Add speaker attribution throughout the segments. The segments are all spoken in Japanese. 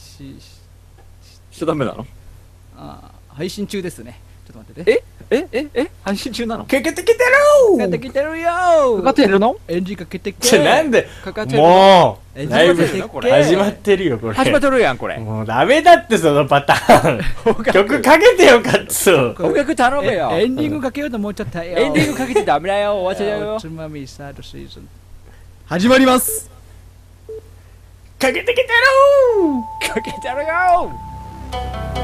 Speaker 1: しし
Speaker 2: しちゃダメなの
Speaker 1: あー配信中ですねちょっと待ってて
Speaker 2: ええええ配信中なの
Speaker 3: かけてきて
Speaker 1: かかって
Speaker 3: る
Speaker 1: きてるよー
Speaker 2: かかってるの
Speaker 1: エンジンかけてけ
Speaker 3: じゃなんで
Speaker 1: かかってる
Speaker 3: も
Speaker 1: え
Speaker 3: うライブ
Speaker 1: 始まってっけ
Speaker 3: これ始まってるよこれ
Speaker 2: 始まってるやん、これ。
Speaker 3: もうダメだってそのパターン曲かけてよかっつう
Speaker 2: 音楽頼めよ。
Speaker 1: えエンディングかけようと思っちゃったよ
Speaker 2: エンディングかけてダメだよ、終わっちゃう
Speaker 1: お
Speaker 2: よ
Speaker 1: つ。まみサードシーズン始まります
Speaker 3: かけてきてる
Speaker 2: かけてるよ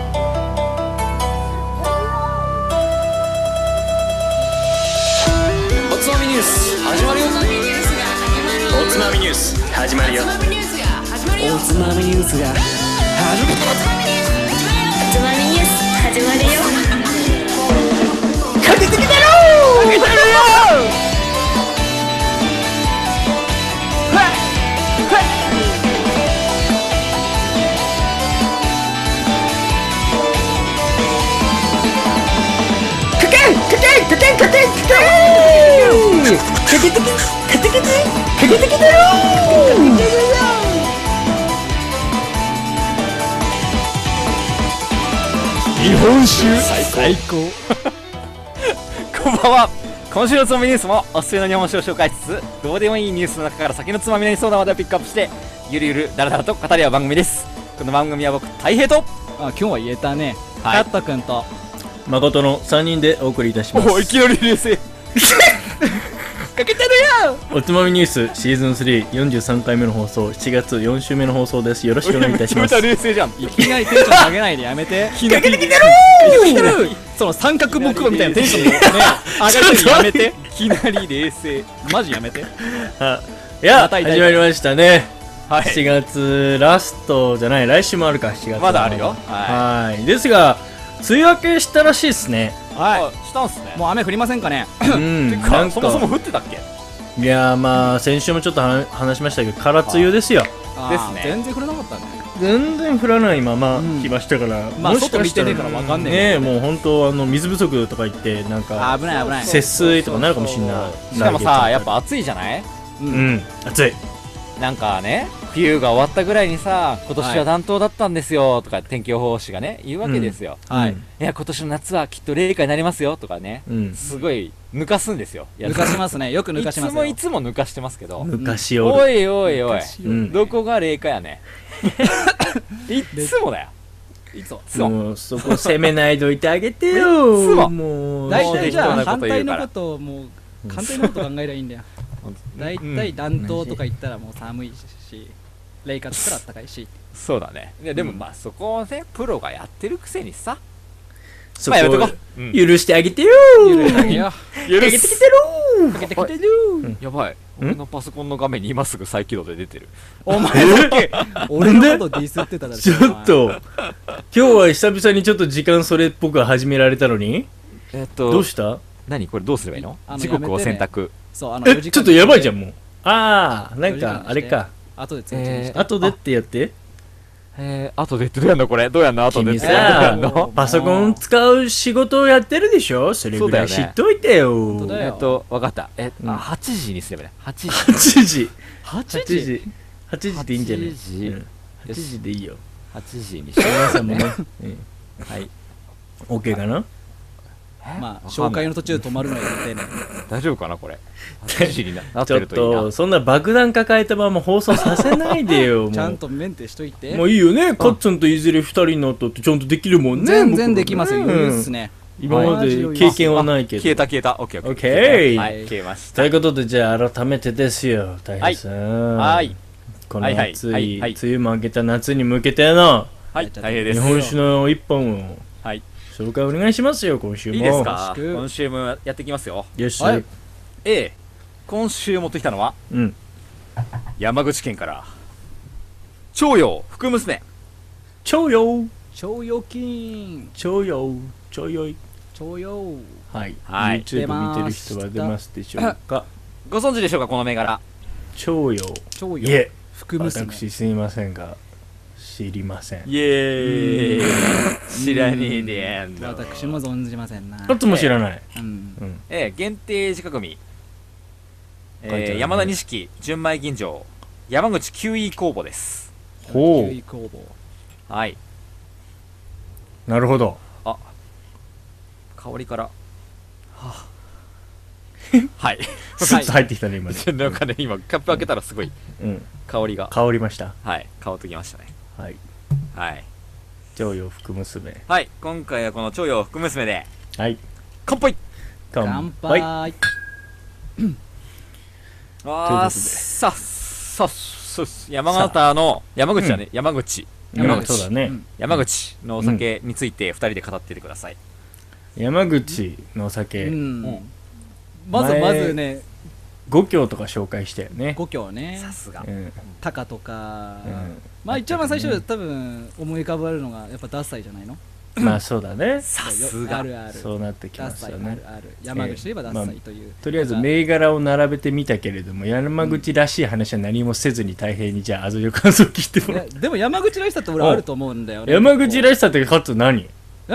Speaker 4: おつまみニュース始まるよ
Speaker 5: おつまみニュースが始まるよ
Speaker 4: おつまみニュース始まるよ
Speaker 5: おつまみニュースが始まるよおつまみニュース始まるよ
Speaker 2: こんばんは今週のつまみニュースもおすすめの日本酒を紹介しつつどうでもいいニュースの中から先のつまみになりそうな話題をピックアップしてゆるゆるだらだらと語り合う番組ですこの番組は僕たい平と
Speaker 1: あ今日は言えたね
Speaker 2: は
Speaker 1: カ
Speaker 2: い
Speaker 1: ット君と
Speaker 6: 誠の3人でお送りいたします
Speaker 2: おいきなり冷静
Speaker 6: おつまみニュースシーズン343回目の放送7月4週目の放送ですよろしくお願いいたします
Speaker 2: 冷静じゃん
Speaker 1: いきなりテンション上げないでやめ て
Speaker 2: かけてきてる
Speaker 1: その三角木馬みたいなテンションね上げるのやめて
Speaker 2: いきなり冷静
Speaker 1: マジやめて
Speaker 6: あいや
Speaker 1: またいたい
Speaker 6: 始まりましたね、
Speaker 2: はい
Speaker 6: 7月ラストじゃない来週もあるか7月
Speaker 2: まだあるよ
Speaker 6: はいですが梅雨明けしたらしいで すね
Speaker 2: はいしたんすね
Speaker 1: もう雨降りませんかね
Speaker 6: うんなんか
Speaker 2: そもそも降ってたっけ
Speaker 6: いやまあ先週もちょっとは話しましたけど空梅雨ですよ
Speaker 1: あ
Speaker 2: です
Speaker 1: ー
Speaker 2: ね
Speaker 1: 全然降らなかったね
Speaker 6: 全然降らないまま
Speaker 1: うん
Speaker 6: 来ましたから、
Speaker 1: まあ
Speaker 6: もしかした
Speaker 1: 外見てねえからわかんねえ
Speaker 6: ねえもう本当あの水不足とか言ってなんか
Speaker 1: 危ない危ない
Speaker 6: 節水とかなるかもしんない
Speaker 2: しかもさやっぱ暑いじゃない
Speaker 6: うん暑い
Speaker 2: なんかね冬が終わったぐらいにさ今年は暖冬だったんですよとか天気予報士がね言うわけですよ、
Speaker 1: はい
Speaker 2: いや今年の夏はきっと冷夏になりますよとかね、
Speaker 6: うん
Speaker 2: すごい抜かすんですよいや
Speaker 1: 抜か しますねよく抜
Speaker 2: い
Speaker 1: かし
Speaker 2: つ
Speaker 1: ます
Speaker 2: も
Speaker 1: よ
Speaker 2: いつも抜かしてますけど
Speaker 6: 昔お
Speaker 2: お
Speaker 6: る
Speaker 2: いおいおい
Speaker 6: うん
Speaker 2: どこが冷夏やね いっつもだよ
Speaker 1: いつも
Speaker 2: いつも
Speaker 6: もうそこ攻めないどいてあげてよもう
Speaker 1: 大体じゃ
Speaker 2: もう
Speaker 1: あ
Speaker 2: 適当なこ
Speaker 1: 反
Speaker 2: と言
Speaker 1: 対
Speaker 2: う
Speaker 1: の
Speaker 2: から
Speaker 1: ことをもう反対のこと考えりゃいいんだよ大体暖冬とか言ったらもう寒いし冷夏だったら暖かいし
Speaker 2: そうだねいやでもまあそこをねプロがやってるくせにさ
Speaker 6: そ
Speaker 2: まあやめとこ
Speaker 6: こ
Speaker 2: う、うん
Speaker 6: 許してあげてよ
Speaker 1: 緩いだけよ
Speaker 2: 許
Speaker 6: あげてきてろ
Speaker 1: かけてきてる
Speaker 2: やばい
Speaker 6: ん
Speaker 2: 俺のパソコンの画面に今すぐ再起動で出てる
Speaker 1: お前だけ俺のことディスってただろ
Speaker 6: ちょっと今日は久々にちょっと時間それっぽく始められたのに
Speaker 2: えっと
Speaker 6: どうした
Speaker 2: 何これどうすればいいの
Speaker 1: あの
Speaker 2: 時刻を選択
Speaker 1: そうあの
Speaker 6: えちょっとやばいじゃ
Speaker 1: ん
Speaker 6: んもうああなん
Speaker 1: 4時間にし
Speaker 6: か
Speaker 1: て
Speaker 6: あれか
Speaker 1: 後で通知にして
Speaker 6: 後でってやって
Speaker 2: えー、後でってどうやんのこれどうやんの後でって
Speaker 6: 君
Speaker 2: ど
Speaker 6: さ
Speaker 2: うやんの
Speaker 1: もう
Speaker 6: パソコン使う仕事をやってるでしょそれぐらい
Speaker 2: そう
Speaker 6: 知
Speaker 2: だよね
Speaker 6: っといてよ
Speaker 1: 当だよ
Speaker 2: えっと、わかった。え、
Speaker 6: うん
Speaker 2: あ、8時にすればいいね。8時。
Speaker 6: 8時
Speaker 2: 8
Speaker 6: 8時8時でいいんじゃない
Speaker 2: 8時
Speaker 6: うん8時でいいよ
Speaker 2: 8時にして。
Speaker 6: 皆さんも ねうん
Speaker 2: はい。
Speaker 6: OK かな
Speaker 1: まあ紹介の途中で止まるのやめてね
Speaker 2: 大丈夫かなこれ。8時にななっ
Speaker 6: ち
Speaker 2: て
Speaker 6: ょっ
Speaker 2: るといいな
Speaker 6: と。そんな爆弾抱えたまま放送させないで よもう
Speaker 1: ちゃんとメンテしといて
Speaker 6: もういいよねカッツンといずれ2人になったってちゃんとできるもんね
Speaker 1: 全
Speaker 6: 僕ら
Speaker 1: 然
Speaker 6: ね
Speaker 1: できますよ余裕っすね
Speaker 6: 今まで経験はないけ
Speaker 2: 消え
Speaker 6: ど
Speaker 2: た消えた。オッケーオッケー。
Speaker 6: OK
Speaker 2: はい、消えまし
Speaker 6: と
Speaker 2: た。
Speaker 6: いうことでじゃあ改めてですよ大変さん
Speaker 2: はい。
Speaker 6: この暑
Speaker 2: はいはいいはいはい
Speaker 6: 梅雨も明けた夏に向けての
Speaker 2: はい、大変で
Speaker 6: 日
Speaker 2: す。
Speaker 6: 本酒の一本を
Speaker 2: はい。
Speaker 6: 紹介お願いしますよ今週も
Speaker 2: いいですか
Speaker 1: よろしく
Speaker 2: 今週もやっていきますよ。
Speaker 6: よっしゃ、
Speaker 1: はい
Speaker 2: A、今週持ってきたのは、
Speaker 6: うん
Speaker 2: 山口県から、徴用、福娘。
Speaker 6: 超よ
Speaker 1: 腸腰筋
Speaker 6: 超よ超よい
Speaker 1: 腸腰
Speaker 6: はい、
Speaker 2: はい
Speaker 1: 出
Speaker 6: YouTube
Speaker 1: ま
Speaker 6: 見
Speaker 1: す
Speaker 6: てる人は出ますでしょうか
Speaker 2: ご存知でしょうかこの銘柄。
Speaker 6: 超よ
Speaker 1: 腸
Speaker 6: い
Speaker 1: 腰
Speaker 6: え
Speaker 1: 福娘
Speaker 6: 私すいませんが知りません
Speaker 2: イエーイ知らねえでやんの
Speaker 1: 私も存じませんな
Speaker 6: 一つも知らない、
Speaker 1: うん
Speaker 6: うん、
Speaker 2: えー限定自家組、
Speaker 6: 書いてあ
Speaker 2: え
Speaker 6: る
Speaker 2: ー
Speaker 6: ね
Speaker 2: 山田錦純米吟醸山口キウイ工房です
Speaker 6: ほ
Speaker 1: 九位工房
Speaker 2: はい
Speaker 6: なるほど。
Speaker 2: 香りからはあ はい
Speaker 6: スッと入ってきたね、今ね。
Speaker 2: なんかね今カップ開けたらすごい
Speaker 6: うん。
Speaker 2: 香りが
Speaker 6: 香りました。
Speaker 2: はい香ってきましたね
Speaker 6: はい。
Speaker 2: はい
Speaker 6: 常用福娘。
Speaker 2: はい今回はこの長陽福娘で
Speaker 6: はい。
Speaker 2: 乾杯
Speaker 1: 乾
Speaker 6: 乾杯。
Speaker 1: 杯
Speaker 6: というこ
Speaker 2: あ
Speaker 6: と
Speaker 2: ー
Speaker 6: で
Speaker 2: さささ山形の山口だね、山口
Speaker 6: うん
Speaker 2: 山口
Speaker 6: そうだね。
Speaker 1: うん
Speaker 2: 山口のお酒について2人で語っててください、
Speaker 6: 山口のお酒、
Speaker 1: うんまずまずね
Speaker 6: 5郷とか紹介したよね。
Speaker 1: 故郷ね
Speaker 2: さすが
Speaker 6: うん。
Speaker 1: タカとか、
Speaker 6: うん
Speaker 1: まあ一番最初、
Speaker 6: うん
Speaker 1: 多分思い浮かべるのがやっぱダッサイじゃないの
Speaker 6: まあそうだね。
Speaker 2: さ
Speaker 1: そ
Speaker 2: す
Speaker 1: うよあ
Speaker 2: が
Speaker 1: るある
Speaker 6: そうなってき
Speaker 1: ダ
Speaker 6: ま
Speaker 1: ッサ
Speaker 6: す
Speaker 1: イ
Speaker 6: よ
Speaker 1: あ
Speaker 6: ね
Speaker 1: る。ある山口といえばダッサイという、
Speaker 6: とりあえず
Speaker 1: なんか
Speaker 6: 銘柄を並べてみたけれども山口らしい話は何もせずに大変にじゃあ味の感想を聞いても
Speaker 1: い
Speaker 6: らう
Speaker 1: やでも山口らしさって俺あると思うんだよね
Speaker 6: 山口
Speaker 1: し
Speaker 6: らしさってかつ何
Speaker 1: え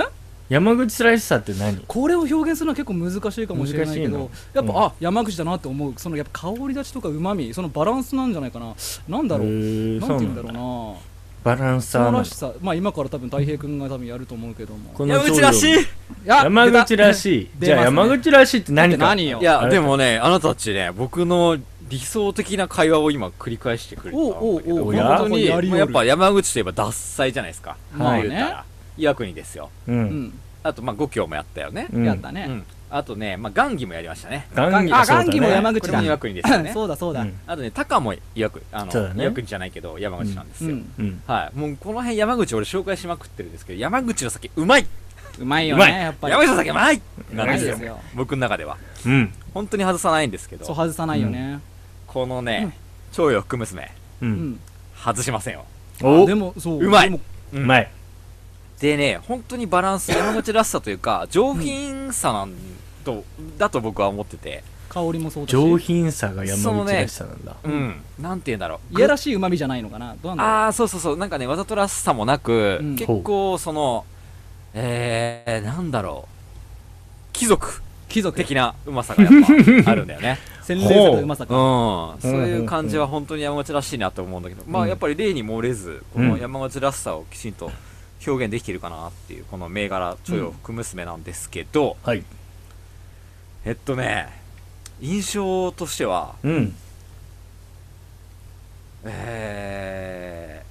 Speaker 6: 山口らしさって何
Speaker 1: これを表現するのは結構難しいかもしれないけど
Speaker 6: 難
Speaker 1: やっぱ、
Speaker 6: うん
Speaker 1: あ山口だなって思うそのやっぱ香り立ちとかうまみそのバランスなんじゃないかななんだろう、
Speaker 6: へー
Speaker 1: なんて言うんだろうな
Speaker 6: バラン
Speaker 1: そ
Speaker 6: サー
Speaker 1: のら
Speaker 6: の
Speaker 1: しさまあ今から多分大平君が多分やると思うけども
Speaker 6: この
Speaker 2: 山口らしいい
Speaker 1: いや
Speaker 6: 山口らしい
Speaker 1: 出た
Speaker 6: じゃあ
Speaker 1: 出ますね
Speaker 6: 山口らしいって何
Speaker 1: だっ
Speaker 6: か
Speaker 1: て何よ
Speaker 2: や
Speaker 6: あれ
Speaker 2: でもねあなたたちね僕の理想的な会話を今繰り返してくれたんだけど
Speaker 1: おうおうお
Speaker 6: う
Speaker 2: 本当
Speaker 1: お
Speaker 2: に
Speaker 1: や
Speaker 2: や
Speaker 1: りよる
Speaker 2: やっぱ山口といえば獺祭じゃないですか、
Speaker 1: まあ
Speaker 2: 言うた
Speaker 1: ね
Speaker 2: ら岩国ですよ
Speaker 6: う
Speaker 1: うんん、
Speaker 2: あとまあ5郷もやったよね、
Speaker 6: うん
Speaker 1: やった
Speaker 2: う
Speaker 1: ね、
Speaker 2: んあとねまあ雁木もやりましたね
Speaker 6: ガンギ
Speaker 1: あ
Speaker 6: そうだ
Speaker 1: ガンギも
Speaker 6: ね
Speaker 1: 山口
Speaker 2: これ
Speaker 1: だ
Speaker 2: も岩国ですよ ね
Speaker 1: そうだそうだ、
Speaker 6: うん
Speaker 2: あとね、タカも岩国、あ
Speaker 6: そうだ
Speaker 2: の、
Speaker 6: ね
Speaker 2: 岩国じゃないけど、山口なんです
Speaker 1: う
Speaker 2: よ。
Speaker 1: ん
Speaker 6: うん
Speaker 2: はい。もうこの辺山口俺紹介しまくってるんですけど、山口の酒うまいう
Speaker 1: まいよ
Speaker 6: うま
Speaker 1: ね
Speaker 6: い
Speaker 1: やっぱり
Speaker 2: 山口の酒うまいうな
Speaker 6: ま
Speaker 2: ん
Speaker 6: い
Speaker 2: で
Speaker 1: ですす
Speaker 2: よ
Speaker 1: よ。
Speaker 2: 僕の中では。
Speaker 6: うん
Speaker 2: 本当に外さないんですけど
Speaker 1: そう、外さないよね、
Speaker 2: この
Speaker 1: う
Speaker 2: ね
Speaker 1: ん、
Speaker 2: 長陽福娘、
Speaker 6: う
Speaker 1: うん
Speaker 6: ん
Speaker 2: 外しませんよ。
Speaker 6: お
Speaker 1: で
Speaker 6: う
Speaker 1: もそう
Speaker 2: うまい
Speaker 1: でも
Speaker 6: まい
Speaker 2: でね、本当に バランス、山口らしさというか、上品さなんと、だと僕は思ってて、
Speaker 1: 香りもそうだし
Speaker 6: 上品さが山口らしさなんだ
Speaker 2: うん。なんて言うんだろう。
Speaker 1: いやらしいうまみじゃないのかなどうなんだろう
Speaker 2: ああそうそうそうなんかねわざとらしさもなく、
Speaker 1: うん
Speaker 2: 結構そのえー、なんだろう貴族
Speaker 1: 貴族
Speaker 2: 的なうまさが やっぱあるんだよね
Speaker 1: 洗練されたうまさ
Speaker 2: う
Speaker 1: か
Speaker 2: んそういう感じは本当に山口らしいなと思うんだけど、まあやっぱり例に漏れずこの山口らしさをきちんと表現できてるかなっていうこの銘柄「ちょよ福娘」なんですけど、
Speaker 6: はい
Speaker 2: えっとね印象としては
Speaker 6: うん
Speaker 2: え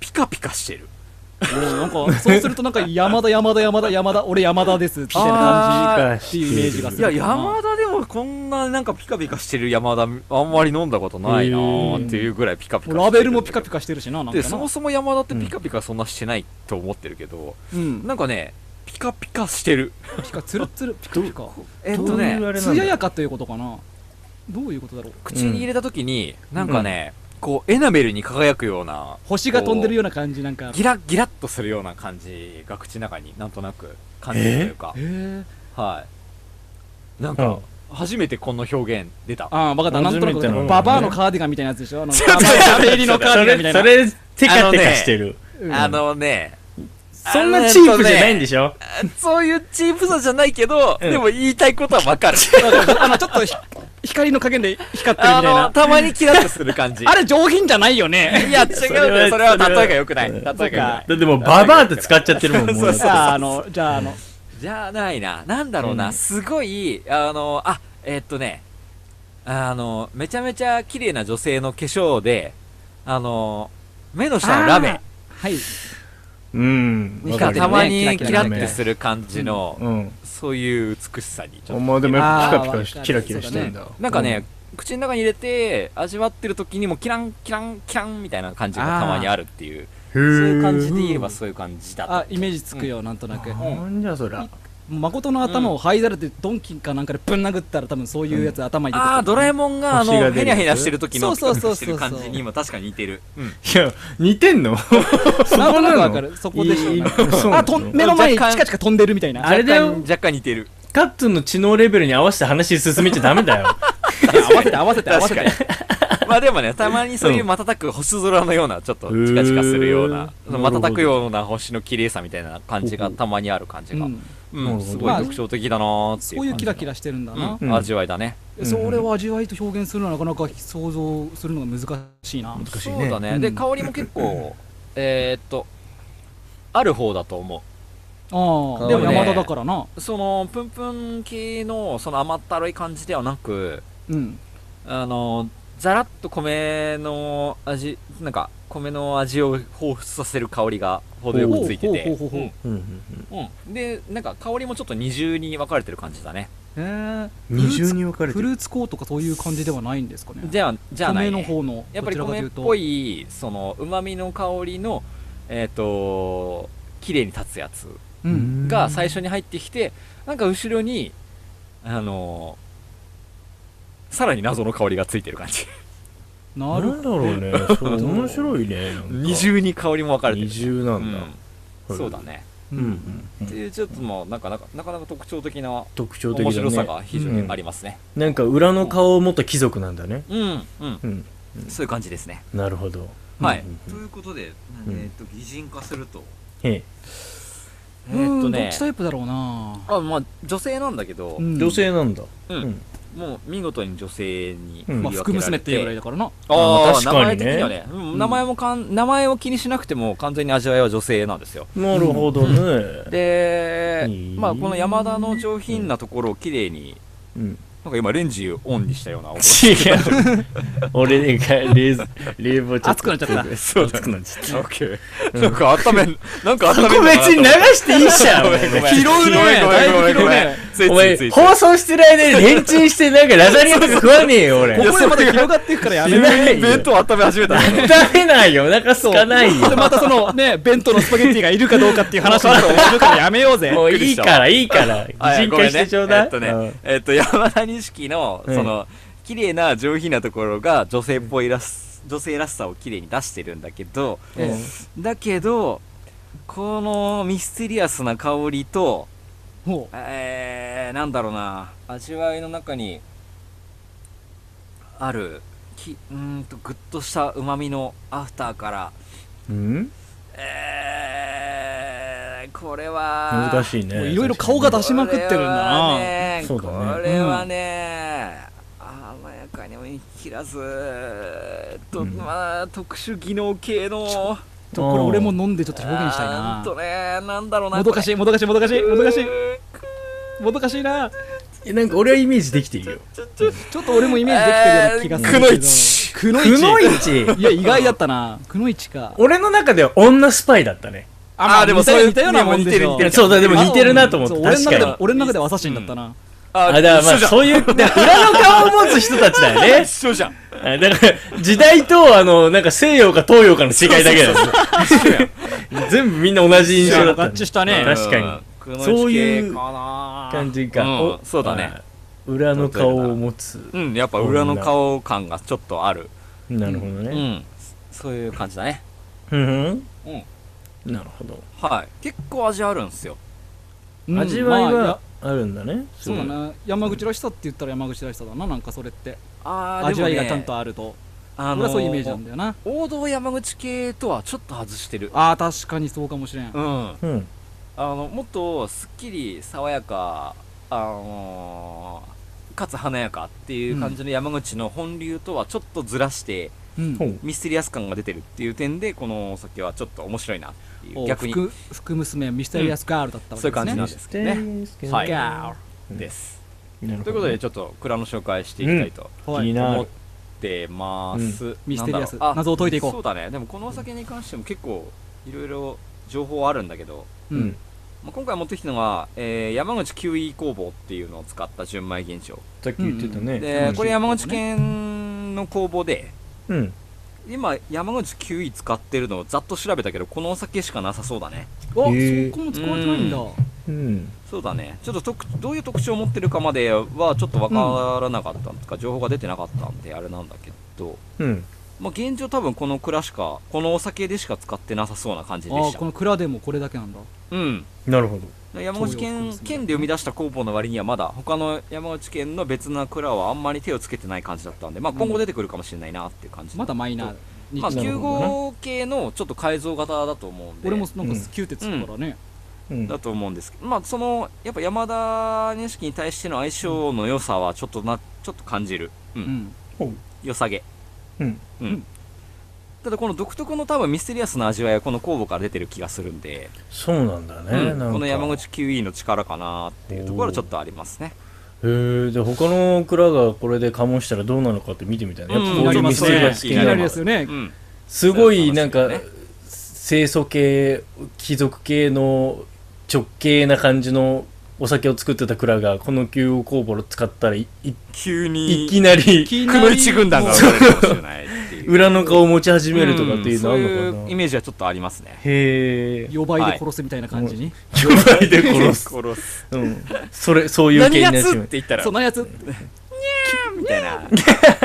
Speaker 2: ー、ピカピカしてる
Speaker 1: なんかそうするとなんか山田山田山田山田俺山田ですみたいな感
Speaker 2: あー
Speaker 1: じっていうイメージがす
Speaker 2: いや
Speaker 1: る
Speaker 2: 山田でもこんななんかピカピカしてる山田あんまり飲んだことないなーっていうぐらいピカピカしてる
Speaker 1: ラベルもピカピカしてるしななんか
Speaker 2: で
Speaker 1: な
Speaker 2: そもそも山田ってピカピカそんなしてないと思ってるけど、
Speaker 1: うん
Speaker 2: なんかねピカピカしてる
Speaker 1: ピカツルツルピカピカ
Speaker 2: えっ
Speaker 6: ど
Speaker 2: と
Speaker 6: ういう
Speaker 2: ね
Speaker 6: あれなんだ
Speaker 1: 艶やかということかなどういうことだろう
Speaker 2: 口に入れた時になんかね、こうエナメルに輝くような
Speaker 1: 星が飛んでるような感じなんか
Speaker 2: ギラッギラッとするような感じが口の中になんとなく感じるというか
Speaker 1: え、ー
Speaker 2: はいなん
Speaker 6: う
Speaker 2: か
Speaker 6: ん
Speaker 2: 初めてこの表現出た
Speaker 1: ああ分かったなんとな
Speaker 6: 初めての
Speaker 1: くババアのカーディガンみたいなやつでしょあのバ
Speaker 2: と
Speaker 1: バアの入りのカーディガンみたいな
Speaker 6: それテカテカしてる
Speaker 1: うん
Speaker 2: あのね
Speaker 6: そんなチープじゃないんでしょ
Speaker 2: そういうチープさじゃないけど、
Speaker 6: うん
Speaker 2: でも言いたいことはわかる。
Speaker 1: あのちょっとひ光の加減で光ってるみた
Speaker 2: あ
Speaker 1: いな
Speaker 2: の、たまにキラッとする感じ。
Speaker 1: あれ上品じゃないよね。
Speaker 2: いや、違うんだよ。そ
Speaker 6: そ
Speaker 2: れ
Speaker 6: れ
Speaker 2: は
Speaker 6: は
Speaker 2: 例えが良くない。
Speaker 6: そ
Speaker 2: 例え
Speaker 6: れ
Speaker 2: が良くない。
Speaker 6: だってもうババアって使っちゃってるもんもう
Speaker 1: じゃあ、あの、じゃあ、あの、
Speaker 2: じゃあないな。なんだろうな。
Speaker 6: うん
Speaker 2: すごい、あの、あ、えっとね、あの、めちゃめちゃ綺麗な女性の化粧で、あの、目の下のラメ
Speaker 1: はい。
Speaker 6: うんわか
Speaker 2: が
Speaker 6: る
Speaker 2: た
Speaker 6: よ
Speaker 2: ま
Speaker 6: ね
Speaker 2: に
Speaker 1: わかるよね
Speaker 2: キラッとする感じの、
Speaker 6: うん
Speaker 2: そういう美しさにちょっと
Speaker 6: お前でも
Speaker 1: あ
Speaker 6: や
Speaker 1: ー
Speaker 6: っぱピカピカしキラキラしてんだ
Speaker 2: なんかね、口の中に入れて味わってる時にもキランキランキランみたいな感じがたまにあるっていう
Speaker 6: そ
Speaker 2: そ
Speaker 6: う
Speaker 2: ういう感じで言えばそういう感じだと
Speaker 1: あ、イメージつくよ、なんとなく。
Speaker 6: なんじゃそりゃ
Speaker 1: 誠の頭を這いざれて、ドンキかなんかでぶん殴ったら、多分そういうやつ頭に出てくる。
Speaker 2: あードラえもんがあの
Speaker 6: 星が
Speaker 2: ヘ
Speaker 6: 出る
Speaker 2: ニャヘニャしてる時の
Speaker 1: そうそうそう
Speaker 2: ピカピカしてる感じに今確かに似てるうん
Speaker 6: いや似てんの
Speaker 1: なんとなくわかる。そこでしょ
Speaker 6: いい
Speaker 1: なんか
Speaker 6: そうなの
Speaker 1: あ、とん目の前にチ
Speaker 2: 若干
Speaker 1: カチカ飛んでるみたいな。
Speaker 6: あれだよ
Speaker 2: 若干若干似てる
Speaker 6: カッツンの知能レベルに合わせて話進めちゃダメだよ
Speaker 1: 合わせて合わせて合わせ
Speaker 2: 確か
Speaker 1: て
Speaker 2: に。まあでもねたまにそういう瞬く星空のようなちょっとチカチカするような
Speaker 6: へー
Speaker 2: 瞬くような星の綺麗さみたいな感じがたまにある感じ
Speaker 1: う
Speaker 2: が
Speaker 1: ん
Speaker 2: う
Speaker 6: ほ
Speaker 2: ん
Speaker 6: ど
Speaker 2: すごい特徴的だなーっていう
Speaker 1: そういうキラ
Speaker 2: 感
Speaker 1: キラしてるんだ
Speaker 2: じの
Speaker 1: な
Speaker 2: う。
Speaker 6: うんん
Speaker 2: 味わいだね
Speaker 6: うん
Speaker 1: それを味わいと表現するのはなかなか想像するのが難しいな。
Speaker 6: 難しい
Speaker 2: そうだ
Speaker 6: ね
Speaker 2: ね、
Speaker 1: うん
Speaker 2: で香りも結構えーっとある方だと思
Speaker 1: ああ、
Speaker 6: で
Speaker 1: で
Speaker 6: も
Speaker 1: も
Speaker 6: ね
Speaker 1: 山田だからな。
Speaker 2: うそのプンプン系のその甘ったるい感じではなく
Speaker 1: うん。
Speaker 2: あのザラッと米の味なんか米の味を彷彿させる香りが程よくついて
Speaker 1: ほう
Speaker 2: て
Speaker 1: ほうほうほうほ
Speaker 6: うんうん
Speaker 2: うんでなんか香りもちょっと二重に分かれてる感じだね
Speaker 1: う。へえ。
Speaker 6: うん二重に分かれて
Speaker 1: フ
Speaker 6: る
Speaker 1: ルーツコーとかそういう感じではないんですかね。
Speaker 2: じゃあじゃあない、
Speaker 1: 米
Speaker 2: ね、
Speaker 1: の方の
Speaker 2: やっぱり
Speaker 1: どちらか
Speaker 2: 米
Speaker 1: とい
Speaker 2: っ
Speaker 1: うと
Speaker 2: ぽいそのうまみの香りのえっ、と綺麗に立つやつ
Speaker 1: うん。
Speaker 2: が最初に入ってきてなんか後ろにあのーさらに謎の香りがついてる感じ
Speaker 1: な
Speaker 6: な
Speaker 1: る
Speaker 6: んだろうねそう面白いねなんか
Speaker 2: 二重に香りも分かれてる
Speaker 6: 二重なんだ、
Speaker 2: うん、
Speaker 6: こ
Speaker 2: そ
Speaker 6: れ
Speaker 2: うだね
Speaker 6: うんうんうん
Speaker 2: っていうちょっともうなんかなんかなかなか特徴的な
Speaker 6: 特徴的
Speaker 2: 面
Speaker 6: だ
Speaker 2: 白
Speaker 6: ね
Speaker 2: さが非常にありますね
Speaker 6: なんか裏の顔をもっと貴族なんだね
Speaker 2: うんうん、
Speaker 6: うん
Speaker 2: そういう感じですね
Speaker 6: なるほど
Speaker 2: はい
Speaker 6: うん
Speaker 7: ということで、
Speaker 6: うん
Speaker 7: えっと擬人化すると
Speaker 6: へえ
Speaker 2: え
Speaker 1: う
Speaker 2: ーっと
Speaker 1: ん。ど
Speaker 2: ね
Speaker 1: っちタイプだろうな。
Speaker 2: あまあ女性なんだけど、
Speaker 1: うん
Speaker 6: 女性なんだ
Speaker 2: うん
Speaker 6: うん
Speaker 2: もう見事に女性に
Speaker 6: うん
Speaker 1: まあ、
Speaker 2: 振り
Speaker 1: 福
Speaker 2: 分けられ
Speaker 1: 娘っていうぐらいだからな。
Speaker 2: ああ、
Speaker 6: まあ確かに
Speaker 2: 名
Speaker 6: ね
Speaker 2: 前的にはね、うん名前もかん名前を気にしなくても完全に味わいは女性なんですよ
Speaker 6: なるほどね
Speaker 2: で、
Speaker 6: いい
Speaker 2: まあ、この山田の上品なところを綺麗に
Speaker 6: うん
Speaker 2: なんか今レンジをオンにしたような音
Speaker 6: 違う俺が冷蔵冷房ちょっ
Speaker 1: 熱く
Speaker 6: と
Speaker 1: なっちゃ った。
Speaker 2: そう
Speaker 6: 熱くなっちゃっ
Speaker 2: オッケー なんか温め んなんか温め
Speaker 6: たここ別に流していいじゃん
Speaker 2: ごめんごめん
Speaker 6: 拾う
Speaker 2: ごめんごめんごめんごめんつい
Speaker 6: お
Speaker 2: つ
Speaker 6: 前
Speaker 2: いついつい
Speaker 6: 放送してる間にレンチンしてなんかラザニアとか食わねえよ俺
Speaker 1: ここでまた広がっていくからやめな
Speaker 6: ないよ
Speaker 2: 弁当温め始めたね
Speaker 6: 食べないよお腹空かないよ
Speaker 1: でまたそのね、弁当のスパゲッティがいるかどうかっていう話になっているからやめようぜ。
Speaker 6: もういいからいいから擬
Speaker 2: あいや
Speaker 6: 人
Speaker 2: ごめん
Speaker 6: 化
Speaker 2: ね
Speaker 6: してちょうだい
Speaker 2: えっとね、
Speaker 6: うん
Speaker 2: えっと山田錦の
Speaker 6: うん
Speaker 2: その、綺麗な上品なところが女性っぽいらす女性らしさを綺麗に出してるんだけど、
Speaker 1: え
Speaker 2: だけどこのミステリアスな香りと
Speaker 1: も、
Speaker 2: えー、なんだろうな味わいの中にあるきうーんとグッとしたうまみのアフターから
Speaker 6: うん
Speaker 2: えー、これは
Speaker 6: 難しいう
Speaker 1: もう
Speaker 6: ね
Speaker 1: いろいろ顔が出しまくってるんだ
Speaker 2: これは
Speaker 1: な。
Speaker 2: ね
Speaker 6: そうだね
Speaker 2: これはね、甘やかにもいきらずと、
Speaker 6: うん
Speaker 2: まあ特殊技能系の
Speaker 1: ちょこれ俺も飲んでちょっと表現したい
Speaker 2: あ
Speaker 1: な。
Speaker 2: ーんとねなんだろうな
Speaker 1: もどかしい、もどかしい、もどかしい、もどかしい、もどかしいな。
Speaker 6: いやなんか俺はイメージできてるよ
Speaker 1: ちょっと俺もイメージできてるような気がするけど。くのいち。
Speaker 6: くのい ち
Speaker 1: いや、意外だったな。くのいちか。
Speaker 6: 俺の中では女スパイだったね
Speaker 2: あーでも
Speaker 1: 似た
Speaker 2: そういう
Speaker 1: 似たようなもんでしょ
Speaker 2: 似てる似てる
Speaker 6: そうだでも似てるなと思って
Speaker 1: そう俺の中
Speaker 6: 確
Speaker 1: で
Speaker 6: かに
Speaker 1: も俺の中ではアサシンだったな。
Speaker 2: あ
Speaker 6: あ、だからまあ、そういう、だから裏の顔を持つ人たちだよ ね。
Speaker 2: 一緒じゃん
Speaker 6: あだから、時代と、あの、なんか西洋か東洋かの違いだけだよ。全部みんな同じ印象だった
Speaker 1: 合
Speaker 6: んだ
Speaker 1: 致した ね。
Speaker 6: 確かに
Speaker 2: に
Speaker 6: そういう
Speaker 2: かな
Speaker 6: 感じか。
Speaker 2: うん
Speaker 6: お
Speaker 2: そうだね。
Speaker 6: あ裏の顔を持つ。
Speaker 2: うんやっぱ裏の顔感がちょっとある
Speaker 6: なるほど
Speaker 2: う
Speaker 6: ね。
Speaker 2: んそういう感じだね
Speaker 6: うんふ
Speaker 2: うん
Speaker 6: ん。なるほど。
Speaker 2: はい結構味あるんですよ
Speaker 1: うん
Speaker 6: 味わい
Speaker 1: まあ
Speaker 6: は
Speaker 1: や
Speaker 6: あるんだね。
Speaker 1: そうだな。山口らしさって言ったら山口らしさだな。なんかそれって。
Speaker 2: あーで
Speaker 1: 味
Speaker 2: も
Speaker 1: わ
Speaker 2: ね
Speaker 1: いがちゃんとあると。
Speaker 2: あ
Speaker 1: 俺
Speaker 2: の
Speaker 1: はそういうイメージなんだよな。
Speaker 2: 王道山口系とはちょっと外してる
Speaker 1: ああ、確かにそうかもしれん
Speaker 2: う。ん
Speaker 6: うん。
Speaker 2: あのもっとすっきり爽やかあのーかつ華やかっていう感じの山口の本流とはちょっとずらして
Speaker 1: うん
Speaker 6: ほう。
Speaker 2: ミステリアス感が出てるっていう点でこのお酒はちょっと面白いなっていう
Speaker 1: お
Speaker 2: 逆に
Speaker 1: 福福娘ミステリアスガールだったわけです
Speaker 2: そういう感じな
Speaker 1: ね
Speaker 2: ん。ですけどねは
Speaker 1: ガール
Speaker 2: です
Speaker 6: なるほど
Speaker 2: ということでちょっと蔵の紹介していきたいと
Speaker 1: は
Speaker 6: 気
Speaker 1: い
Speaker 6: にな
Speaker 2: 思っ
Speaker 6: る。
Speaker 2: てます、なんだろう
Speaker 1: ミステリアス
Speaker 2: あ
Speaker 1: 謎を解いていこう
Speaker 2: そうだねでもこのお酒に関しても結構いろいろ情報あるんだけど
Speaker 1: うん。
Speaker 2: まあ今回持ってきたのは、えー山口キウイ工房っていうのを使った純米原酒
Speaker 6: さっき言ってたね。
Speaker 2: で
Speaker 6: うん
Speaker 2: これ山口県の工房で
Speaker 6: うん。
Speaker 2: 今山口キウイ使ってるのをざっと調べたけどこのお酒しかなさそうだね
Speaker 1: おそこ
Speaker 6: へー
Speaker 1: も使われてないんだ。
Speaker 6: うん。
Speaker 2: そうだねちょっと特どういう特徴を持ってるかまではちょっとわからなかったとか、情報が出てなかったんであれなんだけど、
Speaker 6: うん。
Speaker 2: まあ、現状多分この蔵しかこのお酒でしか使ってなさそうな感じで
Speaker 1: ああ
Speaker 2: し、た
Speaker 1: この蔵でもこれだけなんだ。
Speaker 2: うん
Speaker 6: なるほど。
Speaker 2: 山口県県で生み出した工房の割にはまだ他の山口県の別な蔵はあんまり手をつけてない感じだったんで、まあ、今後出てくるかもしれないなっていう感じ、
Speaker 1: まだマイナーに。
Speaker 2: まあ、
Speaker 6: なる
Speaker 2: 9
Speaker 6: ほどね
Speaker 2: 号系のちょっと改造型だと思うんで
Speaker 1: 俺もなん
Speaker 6: う
Speaker 1: か
Speaker 6: ん
Speaker 1: 9鉄だからね。
Speaker 6: うん。
Speaker 2: だと思うんですけど、まあ、そのやっぱ山田錦に対しての相性の良さはちょっとなちょっと感じる、うん
Speaker 1: うん。
Speaker 2: 良さげ、
Speaker 6: うん
Speaker 2: うんただこの独特の多分ミステリアスな味わいはこの酵母から出てる気がするんで、
Speaker 6: そうなんだね、
Speaker 2: うん
Speaker 6: なんか
Speaker 2: この山口キウイの力かなっていうところはちょっとありますね
Speaker 6: へーで他の蔵がこれで醸したらどうなのかって見てみたいね、やっぱこういう
Speaker 1: うん
Speaker 6: ミステリアス
Speaker 1: 気
Speaker 6: 系
Speaker 1: にな
Speaker 6: な
Speaker 1: り
Speaker 6: の
Speaker 1: で
Speaker 6: が
Speaker 1: すよね
Speaker 2: う。ん
Speaker 6: すごいなんか
Speaker 2: そういう話
Speaker 6: 清楚系貴族系の直系な感じのお酒を作ってた蔵がこの旧酵母を使ったらいい
Speaker 2: 急
Speaker 6: い
Speaker 2: に
Speaker 6: きなり
Speaker 2: くのいち軍団が生まれるかもしれないっていう
Speaker 6: 裏の顔を持ち始めるとかっていうのある
Speaker 2: うん
Speaker 6: の
Speaker 2: そう
Speaker 6: か
Speaker 2: いう
Speaker 6: な、
Speaker 2: イメージはちょっとあります ね
Speaker 6: へえ
Speaker 1: 4倍で殺すみたいな感じに。
Speaker 6: 巨大で殺す、
Speaker 2: 殺す
Speaker 6: うん、それそういう
Speaker 2: 何
Speaker 6: 系に
Speaker 2: や
Speaker 6: なっ
Speaker 2: つ
Speaker 6: ち
Speaker 2: っ
Speaker 6: ま
Speaker 2: て
Speaker 6: う
Speaker 2: 言ったら
Speaker 1: そのやつ、
Speaker 2: みたい なっ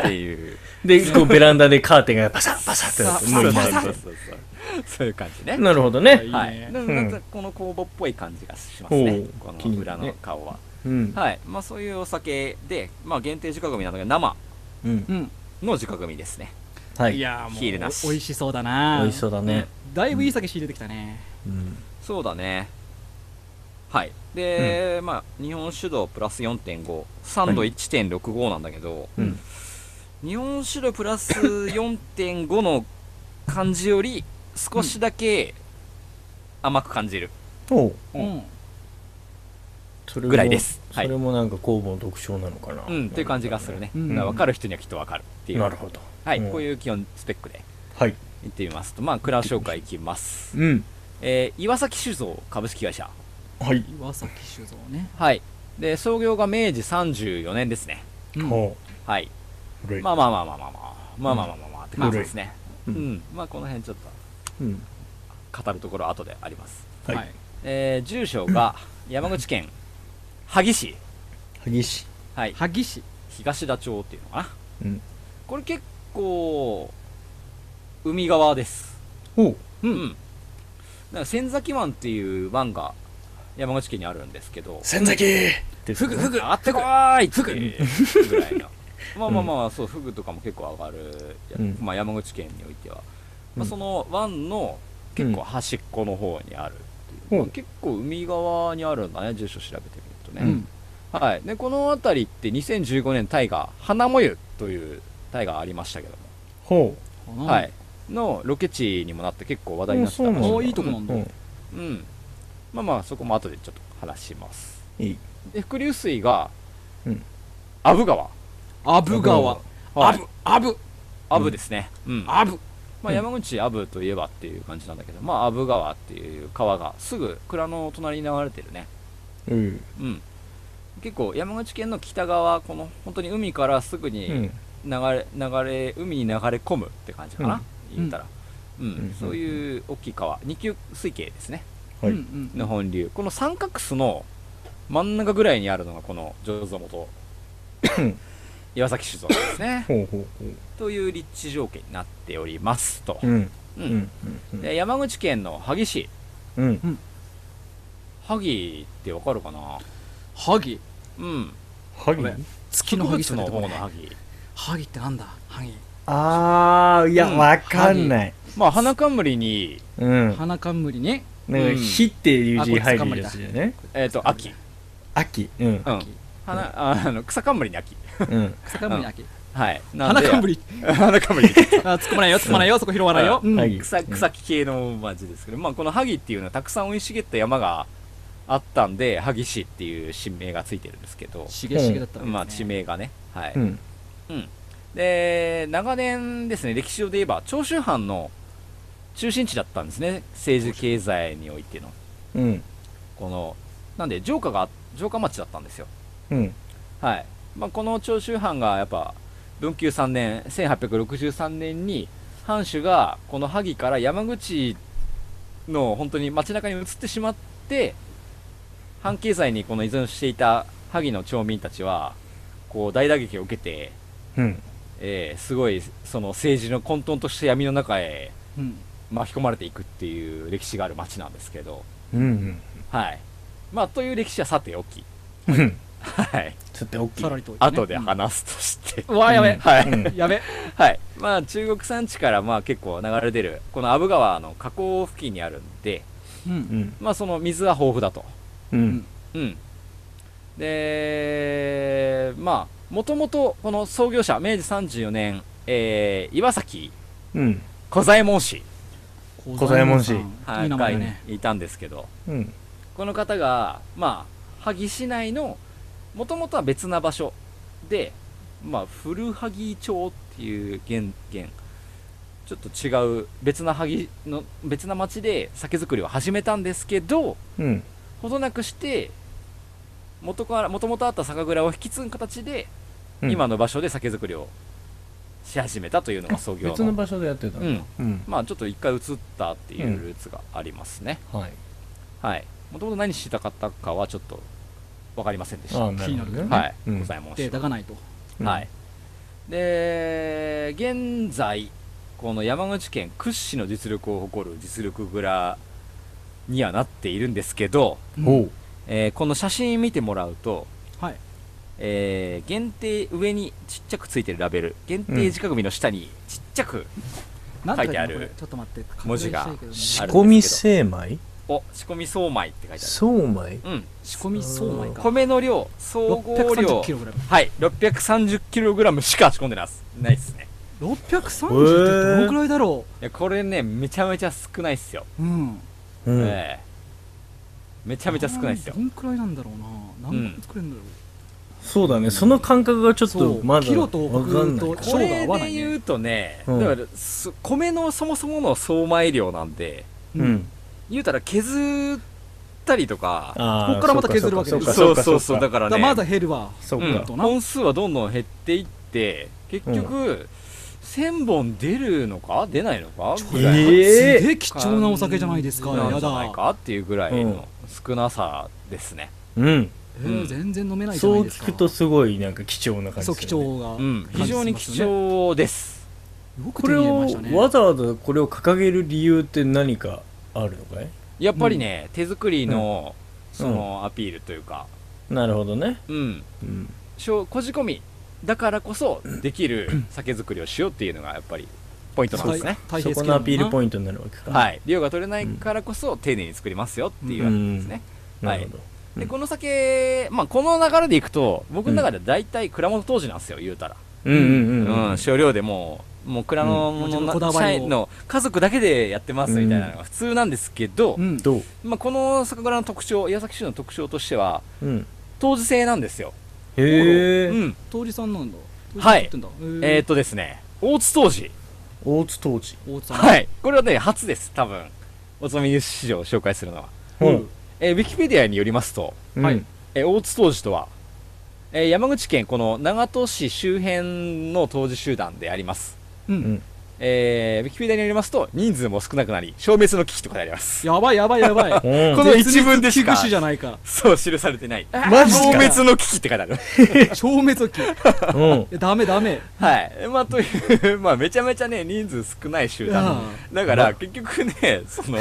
Speaker 2: ていう
Speaker 6: でこうベランダでカーテンがパサッパサッってなってもういな
Speaker 2: そ
Speaker 6: いう
Speaker 2: そうそうそうそういう感じね
Speaker 6: なるほどね、
Speaker 2: はい
Speaker 1: いいね
Speaker 2: なんか
Speaker 6: うん
Speaker 2: なんかこの酵母っぽい感じがしますね
Speaker 6: ほう
Speaker 2: こ
Speaker 6: 気に
Speaker 2: の
Speaker 6: な
Speaker 2: 裏
Speaker 6: るね
Speaker 2: の顔は
Speaker 6: うん
Speaker 2: はいまあそういうお酒でまあ限定自家組なので生
Speaker 6: うん
Speaker 1: うん。
Speaker 2: の自家組ですね
Speaker 6: はい
Speaker 1: いやー
Speaker 2: ヒールなし
Speaker 1: もう美味しそうだな。
Speaker 6: 美味しそうだね、
Speaker 1: だいぶいい酒仕入れてきたね。
Speaker 6: うん
Speaker 2: そうだねはいで、まあ日本酒度プラス4.5サンド1.65なんだけど、
Speaker 6: うん
Speaker 2: 日本酒度プラス4.5の感じより少しだけ甘く感じる
Speaker 6: おう
Speaker 1: うん。
Speaker 6: それも
Speaker 2: ぐらいです
Speaker 6: そ
Speaker 2: はい
Speaker 6: れもなんか酵母の特徴なのかな、
Speaker 2: うんっていう感じがするね、
Speaker 1: うん
Speaker 2: 分かる人にはきっと分かるっていう
Speaker 6: なるほど
Speaker 2: はい、
Speaker 6: うん
Speaker 2: こういう基本スペックで
Speaker 6: はい
Speaker 2: いってみますとまあ蔵紹介いきます、
Speaker 6: うん
Speaker 2: えー岩崎酒造株式会社
Speaker 6: はい、
Speaker 1: 岩崎酒造ね。
Speaker 2: はいで創業が明治34年ですね
Speaker 1: うん
Speaker 6: ほ
Speaker 2: はい、
Speaker 6: う古い
Speaker 2: まあまあまあまあまあまあまあまあまあまあまあって感じですねう、
Speaker 6: うんん
Speaker 2: まあこの辺ちょっ
Speaker 6: うん
Speaker 2: と語るところは後であります
Speaker 6: はい
Speaker 1: はい。
Speaker 2: えー住所 が山口県萩市
Speaker 6: 萩市
Speaker 2: はい
Speaker 1: 萩市。
Speaker 2: 東田町っていうのかな
Speaker 6: うん
Speaker 2: これ結構海側です
Speaker 6: おう
Speaker 2: うん、なんか仙崎湾っていう湾が山口県にあるんですけど
Speaker 6: 千崎ですね
Speaker 2: フグ上がってこーいフグぐらい のまあまあまあそうフグとかも結構上がる、や
Speaker 6: うん
Speaker 2: まあ、山口県においては、
Speaker 6: う
Speaker 2: まあ、
Speaker 6: ん
Speaker 2: その湾の結構端っこの方にあるっていう、
Speaker 6: う
Speaker 2: ま
Speaker 6: ん
Speaker 2: あ結構海側にあるんだね住所調べてみると
Speaker 1: う
Speaker 2: ね、
Speaker 1: ん。
Speaker 2: はい、でこの辺りって2015年タイガー花もゆというタイガーありましたけども、
Speaker 6: ほ
Speaker 2: は
Speaker 1: はい。
Speaker 2: い、のロケ地にもなって結構話題になってた
Speaker 6: う
Speaker 2: ら
Speaker 6: ん
Speaker 2: し
Speaker 6: そ
Speaker 2: い
Speaker 1: おーいいとこなん
Speaker 6: う
Speaker 1: だ。
Speaker 6: うん
Speaker 2: うん、まあまあそこも後でちょっと話します
Speaker 6: いい
Speaker 2: で伏流水が、
Speaker 6: うん
Speaker 2: 阿武川
Speaker 1: 阿武川。阿
Speaker 2: はい
Speaker 1: 武、阿武、
Speaker 2: 阿武ですね、うん
Speaker 1: 阿武。
Speaker 2: まあ、山口阿武といえばっていう感じなんだけど、まあ阿武川っていう川がすぐ蔵の隣に流れてるね、
Speaker 6: うん
Speaker 2: うん、結構山口県の北側この本当に海からすぐに、
Speaker 6: うん
Speaker 2: 流れ流れ海に流れ込むって感じかな、言ったら、うん
Speaker 6: うん
Speaker 2: そういう大きい川二級水系ですね
Speaker 6: はい
Speaker 1: うんうん
Speaker 2: の本流この三角巣の真ん中ぐらいにあるのがこの醸造元岩崎酒造ですね
Speaker 6: ほうほうほ
Speaker 2: という立地条件になっておりますと
Speaker 6: う、うん
Speaker 2: う
Speaker 6: うんんうん
Speaker 2: で山口県の萩市
Speaker 6: うん
Speaker 2: 萩ってわかるかな
Speaker 1: 萩。
Speaker 2: うん
Speaker 6: 萩
Speaker 1: ごめん月の萩さ
Speaker 2: 植
Speaker 1: ん
Speaker 2: 物
Speaker 1: だ
Speaker 2: の
Speaker 1: と
Speaker 2: 方
Speaker 1: こ
Speaker 2: の
Speaker 1: ね
Speaker 2: 萩
Speaker 1: 萩ってなんだ萩。
Speaker 6: ああいや
Speaker 2: うん
Speaker 6: わかんない
Speaker 2: まあ花冠に
Speaker 6: うん
Speaker 1: 花冠ね。
Speaker 6: なん
Speaker 2: うん
Speaker 6: か火っていう字入るやつだよね
Speaker 2: えっ、と秋、
Speaker 6: 秋うん
Speaker 2: うん、花ああの草冠に秋
Speaker 6: うん
Speaker 1: 草冠秋。
Speaker 2: はいなんで
Speaker 1: 花冠。
Speaker 2: 花冠に
Speaker 1: あ、突っ込まないよ、突っ込まないよ、そこ拾わないよ。
Speaker 2: う
Speaker 1: うん
Speaker 6: はい
Speaker 2: 草草木系のマジですけど、まあ、この萩っていうのはたくさん生い茂った山があったんで萩市っていう新名がついてるんですけど、
Speaker 1: しげしげだったわけですね
Speaker 2: まあ、地。名がね、はい
Speaker 6: うん
Speaker 2: で長年ですね歴史上で言えば長州藩の中心地だったんですね政治経済においての
Speaker 6: うん
Speaker 2: このなんで城下が城下町だったんですよ
Speaker 6: うん
Speaker 2: はい、まあ、この長州藩がやっぱ文久3年1863年に藩主がこの萩から山口の本当に街中に移ってしまって藩経済にこの依存していた萩の町民たちはこう大打撃を受けて、
Speaker 6: うん
Speaker 2: えーすごいその政治の混沌とした闇の中へ
Speaker 1: うん。
Speaker 2: 巻き込まれていくっていう歴史がある町なんですけど、
Speaker 6: うん
Speaker 2: はいまあ、という歴史はさておき、
Speaker 6: うん
Speaker 2: はい、
Speaker 6: ちょっと大きい
Speaker 1: さらりと、ね。
Speaker 2: 後で話すとして、
Speaker 1: うわ、やべ。
Speaker 2: はい、
Speaker 6: うん
Speaker 1: やべ。
Speaker 2: はい、まあ中国山地からまあ結構流れ出るこの阿武川の河口付近にあるんで、
Speaker 1: う。
Speaker 6: うんん
Speaker 2: まあ、その水は豊富だと、
Speaker 6: うん
Speaker 2: うん、でまあもともとこの創業者明治34年、えー岩崎
Speaker 6: うん
Speaker 2: 小左衛門氏、
Speaker 1: 小
Speaker 3: 左衛門氏
Speaker 1: いい名前ね。
Speaker 2: がいたんですけど
Speaker 6: うん。
Speaker 2: この方がまあ萩市内のもともとは別な場所で、まあ、古萩町っていう現現ちょっと違う別な萩の別な町で酒造りを始めたんですけど
Speaker 6: うん。
Speaker 2: ほどなくして元から元々あった酒蔵を引き継ぐ形で、
Speaker 6: うん
Speaker 2: 今の場所で酒造りをし始めたというのが創業の
Speaker 6: 別の場所でやってた
Speaker 2: う
Speaker 6: の。
Speaker 2: ん、
Speaker 6: うん。
Speaker 2: まあちょっと一回移ったっていうルーツがありますね、
Speaker 6: はい。
Speaker 2: はいもともと何したかったかはちょっと分かりませんでした
Speaker 6: あ
Speaker 2: は
Speaker 6: あ、なるほどね。
Speaker 2: い、
Speaker 6: うん
Speaker 2: ございま
Speaker 1: デ
Speaker 2: し
Speaker 1: ータがないと。
Speaker 6: うん
Speaker 2: はい。で現在この山口県屈指の実力を誇る実力蔵にはなっているんですけど、
Speaker 6: おう。
Speaker 2: えーこの写真見てもらうと、
Speaker 1: はい。
Speaker 2: えー限定上にちっちゃくついてるラベル限定自家組の下にちっちゃく
Speaker 1: なんて
Speaker 2: 書いてある
Speaker 1: のこれちょっと待って。
Speaker 2: 文字が
Speaker 1: 確認したいけどね
Speaker 6: 仕
Speaker 2: あるんですけど
Speaker 6: 込み精米
Speaker 2: お仕込み総米って書いて
Speaker 6: 総米
Speaker 2: あるうん
Speaker 1: 仕込み総米か。
Speaker 2: 米の量総合量
Speaker 1: 630kg。
Speaker 2: はい 630kg しか仕込んでないっすないっすね
Speaker 1: 630ってどのくらいだろ
Speaker 2: いやこれねめちゃめちゃ少ないっすよ、
Speaker 1: ううん。
Speaker 6: うん。
Speaker 2: ええめちゃめちゃ少ないっすよ
Speaker 1: どんくらいなんだろうな。何個作れるんだろう。
Speaker 6: そうだね。その感覚がちょっ
Speaker 1: そ
Speaker 6: と
Speaker 1: う
Speaker 6: まだ
Speaker 1: キロと
Speaker 6: わかんない
Speaker 1: 僕と。
Speaker 2: こ
Speaker 1: 量が
Speaker 2: れ
Speaker 1: 合わな
Speaker 2: で
Speaker 1: いね
Speaker 2: 言うとね、
Speaker 6: うん
Speaker 2: だからす米のそもそもの総米量なんで
Speaker 6: うん。
Speaker 2: 言うたら削ったりとか
Speaker 6: ああ
Speaker 1: こっからまた削るわけ
Speaker 6: そ
Speaker 1: ね
Speaker 6: うか
Speaker 2: そ
Speaker 6: そう
Speaker 2: う
Speaker 6: か
Speaker 2: そ
Speaker 6: そうう
Speaker 2: そう
Speaker 6: か
Speaker 2: だから
Speaker 1: だ
Speaker 2: ね
Speaker 1: からまだ減るわ。
Speaker 6: そう
Speaker 2: うん
Speaker 6: か
Speaker 1: とな
Speaker 2: 本数はどんどん減っていって結局、1000本出るのか出ないのか
Speaker 1: ちょ
Speaker 2: ぐらい
Speaker 6: ええ
Speaker 1: すげえ貴重なお酒じゃないですか。
Speaker 2: なん
Speaker 1: や
Speaker 2: じゃない
Speaker 1: だ。
Speaker 2: かっていうぐらいの少なさですね
Speaker 6: うん
Speaker 1: えー全然飲めないじゃな
Speaker 6: そう
Speaker 1: いですか。
Speaker 6: 聞くとすごいなんか貴重な感じ
Speaker 1: そう
Speaker 6: する
Speaker 1: 貴
Speaker 6: よね
Speaker 1: 重が
Speaker 2: う、ん非常に貴。重です
Speaker 1: よく
Speaker 6: こ
Speaker 1: 手
Speaker 6: れ
Speaker 1: に入れ
Speaker 6: を
Speaker 1: ましたね。
Speaker 6: わざわざこれを掲げる理由って何かあるのかい
Speaker 2: やっぱりね、手作りのそのアピールというか
Speaker 6: なるほどね
Speaker 2: うん
Speaker 6: うん
Speaker 2: 小こじ込みだからこそでき る酒造りをしようっていうのがやっぱりポイントなんですね
Speaker 1: 大
Speaker 6: そ
Speaker 1: 変
Speaker 6: こ
Speaker 1: 好き
Speaker 6: のアピール
Speaker 1: イ
Speaker 6: ポ
Speaker 1: ン
Speaker 6: イントになるわけか
Speaker 2: はい量が取れないからこそ丁寧に作りますよっていうわけですね、
Speaker 6: なるほどう
Speaker 2: で
Speaker 6: ん
Speaker 2: この酒、まあ、この流れでいくと僕の中では大体蔵元当時なんですよ言うたら、
Speaker 6: うんうん
Speaker 2: う
Speaker 6: うんんうん
Speaker 2: 少量でもうもう蔵の
Speaker 1: うんもち
Speaker 2: の
Speaker 1: ろん
Speaker 2: な
Speaker 1: こだわ
Speaker 2: 社
Speaker 1: りを
Speaker 2: 員の家族だけでやってますみたいなのが普通なんですけど、
Speaker 1: うん。
Speaker 6: どう
Speaker 2: まあ、この酒蔵の特徴岩崎市の特徴としては
Speaker 6: うん
Speaker 2: 当時制なんですよ、
Speaker 6: へ
Speaker 2: う
Speaker 6: え
Speaker 2: ん、
Speaker 1: 当時さんなんだ。
Speaker 2: はい
Speaker 1: 当時さんって言ってんだ
Speaker 2: え
Speaker 1: へ
Speaker 2: ーっとですね大津当時
Speaker 6: 大津当時
Speaker 1: 大津さん。
Speaker 2: はいこれはね初です多分おつまみニュース史上紹介するのは、
Speaker 6: うん
Speaker 2: えーウィキペディアによりますと、
Speaker 6: はい
Speaker 2: えー大津当時とは、えー山口県この長門市周辺の当時集団であります、
Speaker 1: うん。
Speaker 2: えーウィキペディアによりますと人数も少なくなり消滅の危機と書いてあります
Speaker 1: やばいやばい やばい。
Speaker 6: う
Speaker 2: こ
Speaker 6: ん
Speaker 2: の一文で
Speaker 1: 絶滅
Speaker 2: しか
Speaker 1: 危惧種じゃないか。
Speaker 2: そう記されてない
Speaker 6: マジ
Speaker 2: 消
Speaker 6: か
Speaker 2: 滅の危機って書いてある
Speaker 1: 消滅期。い
Speaker 6: うん
Speaker 1: やダメダメ。
Speaker 2: はいまあというまあめちゃめちゃね人数少ない集団だから結局ねその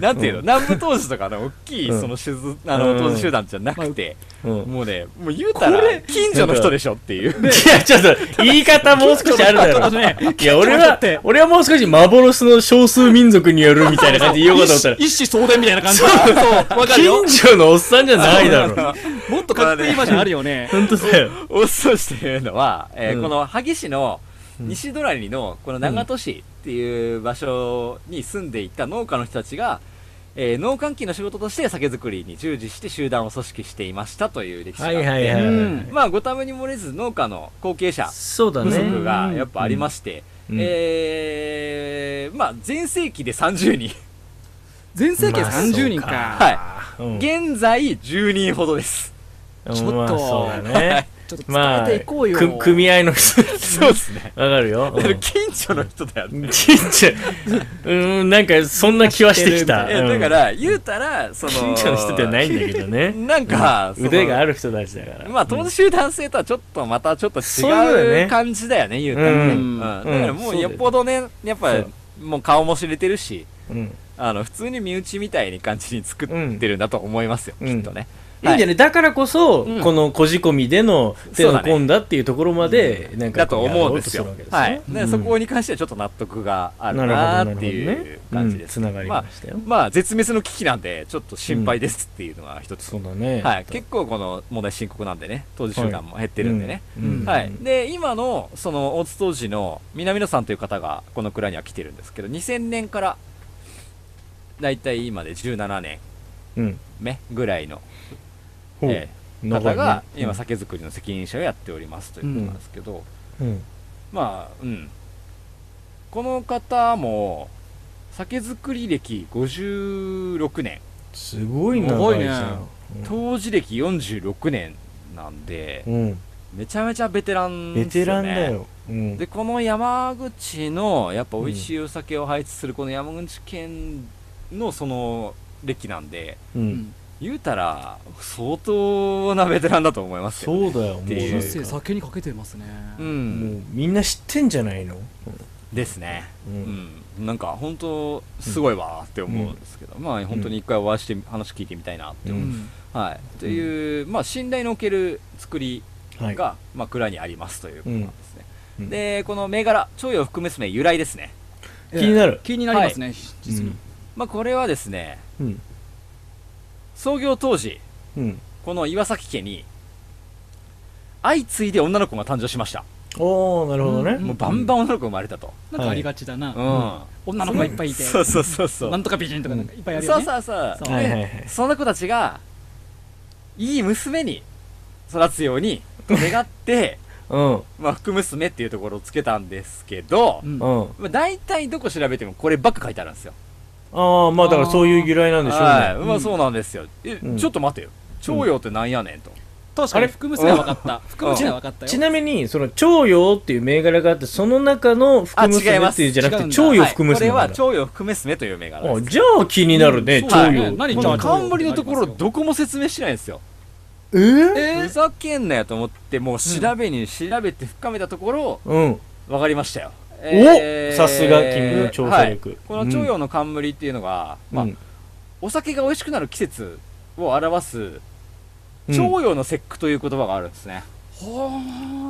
Speaker 2: なんていうの、南部当時とかの大きい
Speaker 6: うん
Speaker 2: その集団あの
Speaker 6: うん
Speaker 2: 当時集団じゃなくて、
Speaker 6: うん
Speaker 2: もうねもう言うたら近所の人でしょっていう
Speaker 6: いや、ちょっと、言い方もう少しあるだ ろ。いや、俺
Speaker 1: ちょっと待
Speaker 6: は
Speaker 1: って、
Speaker 6: 俺はもう少し幻の少数民族によるみたいな感じで言おうかと思ったら、
Speaker 1: 一子相伝みたいな感じ。
Speaker 6: 近所のおっさんじゃないだろ。
Speaker 1: もっとかっこいい場所あるよね。
Speaker 6: 本当だよ。
Speaker 2: おっそしていうのは、えー
Speaker 6: うん
Speaker 2: この萩市の西隣のこの長門市っていう場所に住んでいた農家の人たちが、えー農閑期の仕事として酒造りに従事して集団を組織していましたという歴史があ
Speaker 6: は
Speaker 2: っ
Speaker 6: い
Speaker 2: て、
Speaker 6: はいは
Speaker 1: う
Speaker 6: いはい。
Speaker 1: ん
Speaker 2: まあごために漏れず農家の後継者
Speaker 6: そうだ
Speaker 2: 不
Speaker 6: ね。
Speaker 2: 足がやっぱありまして、
Speaker 6: うん
Speaker 2: えーまあ全盛期で30人
Speaker 1: 全盛期で30人
Speaker 6: ま
Speaker 1: か。
Speaker 2: は
Speaker 6: うん
Speaker 2: い現在10人ほどです
Speaker 1: ちょっと
Speaker 6: まあそうだね。
Speaker 1: ちょっと
Speaker 6: ま
Speaker 1: 伝
Speaker 6: あ
Speaker 1: えていこうよ。、
Speaker 6: く組合の 人、わ
Speaker 2: そうですね
Speaker 6: かるよ。う ん
Speaker 2: 近所の人だよね
Speaker 6: ちっちゃい。うん、なんか、そんな気はしてきた。
Speaker 2: えだか
Speaker 6: うん、
Speaker 2: ら言うたらその
Speaker 6: 近所の人ではないんだけどね。
Speaker 2: なんか、その
Speaker 6: 腕がある人たちだから。
Speaker 2: まあ当時集団性とはちょっとまたちょっと
Speaker 6: そうだよ
Speaker 2: 違
Speaker 6: ね
Speaker 2: う感じだよね言うたらね、う
Speaker 6: う
Speaker 2: んん
Speaker 1: うん
Speaker 2: だからも
Speaker 6: そう
Speaker 2: う
Speaker 6: だ
Speaker 2: よ
Speaker 6: よ
Speaker 2: っ
Speaker 6: ね
Speaker 2: ぽどねやっぱ
Speaker 6: そう
Speaker 2: もう顔も知れてるし
Speaker 6: うん。
Speaker 2: あの普通に身内みたいに感じに作ってるんだと思いますよ、
Speaker 6: うん
Speaker 2: きっとね、はい
Speaker 6: いんじゃないだからこそ、
Speaker 2: うん
Speaker 6: このこじ込みでの手の込んだっていうところまで、なんか
Speaker 2: だと思うんですよ
Speaker 6: やろとるわけ。ですね
Speaker 2: はい。で
Speaker 6: うん
Speaker 2: そこに関してはちょっと納得があるなっていう感じです。
Speaker 6: なるほどなるほどねうん繋がりましたよ
Speaker 2: まあ、まあ絶滅の危機なんで、ちょっと心配ですっていうのが一つ。
Speaker 6: そうだね。
Speaker 2: はい。結構この問題深刻なんでね、当事集団も減ってるんでね。
Speaker 6: うん。うん
Speaker 2: はい、で今のその大津当時の南野さんという方がこの蔵には来てるんですけど2000年からだいたい今で17年
Speaker 6: うん。
Speaker 2: 目ぐらいの、
Speaker 6: ほう
Speaker 2: えー
Speaker 6: 長
Speaker 2: 方
Speaker 6: いね
Speaker 2: が今酒造りの責任者をやっておりますということなんですけど、
Speaker 6: うん。
Speaker 2: まあうんこの方も酒造り歴56年
Speaker 6: すごいな。
Speaker 1: 長いね
Speaker 6: 大事な
Speaker 2: 当時歴46年なんで
Speaker 6: うん。
Speaker 2: めちゃめちゃベテラン
Speaker 6: ベ
Speaker 2: ですよね
Speaker 6: テランだよ。うん。
Speaker 2: でこの山口のやっぱ美味しいお酒を配置するこの山口県のその歴なんで
Speaker 6: うん。
Speaker 2: 言うたら相当なベテランだと思いますけど
Speaker 6: そ
Speaker 2: ね
Speaker 6: うだよ。もう
Speaker 2: てい
Speaker 1: 人生
Speaker 2: う
Speaker 1: 酒にかけてますね、
Speaker 2: う
Speaker 6: うんもうみんな知ってんじゃないの
Speaker 2: ですね
Speaker 6: う。
Speaker 2: うんん、なんか本当すごいわーって思うんですけど、まあ本当に一回お会いして話聞いてみたいなって
Speaker 1: う
Speaker 2: 思う、
Speaker 1: ん
Speaker 2: はいという、まあ信頼のおける作り
Speaker 6: はい。
Speaker 2: が、まあ、蔵にありますということなんですね、
Speaker 6: うん
Speaker 2: でこの銘柄徴用含め名由来ですね、
Speaker 1: ええ
Speaker 6: 気になる
Speaker 1: 気になりますね、実に、
Speaker 2: まあ、これはですね
Speaker 6: うん。
Speaker 2: 創業当時
Speaker 6: うん。
Speaker 2: この岩崎家に相次いで女の子が誕生しました、
Speaker 6: おー、なるほどね。
Speaker 2: もうバンバン女の子が生まれたと、
Speaker 1: なんかありがちだな、
Speaker 2: うん
Speaker 1: 女の子がいっぱいいて
Speaker 2: そうそうそうそう
Speaker 1: なんとか美人とかなんかいっぱいある
Speaker 2: そ
Speaker 1: よ
Speaker 2: う
Speaker 1: ね、
Speaker 2: そうそう
Speaker 1: そう
Speaker 2: で
Speaker 6: はいはいはい
Speaker 2: その子たちがいい娘に育つようにと願って
Speaker 6: うん。
Speaker 2: まあ福娘っていうところをつけたんですけど、
Speaker 1: うん
Speaker 6: うん。あ
Speaker 2: まあ、大体どこ調べてもこればっか書いてあるんですよ
Speaker 6: あ、まあだからそういう由来なんでしょう
Speaker 2: はい
Speaker 6: ね。
Speaker 2: まあそうなんですよ、え
Speaker 6: うん
Speaker 2: ちょっと待てよ徴用ってなんやねんと、
Speaker 1: 確かに福娘は分かった福娘は分かったよ
Speaker 6: ちなみに、その、徴用っていう銘柄があって、その中の福
Speaker 2: あ違い
Speaker 6: 娘
Speaker 2: ま
Speaker 6: っ
Speaker 2: す
Speaker 6: ていうじゃなく
Speaker 1: 違うん
Speaker 6: て、
Speaker 1: だ
Speaker 6: 徴用
Speaker 2: はい
Speaker 6: 福娘
Speaker 2: これ
Speaker 6: な
Speaker 2: は
Speaker 6: んだ。
Speaker 2: 徴用含娘という銘柄です
Speaker 6: あじゃあ気になるね、
Speaker 1: うん
Speaker 6: 徴
Speaker 1: そうだね
Speaker 6: 用。
Speaker 1: 何
Speaker 2: こ
Speaker 1: ちょ
Speaker 2: の
Speaker 1: っと
Speaker 2: 冠のところどこも説明しないんですよ、
Speaker 6: えー
Speaker 2: ふざけんなよと思ってもう調べに調べて深めたところ
Speaker 6: うん。
Speaker 2: 分かりましたよ、
Speaker 6: さすが君の調査力
Speaker 2: はいこの徴用の冠っていうのが、まあ
Speaker 6: うん
Speaker 2: お酒が美味しくなる季節を表す
Speaker 6: うん
Speaker 2: 徴用の節句という言葉があるんですね、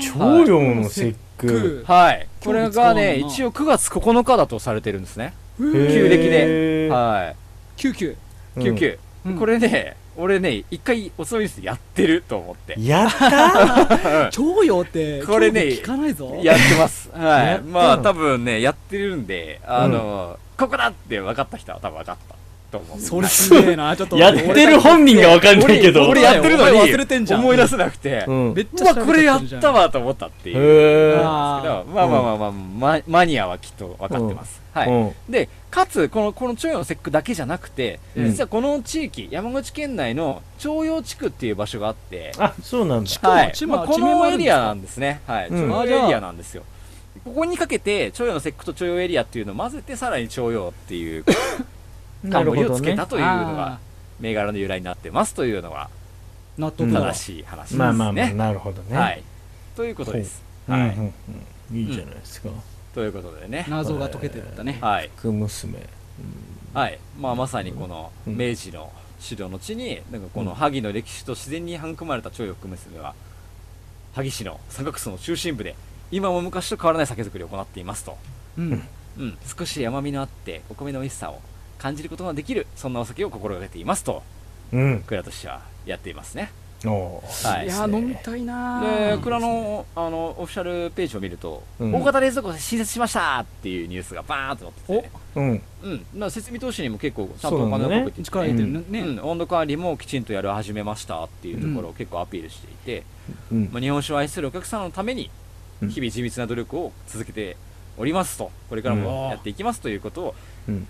Speaker 6: 徴用の節句。
Speaker 1: く
Speaker 2: はいこれがね
Speaker 1: 今日使
Speaker 2: 一応9月9日だとされてるんですね
Speaker 6: へー
Speaker 2: 旧暦ではい
Speaker 1: 救急
Speaker 2: 救急、これね俺ね一回おつまみニュースでやってると思って
Speaker 6: やった
Speaker 1: 徴用って
Speaker 2: これね
Speaker 1: 興味聞かないぞ
Speaker 2: やってます。は
Speaker 6: や
Speaker 2: い。
Speaker 6: ったの
Speaker 2: まあ、多分ね、やってるんで、あの、ここだって分かった人は多分分かったと思う。
Speaker 1: それすげえなちょっと
Speaker 6: やってる本人がわかんないけど。
Speaker 2: 俺やってるのに
Speaker 1: お前忘れてんじゃん
Speaker 2: 思い出せなくて、
Speaker 6: う。
Speaker 2: うん
Speaker 1: め
Speaker 6: へ
Speaker 1: っちゃ
Speaker 2: わ、
Speaker 1: 調べ
Speaker 2: これ
Speaker 1: ちゃ
Speaker 2: や
Speaker 1: って
Speaker 2: っ
Speaker 1: るじゃん
Speaker 2: たわと思ったっていう。ま
Speaker 6: ー
Speaker 2: あ
Speaker 1: あ
Speaker 2: まあまあまあ、まマニアはきっと分かってます。は
Speaker 6: う
Speaker 2: い。
Speaker 6: ん
Speaker 2: で、かつ、この、この徴用の節句だけじゃなくて、
Speaker 6: うん
Speaker 2: 実はこの地域、山口県内の徴用地区っていう場所があって、
Speaker 6: あ、そうなんだ。
Speaker 1: 区
Speaker 2: はい
Speaker 1: 地、名
Speaker 2: まあ、
Speaker 1: 地
Speaker 2: こ
Speaker 1: 名もあ
Speaker 2: の
Speaker 1: るん
Speaker 2: エ
Speaker 1: ですか
Speaker 2: リアなんですね、はい、
Speaker 6: うん
Speaker 2: このエリアなんですよ、ここにかけて、徴用の節句と徴用エリアっていうのを混ぜて、さらに徴用っていう
Speaker 6: なるほ
Speaker 2: 冠を
Speaker 6: ど
Speaker 2: つけ
Speaker 6: ね
Speaker 2: た。というのが、銘柄の由来になってますというのが、
Speaker 1: 納得だわ
Speaker 2: 正しい話ですね。
Speaker 6: まあまあまあ、なるほどね。
Speaker 2: はい、ということです。
Speaker 6: うん
Speaker 2: はい
Speaker 6: うんうん。いいじゃないですか。
Speaker 2: ということでね、
Speaker 1: 謎が解けてったね
Speaker 2: はい
Speaker 6: 福娘。
Speaker 2: はいまあ、まさにこの
Speaker 6: うん
Speaker 2: 明治の資料の地に、なんかこの萩の歴史と自然に育まれた徴用含娘は、萩市の三角州の中心部で、今も昔と変わらない酒造りを行っていますと。
Speaker 1: うん
Speaker 2: うん、少し甘みのあってお米の美味しさを感じることができるそんなお酒を心がけていますと
Speaker 6: うん。
Speaker 2: 蔵としてはやっていますね
Speaker 6: おー
Speaker 2: は
Speaker 1: い
Speaker 2: いで
Speaker 1: やー飲みたいなー
Speaker 2: 蔵のあのオフィシャルページを見ると、
Speaker 6: うん
Speaker 2: 大型冷蔵庫新設しましたっていうニュースがバーンと載ってて、
Speaker 6: うん。
Speaker 2: うん、な設備投資にも結構ちゃんと
Speaker 6: そ
Speaker 2: お
Speaker 6: うなん
Speaker 2: 金
Speaker 6: だ
Speaker 2: を
Speaker 6: ね
Speaker 2: かけて
Speaker 1: 力入れてるね、
Speaker 2: うん、温度管理もきちんとやる始めましたっていうところを結構アピールしていて、
Speaker 6: うん
Speaker 2: まあ、日本酒を愛するお客様のために
Speaker 6: うん
Speaker 2: 日々地道な努力を続けておりますとこれからもやっていきますということを
Speaker 6: うん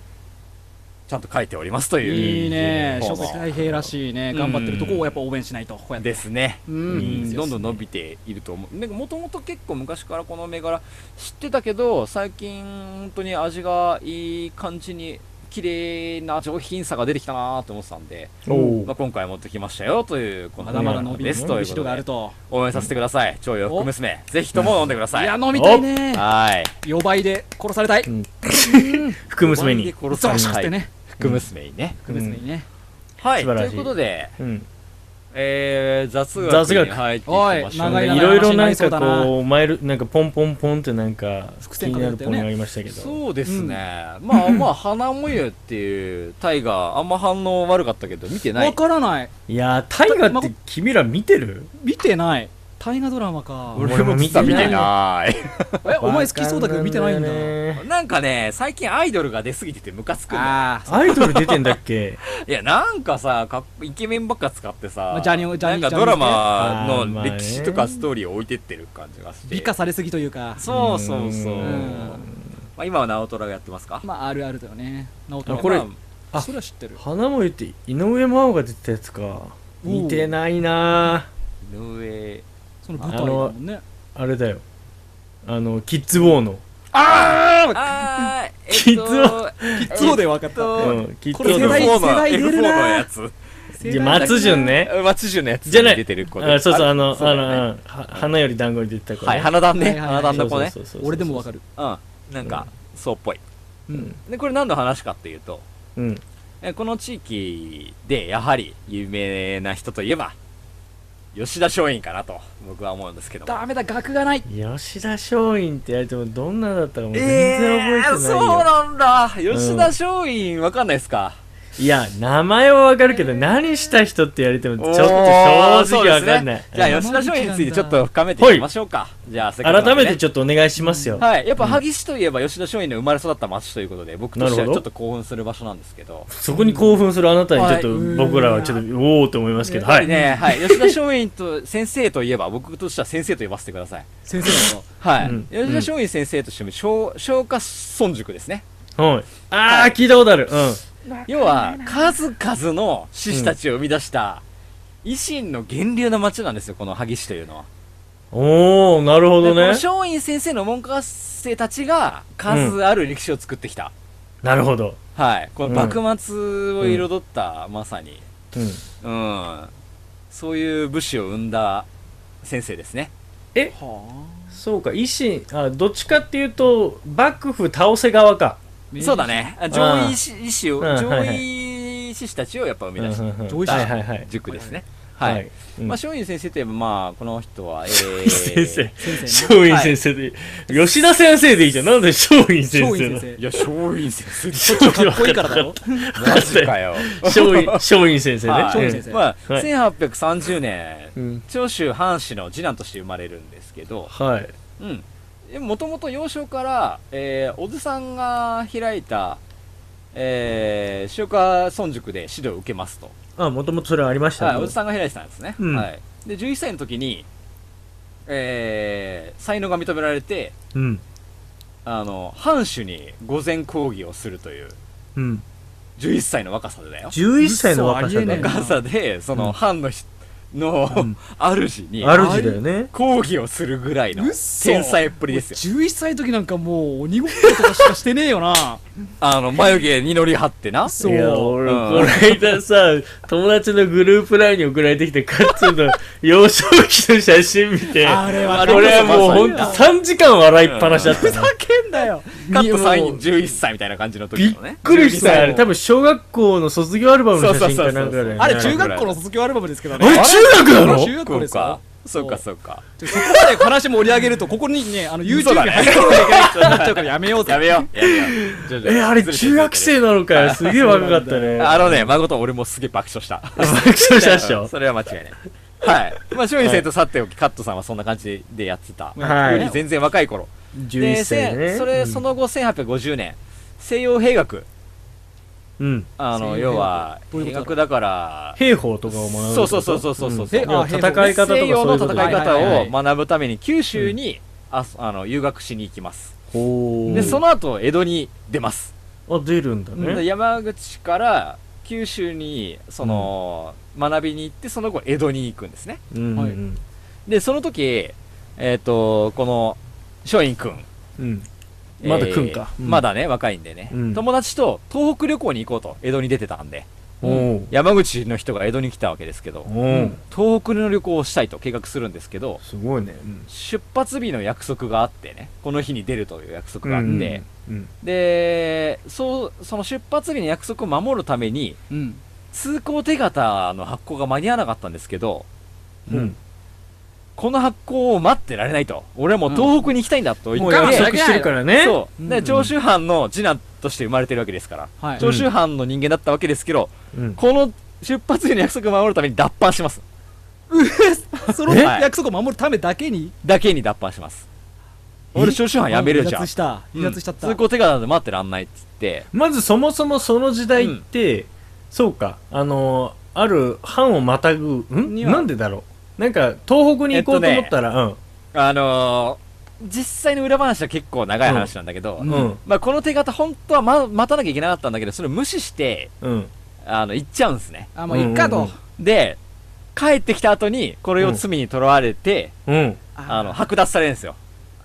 Speaker 2: ちゃんと書いておりますという
Speaker 1: いいね
Speaker 2: そ
Speaker 1: 諸
Speaker 2: うそう
Speaker 1: 説大平らしいね頑張ってるとこをやっぱ応援しないとこうやって
Speaker 2: ですね、
Speaker 1: う
Speaker 2: うんんどんどん伸びていると思うなんかもともと結構昔からこの銘柄知ってたけど最近本当に味がいい感じに綺麗な上品さが出てきたなと思ってたんで、
Speaker 6: お
Speaker 2: まあ、
Speaker 6: お。
Speaker 2: 今回持ってきましたよというこ
Speaker 1: ま
Speaker 2: の
Speaker 1: だまだ伸び
Speaker 2: で
Speaker 1: る
Speaker 2: す
Speaker 1: 伸
Speaker 2: とい
Speaker 1: び
Speaker 2: う
Speaker 1: し
Speaker 2: こ
Speaker 1: ろ
Speaker 2: と
Speaker 1: がある
Speaker 2: で
Speaker 1: と
Speaker 2: 応援させてください超洋服娘ぜひとも飲んでくだ
Speaker 1: い
Speaker 2: さい
Speaker 1: や飲みたいね
Speaker 2: はい
Speaker 1: 4倍で殺されたい
Speaker 6: 福娘に。
Speaker 2: 殺
Speaker 1: ゾ
Speaker 2: さ
Speaker 1: ロ
Speaker 2: れ
Speaker 1: シャ
Speaker 2: た
Speaker 1: っ
Speaker 2: い
Speaker 1: てね
Speaker 2: 福娘にね、
Speaker 1: 特別にね
Speaker 2: はい
Speaker 6: 素
Speaker 2: と
Speaker 6: 晴らしい
Speaker 2: いうことで
Speaker 6: うん。
Speaker 2: えー、雑学
Speaker 6: 雑学
Speaker 2: に入っていき
Speaker 1: おい
Speaker 2: ましょう
Speaker 1: 長い
Speaker 6: い
Speaker 1: 長
Speaker 6: ろいろな
Speaker 1: 話に
Speaker 6: ん
Speaker 1: なりそうだ
Speaker 6: か
Speaker 1: な
Speaker 6: こうマイルなんかポンポンポンってなんか
Speaker 1: 伏
Speaker 6: 気
Speaker 1: 線
Speaker 6: に
Speaker 1: かけ
Speaker 6: な
Speaker 1: てた
Speaker 6: る
Speaker 1: よ
Speaker 6: ポ
Speaker 1: ね
Speaker 6: イントがありましたけど
Speaker 2: そうですね、まあまあ花もゆっていうタイガーあんま反応悪かったけど見てな
Speaker 1: わ
Speaker 2: い
Speaker 1: からない
Speaker 6: いやー大河って君ら見てる
Speaker 1: 見てない大河ドラマか
Speaker 6: 俺も実は見て
Speaker 2: ない
Speaker 1: え お前好きそうだけど見てないんだ
Speaker 2: なんかね最近アイドルが出過ぎててムカつくね
Speaker 1: ああ
Speaker 6: アイドル出てんだっけ
Speaker 2: いやなんかさかっこイケメンばっか使って
Speaker 1: ま
Speaker 2: さ
Speaker 1: あジャニオジャニ
Speaker 2: なんかドラマ
Speaker 6: ジャニーズね
Speaker 2: の
Speaker 6: あーまあね
Speaker 2: 歴史とかストーリーを置いてってる感じがして
Speaker 1: 美化されすぎというか
Speaker 2: そうそうそう
Speaker 6: うん
Speaker 2: まあ、今は直虎がやってますか、
Speaker 1: まああるあるだよね直人
Speaker 6: あこれ
Speaker 2: ま
Speaker 1: あそれは知ってる
Speaker 6: 花も言って井上真央が出てたやつか
Speaker 1: おう
Speaker 6: 見てないな
Speaker 2: 井上
Speaker 1: その舞台だもんね
Speaker 6: ーあれだよあのキッズウォーの、
Speaker 2: あー
Speaker 6: キッズは
Speaker 2: えっ
Speaker 1: そうで分かった
Speaker 2: あ
Speaker 6: うん、キッズ
Speaker 1: こ
Speaker 6: ウ
Speaker 1: れ
Speaker 6: ォ
Speaker 1: 世
Speaker 6: ー
Speaker 1: 代
Speaker 6: の
Speaker 2: F4 の
Speaker 1: 世代出るな
Speaker 2: F4 のやつ
Speaker 6: じゃあ松潤ね
Speaker 2: 松潤のやつ
Speaker 6: じゃない
Speaker 2: 出てる子で
Speaker 6: あそうそうあの
Speaker 2: そう
Speaker 6: あ
Speaker 2: だね
Speaker 6: のうんは花より団子に出てた子ね
Speaker 2: はい花壇
Speaker 1: は
Speaker 2: ね
Speaker 1: いはいはい
Speaker 2: 花壇の子ね
Speaker 6: そうそうそうそう
Speaker 1: 俺でも分かる
Speaker 2: うんなんかそうっぽい
Speaker 6: うん
Speaker 2: でこれ何の話かっていうと
Speaker 6: うん
Speaker 2: えこの地域でやはり有名な人といえば吉田松陰かなと僕は思うんですけども
Speaker 1: ダメだ額がない
Speaker 6: 吉田松陰ってやれてもどんなだったかもう全
Speaker 2: え
Speaker 6: 然
Speaker 2: ー
Speaker 6: 覚えてない
Speaker 2: そう
Speaker 6: よ、
Speaker 2: なんだ吉田松陰わかんないですか
Speaker 6: いや名前はわかるけど何した人って言われてもちょっと正直
Speaker 2: お
Speaker 6: わかんない、
Speaker 2: ーそうですねじゃあ吉田松陰についてちょっと深めていきましょうかじゃあせっかくなんで
Speaker 6: 改
Speaker 2: ね
Speaker 6: めてちょっとお願いしますよ、
Speaker 2: はい、やっぱ萩市といえば吉田松陰の生まれ育った町ということで僕として
Speaker 6: な
Speaker 2: はち
Speaker 6: るほ
Speaker 2: ょ
Speaker 6: ど
Speaker 2: っと興奮する場所なんですけど
Speaker 6: そこに興奮するあなたにちょっ
Speaker 2: は
Speaker 6: と僕らはちょっとおおと思いますけ
Speaker 2: や
Speaker 6: ど、
Speaker 2: っぱ
Speaker 6: は
Speaker 2: り
Speaker 6: い、
Speaker 2: ね、はい、吉田松陰と先生といえば僕としては先生と呼ばせてください
Speaker 1: 先生のこ
Speaker 2: はい、
Speaker 6: うん
Speaker 2: 吉田松陰先生としても松松下村塾ですね
Speaker 6: はい、ああ聞いたことあるうん
Speaker 2: 要は数々の志士たちを生み出した維新の源流の町なんですよこの萩市というのは
Speaker 6: おおなるほ
Speaker 2: で
Speaker 6: ど
Speaker 2: この
Speaker 6: ね
Speaker 2: 松陰先生の文科生たちが数ある歴史を作ってきた、
Speaker 6: なるほど、
Speaker 2: はいこの幕末を彩った、まさに
Speaker 6: うん、
Speaker 2: うん、そういう武士を生んだ先生ですね。
Speaker 1: とは
Speaker 6: そうか維新あどっちかっていうと幕府倒せ側か
Speaker 1: あ
Speaker 2: そうだね。あ上位志士を、
Speaker 6: うんはい
Speaker 2: 上
Speaker 6: はい
Speaker 2: 位志士たちをやっぱ生
Speaker 6: う
Speaker 2: み出
Speaker 6: んうん
Speaker 2: した
Speaker 6: う
Speaker 1: 上
Speaker 6: ん
Speaker 1: 司
Speaker 6: はいはいはい
Speaker 2: 塾ですね。はい。
Speaker 6: うん
Speaker 2: まあ松陰先生といえばまあこの人は、え
Speaker 6: 先
Speaker 2: ー、
Speaker 6: 生
Speaker 1: 先生
Speaker 6: 松陰先生で、吉田先生でいいじゃんなんで松陰先
Speaker 1: 松
Speaker 6: 生
Speaker 1: 陰
Speaker 6: なの
Speaker 1: 先
Speaker 2: いや松陰先生
Speaker 6: ちょっと
Speaker 1: 生かっこいいからだろ
Speaker 2: マジかよ。
Speaker 6: 松陰松陰先生ね、
Speaker 2: はい
Speaker 1: 松陰先生
Speaker 2: まあ、
Speaker 6: はい
Speaker 2: 1830年
Speaker 6: うん
Speaker 2: 長州藩士の次男として生まれるんですけど、
Speaker 6: はい
Speaker 2: うん、でもともと幼少から、えー、おじさんが開いた、えー、塩川村塾で指導を受けますと、
Speaker 6: あもともとそれはありました
Speaker 2: はい、
Speaker 6: ね
Speaker 2: おじさんが開いてたんですね、
Speaker 6: うん
Speaker 2: はい、で11歳の時に、えー、才能が認められて
Speaker 6: うん
Speaker 2: あの藩主に御前講義をするという
Speaker 6: うん
Speaker 2: 11歳の若さでだよ
Speaker 6: 11歳の若さ
Speaker 1: 嘘あ
Speaker 6: だ
Speaker 1: りえね
Speaker 2: 若さでその、
Speaker 6: うん
Speaker 2: 藩のひの、
Speaker 6: うん
Speaker 2: 主に
Speaker 6: 主だよね
Speaker 2: 講義をするぐらいの
Speaker 1: 嘘
Speaker 2: 天才っぷりですよ
Speaker 1: 11歳の時なんかもう鬼ごっことかしかしてねえよな
Speaker 2: あの眉毛に乗り張ってな
Speaker 1: そう
Speaker 6: いや俺
Speaker 2: うん
Speaker 6: この間さ友達のグループラインに送られてきてカッツンの幼少期の写真見て
Speaker 1: あれは
Speaker 2: あ
Speaker 6: これはもうほんと
Speaker 1: まさ
Speaker 6: 3時間笑いっぱなしだったな
Speaker 1: ふざけんだよ
Speaker 2: カットサイ
Speaker 1: も
Speaker 2: ン
Speaker 1: う
Speaker 2: 11歳みたいな感じの
Speaker 6: び
Speaker 2: 時
Speaker 6: っ
Speaker 2: のね。
Speaker 6: くりしたよあれ
Speaker 1: 12歳
Speaker 6: 多分小学校の卒業アルバムの写真かなんかだよね
Speaker 1: あれ
Speaker 2: そうそうそうそう
Speaker 1: 中学校の卒業アルバムですけど
Speaker 6: え
Speaker 1: ね
Speaker 6: 中学なの
Speaker 1: 中学
Speaker 2: そ
Speaker 1: 校
Speaker 2: う
Speaker 1: ですよ
Speaker 2: か。そうか、そうか。
Speaker 1: ちょそこまで話盛り上げるとここにねあの YouTube
Speaker 2: そう
Speaker 1: に
Speaker 2: だね
Speaker 1: 入ってこなきゃいけない人になっちゃうからやめようぜ
Speaker 2: やめよう。やめようちょちょ。
Speaker 6: えあれ
Speaker 2: ずて
Speaker 6: 中学
Speaker 2: ず
Speaker 6: 生なのかよすげえ若かった
Speaker 2: れ
Speaker 6: ね
Speaker 2: てあのね、誠俺もすげえ爆笑した。
Speaker 6: そうしたっしょ
Speaker 2: それは間違いない。はい。まあ、松陰生と去っておき、カットさんはそんな感じでやってた。
Speaker 6: はい
Speaker 2: より全然若い頃。
Speaker 6: 11歳ね
Speaker 2: せんそれ、
Speaker 6: うん
Speaker 2: その後1850年、西洋兵学。
Speaker 6: うん
Speaker 2: あの、
Speaker 1: 西洋兵学
Speaker 2: 要は、
Speaker 1: どういう
Speaker 2: 兵
Speaker 1: ことだ
Speaker 2: 学だから、
Speaker 6: 兵法とかを学ぶ
Speaker 2: そうそうそうそうそうそう。
Speaker 6: ん要は
Speaker 1: 兵
Speaker 6: 戦
Speaker 1: 法
Speaker 6: い方とかそう
Speaker 2: 西
Speaker 6: い
Speaker 2: 洋
Speaker 6: う
Speaker 2: の
Speaker 6: こと
Speaker 2: 戦い
Speaker 1: はいはい
Speaker 2: 方
Speaker 1: は
Speaker 2: を
Speaker 1: い
Speaker 2: 学ぶために九州にああの留学しに行きます
Speaker 6: ほう
Speaker 2: でその後江戸に出ます
Speaker 6: あ出るんだ
Speaker 2: で
Speaker 6: ね
Speaker 2: 山口から九州にその、学びに行ってその後江戸に行くんですね
Speaker 6: うん
Speaker 1: はい
Speaker 6: うん
Speaker 2: でその時えっ、とこの松陰君
Speaker 6: うんまだ君か
Speaker 2: えー
Speaker 6: うん
Speaker 2: まだね若いんでね、
Speaker 6: うん
Speaker 2: 友達と東北旅行に行こうと江戸に出てたんで
Speaker 6: おう
Speaker 2: 山口の人が江戸に来たわけですけど
Speaker 6: おう
Speaker 2: 東北の旅行をしたいと計画するんですけど、
Speaker 6: すごいねうん
Speaker 2: 出発日の約束があってねこの日に出るという約束があって、
Speaker 6: うん
Speaker 2: でそうその出発日の約束を守るために
Speaker 1: うん
Speaker 2: 通行手形の発行が間に合わなかったんですけど、
Speaker 6: うん。
Speaker 2: この発行を待ってられないと。俺はもう東北に行きたいんだと言
Speaker 1: もう
Speaker 2: って、
Speaker 1: 約束
Speaker 6: してるからね。
Speaker 2: そう。
Speaker 1: う
Speaker 2: で、
Speaker 1: ん
Speaker 2: 長州藩の次男として生まれてるわけですから、
Speaker 1: はい
Speaker 2: 長州藩の人間だったわけですけど、
Speaker 6: うん。
Speaker 2: この出発日の約束を守るために脱藩します。
Speaker 1: その
Speaker 2: え
Speaker 1: 約束を守るためだけに
Speaker 2: だけに脱藩します。俺、長州藩辞めるじ
Speaker 1: 離
Speaker 2: ゃん
Speaker 1: 脱。した離脱しちゃった、
Speaker 2: うん通行手形なんで待ってらんないっつって、
Speaker 6: まずそもそもその時代って、そうか、あのー、ある藩をまたぐ、ん
Speaker 2: には
Speaker 6: なんでだろう。なんか、東北に行こうと思ったら、
Speaker 2: あのー、実際の裏話は結構長い話なんだけど、
Speaker 1: うん
Speaker 6: うん、うん、
Speaker 2: まあ、この手形本当は、ま、待たなきゃいけなかったんだけどそれを無視して
Speaker 6: うん。
Speaker 2: あの行っちゃうんですね
Speaker 1: あもういっかと、
Speaker 6: うんうんうん
Speaker 2: で帰ってきた後にこれを罪にとらわれて、
Speaker 6: うん。
Speaker 2: あの剥奪されるんですよ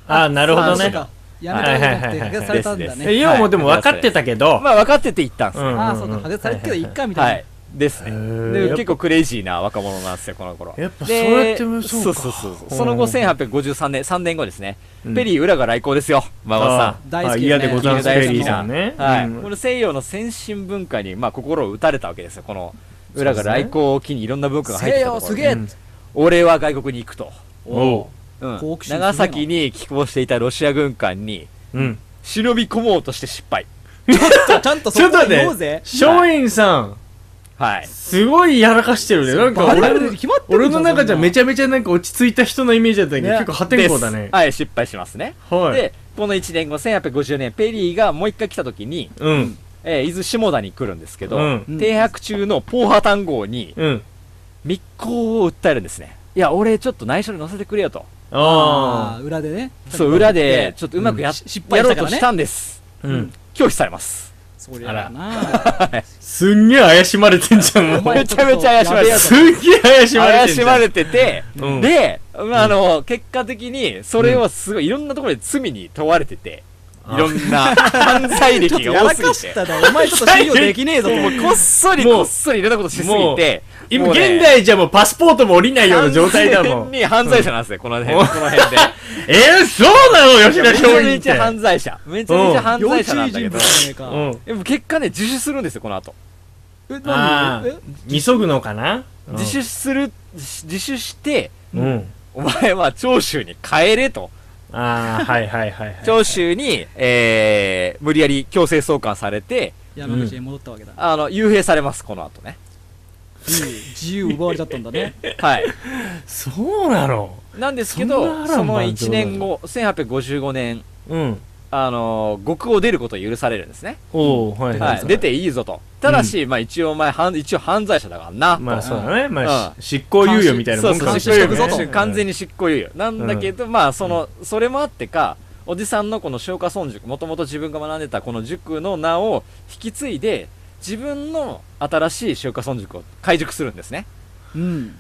Speaker 6: ああ、なるほど
Speaker 1: あそう
Speaker 6: ね。
Speaker 1: かやめたいなって剥奪されたんだ
Speaker 2: です
Speaker 1: ね
Speaker 2: です
Speaker 6: え、要もでも分かってたけど、
Speaker 2: まあ分かってて行ったんですね、
Speaker 6: ん
Speaker 1: ああそうか剥奪されたけどいっかみ
Speaker 2: は
Speaker 1: たい
Speaker 2: いです
Speaker 6: へ
Speaker 2: ね
Speaker 6: ー
Speaker 2: で
Speaker 6: やっ
Speaker 2: 結構クレイジーな若者なんですよこの頃
Speaker 6: やっぱ
Speaker 2: で
Speaker 6: そうやってもそうか
Speaker 2: そうそうそうその後1853年3年後ですね、
Speaker 6: うん
Speaker 2: ペリー裏が来航ですよ馬場さん
Speaker 1: 大好き
Speaker 6: あ
Speaker 1: ね
Speaker 6: 嫌でございます、ペリーさんね。
Speaker 2: はい
Speaker 6: うん
Speaker 2: この西洋の先進文化に、まあ、心を打たれたわけですよ、この裏が来航を機にいろんな文化
Speaker 1: な
Speaker 2: が入って
Speaker 1: 西
Speaker 2: きたと
Speaker 1: 洋
Speaker 2: ころ
Speaker 1: す
Speaker 2: に
Speaker 1: げえ、
Speaker 6: うん
Speaker 2: 俺は外国に行くと、
Speaker 6: おう。
Speaker 2: うん
Speaker 1: 好奇心すげえな
Speaker 2: 長崎に寄港していたロシア軍艦に
Speaker 6: うん。
Speaker 2: 忍び込もうとして失敗、
Speaker 1: ちょちゃんとそ
Speaker 6: ちょっ
Speaker 1: ことま
Speaker 6: 待
Speaker 1: で言お
Speaker 6: っ
Speaker 1: うぜ
Speaker 6: て、松陰さん、
Speaker 2: はい、
Speaker 6: すごいやらかしてるね。なんか
Speaker 1: バカ
Speaker 6: 俺
Speaker 1: になる
Speaker 6: の
Speaker 1: に決まってるじゃん
Speaker 6: 俺の中じゃめ
Speaker 1: ゃ
Speaker 6: ちゃめちゃなんか落ち着いた人のイメージだったけど、
Speaker 1: ね
Speaker 6: 結構破天荒だね
Speaker 2: です。はい、失敗しますね、
Speaker 6: はい。
Speaker 2: でこの1年後、1850年、ペリーがもう一回来た時に、
Speaker 6: うん。
Speaker 2: えー伊豆下田に来るんですけど、
Speaker 6: うん
Speaker 2: 停泊中のポーハタン号に
Speaker 6: うん。
Speaker 2: 密航を訴えるんですね、いや、俺、ちょっと内緒に乗せてくれよと。
Speaker 1: ああ
Speaker 6: あ
Speaker 1: 裏でね
Speaker 2: そう、裏で、ちょっとうまくや,、
Speaker 1: うんし失敗したからね
Speaker 2: やろうとしたんです。
Speaker 6: あ。うん。
Speaker 2: 拒否されます。
Speaker 1: そりゃあな
Speaker 6: すんげえ怪しまれてんじゃん、も
Speaker 1: お
Speaker 6: う。
Speaker 1: 前
Speaker 2: めちゃめちゃ怪しまれてる
Speaker 6: すんげえ怪しまれ
Speaker 2: 怪
Speaker 6: てんじ
Speaker 2: し
Speaker 6: ゃん。
Speaker 2: まれてて、
Speaker 6: うん
Speaker 2: で、まあ、あの、結果的に、それをすごい、いろんなところで罪に問われてて、いろんな犯罪歴
Speaker 1: や
Speaker 2: が多
Speaker 1: ら
Speaker 2: すぎ、
Speaker 1: かしてたなお前ちょっと信用できねえ ぞと思って
Speaker 2: こっそり
Speaker 6: もう
Speaker 2: こっそりいろんなことしすぎ
Speaker 6: もう
Speaker 2: て、
Speaker 6: 今、
Speaker 2: もうね
Speaker 6: 現代じゃもうパスポートも降りないような状態だも
Speaker 2: 完全
Speaker 6: ん。
Speaker 2: に犯罪者なんですよ、この辺、
Speaker 6: うん
Speaker 2: この辺で。
Speaker 6: えー、そうなの吉田松陰
Speaker 2: め
Speaker 6: っ
Speaker 2: ちゃめちゃ
Speaker 6: て。
Speaker 2: 犯罪者。めちゃめちゃ犯罪者なんだ
Speaker 1: 要注意人
Speaker 2: けど
Speaker 1: 物。じゃねえか
Speaker 6: うん。
Speaker 2: でも結果ね、自首するんですよ、この後。
Speaker 1: え
Speaker 6: あ
Speaker 1: 何
Speaker 6: あ
Speaker 1: え、
Speaker 6: 見そぐのかな
Speaker 2: 自首する、自首して、
Speaker 6: うん。
Speaker 2: お前は長州に帰れと。
Speaker 6: ああ、はいはいはいはい。
Speaker 2: 長州に、えー、無理やり強制送還されて、
Speaker 1: 山口に戻ったわけだ
Speaker 2: あの、幽閉されます、この 後ね。
Speaker 1: 自由自由を奪われちゃったんだね
Speaker 2: はい。
Speaker 6: そうなの
Speaker 2: なんですけ
Speaker 6: そんな
Speaker 2: ど、
Speaker 6: 波
Speaker 2: そ
Speaker 6: 乱
Speaker 2: の
Speaker 6: 万丈
Speaker 2: 1年後、1855年、
Speaker 6: うん。
Speaker 2: あのー、獄を出ることを許されるんですね。
Speaker 6: おおはいはい。
Speaker 2: はい。出ていいぞと。ただし、まあ一応お前、犯一応犯罪者だからな、と。
Speaker 6: まあそうだね。ま
Speaker 2: う
Speaker 6: あ、執行猶予みたいな
Speaker 2: そ
Speaker 6: も
Speaker 2: うんそう、
Speaker 6: か
Speaker 2: 執行猶予
Speaker 1: 完全に執行猶予
Speaker 2: ね
Speaker 1: ね
Speaker 2: 完全に執行猶予。なんだけど、まあ、その、それもあってか、おじさんのこの松下村塾、もともと自分が学んでたこの塾の名を引き継いで、自分の新しい松下村塾を開塾するんですね。
Speaker 1: うん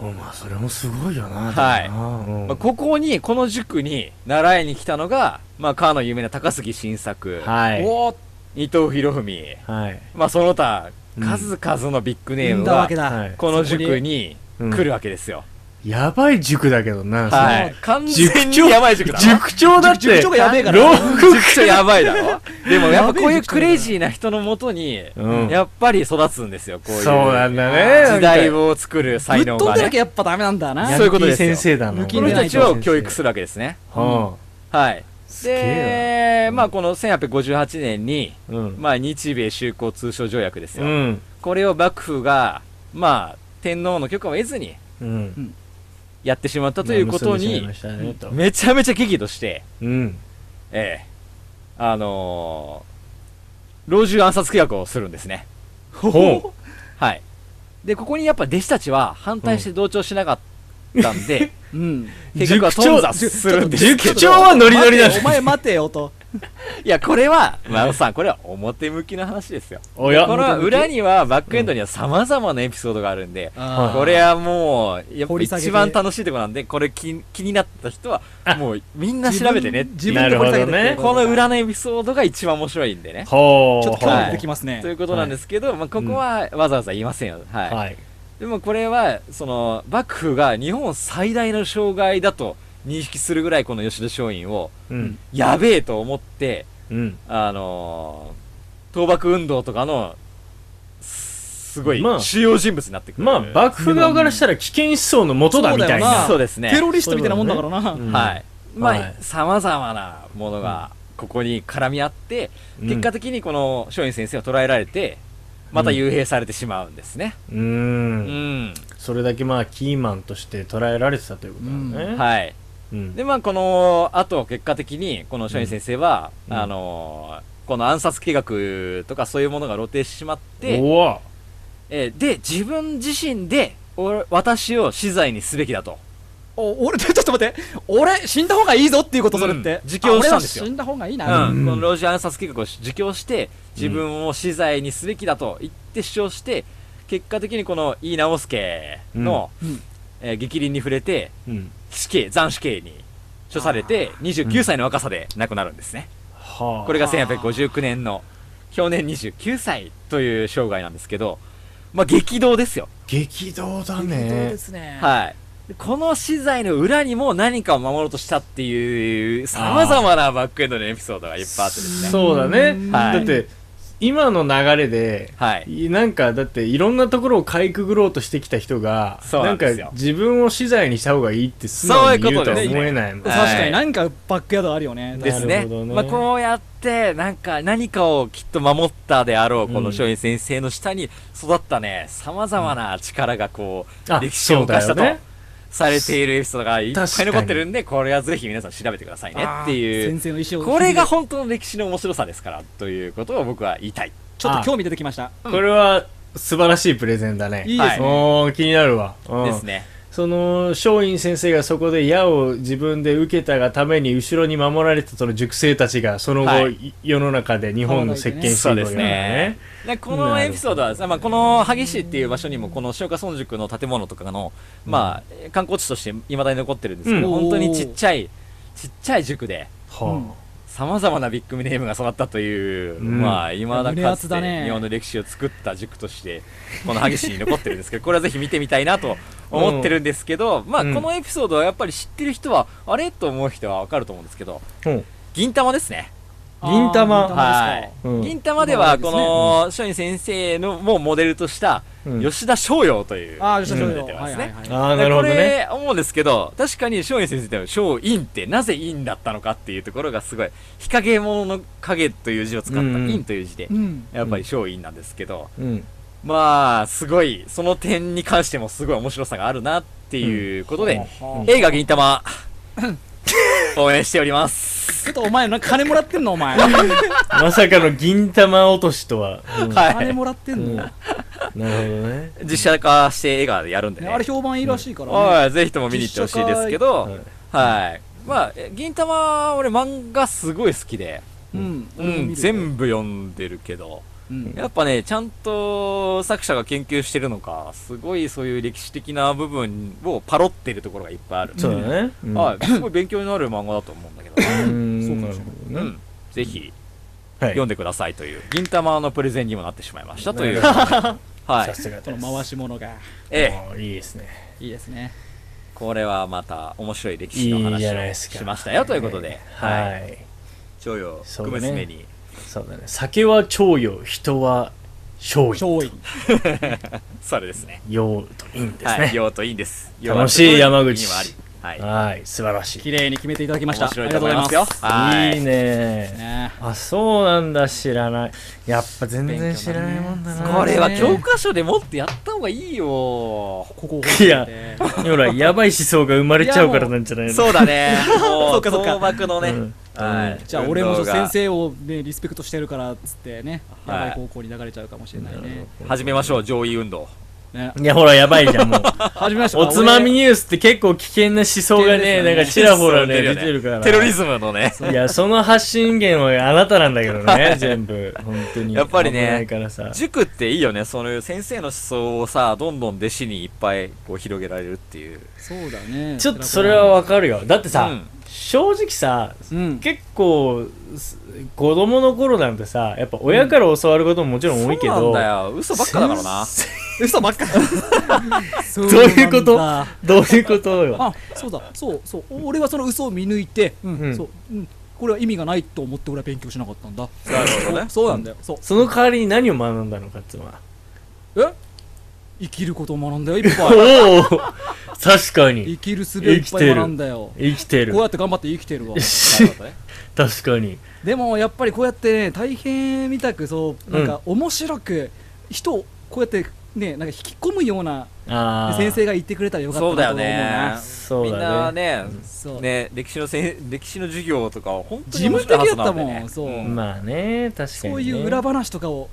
Speaker 6: うんまあそれもすごいよな。
Speaker 2: はい
Speaker 6: でもなうん
Speaker 2: まあ、ここに、この塾に習いに来たのが、まあ、かの有名な高杉晋作、
Speaker 6: はい。
Speaker 1: おー
Speaker 2: 伊藤博文、
Speaker 6: はい。
Speaker 2: まあ、その他、
Speaker 6: うん
Speaker 2: 数々のビッグネー
Speaker 1: 産ん
Speaker 2: ム
Speaker 1: だわ
Speaker 2: が
Speaker 1: け、だ、
Speaker 6: はい
Speaker 2: この塾に来るわけですよ。
Speaker 6: うんやばい塾だけどな。
Speaker 2: はい。完全にやばい塾だな。
Speaker 6: 塾長だって。
Speaker 1: 塾長がやべえから
Speaker 6: 牢
Speaker 2: め
Speaker 6: 獄
Speaker 2: ちゃくちゃやばいだろ でもやっぱこうい
Speaker 1: やべえ
Speaker 2: うクレイジーな人のもとに、
Speaker 6: うん
Speaker 2: やっぱり育つんですよ、こういう。
Speaker 6: そうなんだね。
Speaker 2: 時代を作る
Speaker 1: ぶ
Speaker 2: 才
Speaker 1: っ
Speaker 2: 能
Speaker 1: 飛ん
Speaker 2: が、
Speaker 1: でなき
Speaker 2: ね。
Speaker 1: ゃやっぱダメなんだ
Speaker 6: なん
Speaker 1: な
Speaker 6: か。
Speaker 2: そういうことですよ
Speaker 6: ヤンキー先生だな。
Speaker 1: 抜
Speaker 6: こ
Speaker 1: き
Speaker 2: こ
Speaker 1: ん
Speaker 2: の
Speaker 1: で
Speaker 2: 人
Speaker 1: ない
Speaker 2: たちを教育するわけですね。
Speaker 6: は
Speaker 2: はい。
Speaker 6: げえ
Speaker 2: で、まあこの1858年に、
Speaker 6: あうん。
Speaker 2: まあ日米修好通商条約です
Speaker 6: う
Speaker 2: よ。
Speaker 6: ん。
Speaker 2: これを幕府が、まあ天皇の許可を得ずに
Speaker 6: うん。
Speaker 2: やってしまったということ
Speaker 6: 盗ん
Speaker 2: に
Speaker 6: で、しまいましたねと
Speaker 2: めちゃめちゃ激怒して、
Speaker 6: うん。
Speaker 2: ええ、あのー、老中暗殺契約をするんですね。
Speaker 6: ほ
Speaker 2: はい。で、ここにやっぱ弟子たちは反対して同調しなかったんで、
Speaker 1: うん。
Speaker 2: 結局は頓挫するん
Speaker 6: う。
Speaker 2: ですけ
Speaker 6: 塾
Speaker 2: ど。
Speaker 6: 長はノリノリなん
Speaker 1: お前待てよと。
Speaker 2: いや、これは、まあ、さん、これは表向きの話ですよ。
Speaker 6: おや
Speaker 2: この裏には、バックエンドには様々なエピソードがあるんで、
Speaker 1: あー
Speaker 2: これはもう、やっ
Speaker 1: 掘
Speaker 2: ぱ
Speaker 1: り下げて
Speaker 2: 一番楽しいとこなんで、これ気気になった人は、もうみんな調べてねって
Speaker 1: 自
Speaker 2: いう
Speaker 1: 分自分で掘り下げて
Speaker 6: なる
Speaker 2: この裏
Speaker 1: ち
Speaker 2: のエピソードが一番面白いんでね。
Speaker 6: ほう。
Speaker 1: ょっと興味できますね
Speaker 2: とい。うことなんですけど、まあ、ここはわざわざ言いませんよ。はい。
Speaker 6: はい。
Speaker 2: でもこれは、その、幕府が日本最大の障害だと認識するぐらい、この吉田松陰を、
Speaker 6: うん。
Speaker 2: やべえと思って、
Speaker 6: うん。
Speaker 2: あのー、倒幕運動とかの、すすごい
Speaker 6: まあ
Speaker 2: 主要人物になってくる、
Speaker 6: まあ、幕府側からしたら危険思想の元だみたい
Speaker 1: まあ
Speaker 6: な。
Speaker 2: そうですね
Speaker 1: テロリストみたいなもんだからな、
Speaker 6: うん
Speaker 2: はいま
Speaker 6: は
Speaker 2: あ
Speaker 6: い
Speaker 2: さまざまなものがここに絡み合って、
Speaker 6: うん
Speaker 2: 結果的にこの松陰先生を捕らえられてまた幽閉されてしまうんですね
Speaker 6: う。
Speaker 2: うんん、
Speaker 6: それだけまあ、キーマンとして捉えられてたということなんだね。
Speaker 2: はい
Speaker 6: うん
Speaker 2: でまあこのあと結果的にこの松陰先生は、
Speaker 6: うん
Speaker 2: あのこの暗殺計画とかそういうものが露呈してしまって、
Speaker 6: おぉ
Speaker 2: えーで自分自身で俺私を死罪にすべきだと
Speaker 1: お俺ちょっと待って俺死んだ方がいいぞっていうことそれって、
Speaker 2: うん自供したんです
Speaker 1: あ
Speaker 2: よ
Speaker 1: 俺は死んだ方がいいな、
Speaker 2: うん、この老人暗殺計画を自供して自分を死罪にすべきだと言って主張して結果的にこの井伊直弼の、
Speaker 1: うんうん
Speaker 2: えー逆鱗に触れて
Speaker 6: うん。
Speaker 2: 死刑斬死刑に処されて29歳の若さで亡くなるんですね、
Speaker 6: はあ。
Speaker 2: これが1859年の去年29歳という生涯なんですけどまあ激動ですよ
Speaker 6: 激動だ
Speaker 1: そう
Speaker 6: ね
Speaker 1: で。すね、
Speaker 2: はいでこの死罪の裏にも何かを守ろうとしたっていう様々なバックエンドのエピソードがいっぱいあってですね
Speaker 6: そうだね。
Speaker 2: はい
Speaker 6: だって、今の流れで、
Speaker 2: はい
Speaker 6: いなんかだっていろんなところをかいくぐろうとしてきた人が
Speaker 2: そうなんですよ
Speaker 6: か自分を資材にした方がいいって素直に言うとは
Speaker 2: そういうことですね
Speaker 6: 思えないもん
Speaker 2: はい
Speaker 1: 確かに何かバックヤードあるよね
Speaker 2: ですね
Speaker 6: なるほどね
Speaker 2: まあ、こうやってなんか何かをきっと守ったであろうこ
Speaker 6: うん
Speaker 2: の松陰先生の下に育ったねさまざまな力がこう、
Speaker 6: あ
Speaker 2: 歴史を犯したと
Speaker 6: そうだよね
Speaker 2: されているエピソードがいっぱい
Speaker 6: 確かに
Speaker 2: 残ってるんでこれはぜひ皆さん調べてくださいねっていう
Speaker 1: 先生の意思を
Speaker 2: これが本当の歴史の面白さですからということを僕は言いたい
Speaker 1: ちょっと興味出てきました
Speaker 6: これは素晴らしいプレゼンだね
Speaker 1: いいですね、
Speaker 6: おー気になるわ、うん
Speaker 2: ですね、
Speaker 6: その松陰先生がそこで矢を自分で受けたがために後ろに守られたその塾生たちがその後、
Speaker 2: はい
Speaker 6: 世の中で日本を席巻していくわけだね
Speaker 2: でこのエピソードは、まあ、この萩市っていう場所にもこの塩川村塾の建物とかの、まあ、観光地としていまだに残ってるんですけど、
Speaker 1: うん
Speaker 2: 本当にちっちゃいちっちゃい塾で
Speaker 6: は
Speaker 2: さまざまなビッグネームが育ったという、
Speaker 6: うん
Speaker 2: まあ今だ
Speaker 1: 胸
Speaker 2: かつ
Speaker 1: 熱
Speaker 2: て
Speaker 1: だね
Speaker 2: 日本の歴史を作った塾と してこの萩市に残ってるんですけどこれはぜひ見てみたいなと思ってるんですけど、まあ
Speaker 6: うん
Speaker 2: このエピソードはやっぱり知ってる人はあれと思う人はわかると思うんですけど
Speaker 6: あ、うん
Speaker 2: 銀玉ですね
Speaker 6: 銀玉
Speaker 1: あー
Speaker 2: は
Speaker 1: 銀
Speaker 2: い、
Speaker 6: うん
Speaker 2: 銀玉ではこの松陰先生のもうモデルとした
Speaker 6: うん
Speaker 2: 吉田松陽という、
Speaker 1: ああ吉田松
Speaker 2: 出
Speaker 1: 陽
Speaker 2: てま
Speaker 1: はい
Speaker 2: す
Speaker 1: は
Speaker 2: ね
Speaker 1: いはい
Speaker 6: ああなるほどね
Speaker 2: でこれ思うんですけど確かに松陰先生でも松陰ってなぜ陰だったのかっていうところがすごい日陰者の影という字を使った
Speaker 6: うんうん
Speaker 2: 陰という字で、
Speaker 1: うん
Speaker 2: やっぱり松陰なんですけど、
Speaker 6: うん
Speaker 2: まあすごいその点に関してもすごい面白さがあるなっていうことで、
Speaker 1: うん
Speaker 2: 映画「銀玉」応援しております
Speaker 1: ちょっとお前なんか金もらってんのお 前
Speaker 6: まさかの銀玉落としとは、うん
Speaker 2: は
Speaker 1: 金
Speaker 2: い
Speaker 1: もらってん
Speaker 6: う
Speaker 1: の、
Speaker 6: んなるほどね
Speaker 2: 実写化して映画でやるんでね
Speaker 1: ねあれ評判いいらしいからね、
Speaker 2: はい、ぜひとも見に行ってほしいですけど、
Speaker 6: 実写
Speaker 2: はい。まあ、え銀玉、俺漫画すごい好きで、
Speaker 1: うん、
Speaker 2: う
Speaker 1: 俺も見る
Speaker 2: ん、全部読んでるけ
Speaker 1: うん
Speaker 2: ど、やっぱね、ちゃんと作者が研究してるのか、すごいそういう歴史的な部分をパロってるところがいっぱいある。
Speaker 6: そうだね、うん
Speaker 2: はい、すごい勉強になる漫画だと思うんだけど、
Speaker 6: うん
Speaker 1: そうかも
Speaker 6: なる
Speaker 1: しれ
Speaker 6: ほ
Speaker 2: う
Speaker 6: どね
Speaker 2: ん、ぜひ
Speaker 6: はい
Speaker 2: 読んでくださいという、銀玉のプレゼンにもなってしまいましたという。
Speaker 6: な
Speaker 2: は
Speaker 6: さ
Speaker 2: い。
Speaker 6: すが
Speaker 1: こ
Speaker 6: です
Speaker 1: の回し物が
Speaker 2: ええ。
Speaker 6: もういいですね
Speaker 1: いいですね
Speaker 2: これはまた面白い歴史の
Speaker 6: いい
Speaker 2: 話
Speaker 6: じゃない
Speaker 2: を
Speaker 6: ですか
Speaker 2: しましたよということで、
Speaker 6: はい、
Speaker 2: い。徴用
Speaker 6: そう
Speaker 2: 含
Speaker 6: だね
Speaker 2: めめに、
Speaker 6: そうだね酒は長よ人は少尉
Speaker 1: 超いい
Speaker 2: それですね。
Speaker 6: 陽と陰です
Speaker 2: はい。
Speaker 6: ね
Speaker 2: 用途いいんです。
Speaker 6: 楽しい山
Speaker 2: 用
Speaker 6: 口
Speaker 2: 途にもあり。はい。
Speaker 6: はい素晴らしい
Speaker 1: 綺麗に決めていただきました
Speaker 2: 面白いと思いますよ。はい
Speaker 6: いいね
Speaker 1: ね
Speaker 6: あそうなんだ知らないやっぱ全然知らないもんだな
Speaker 2: これは
Speaker 1: 今
Speaker 2: 教科書でもっとやった方がいいよ。
Speaker 1: ここを
Speaker 6: いやほらやばい思想が生まれちゃうからなんじゃないの
Speaker 2: そうだ ね。も
Speaker 1: そう
Speaker 2: う
Speaker 1: かそうか
Speaker 2: 倒幕の
Speaker 6: う
Speaker 2: ね
Speaker 6: ん。
Speaker 2: はい。
Speaker 1: じゃあ俺も
Speaker 2: 運動が
Speaker 1: 先。生を、ね、リスペクトしてるからっつってね、
Speaker 2: はい
Speaker 1: やばい高校に流れちゃうかもしれないね。
Speaker 2: 始めましょう上位運動。
Speaker 1: ね
Speaker 6: いやほらやばいじゃん もう
Speaker 1: 始めましょう
Speaker 6: お
Speaker 1: か
Speaker 6: つま
Speaker 1: 俺
Speaker 6: みニュースって結構危険な思想が
Speaker 1: 危険です
Speaker 6: ね
Speaker 1: よね
Speaker 6: なんかちらほら
Speaker 2: そ
Speaker 6: ね
Speaker 2: うよ
Speaker 6: 出てるから
Speaker 2: テロリズムのね。
Speaker 6: いや、その発信源はあなたなんだけど ね、全部。本当に。
Speaker 2: やっぱりね
Speaker 6: 危ないからさ。
Speaker 2: 塾っていいよね。その先生の思想をさ、どんどん弟子にいっぱいこう広げられるっていう。
Speaker 1: そうだね。
Speaker 6: ちょっとそれはわかるよ。だってさ、
Speaker 2: うん
Speaker 6: 正直さ、
Speaker 1: うん。
Speaker 6: 結構、す子供の頃なんてさ、やっぱ親から教わることももちろん多いけ
Speaker 2: そ
Speaker 6: ど、
Speaker 2: うなんだよ。嘘ばっかだから な。
Speaker 6: 先
Speaker 1: 嘘ばっか。そ
Speaker 6: どういうこと
Speaker 1: なんだ
Speaker 6: 生どういうことよ。
Speaker 1: あ、そうだ。そうそう。俺はその嘘を見抜いて、うん、
Speaker 6: うん
Speaker 1: そう、うん。これは意味がないと思って俺は勉強しなかったんだ。
Speaker 2: なるほどね
Speaker 1: そうなんだよ。そう。
Speaker 6: その代わりに何を学んだのかっていうのは。
Speaker 1: え生きることを学んだよいっぱ い
Speaker 6: おお確かに
Speaker 1: 生きる術をいっぱい学んだよ
Speaker 6: 生きてる
Speaker 1: こうやって頑張って生きてるわ
Speaker 6: 確かに
Speaker 1: でもやっぱりこうやってね大変みたくそうなんか面白く人をこうやってねなんか引き込むような
Speaker 6: ああ
Speaker 1: 先生が言ってくれたらよかった
Speaker 2: そ
Speaker 1: な
Speaker 2: う
Speaker 1: とは
Speaker 2: だよ
Speaker 1: 思うな
Speaker 2: ね
Speaker 6: そう
Speaker 2: みん
Speaker 6: だ
Speaker 2: な
Speaker 6: ね
Speaker 2: ね
Speaker 1: そう
Speaker 2: ね歴史のせん歴史の授業とかは本当に
Speaker 1: 事務
Speaker 2: 面白いは
Speaker 1: 的
Speaker 2: ず
Speaker 1: だった
Speaker 2: なんで
Speaker 1: もん、
Speaker 2: ね
Speaker 1: そう、
Speaker 6: まあね確かにね
Speaker 1: そういう裏話とかを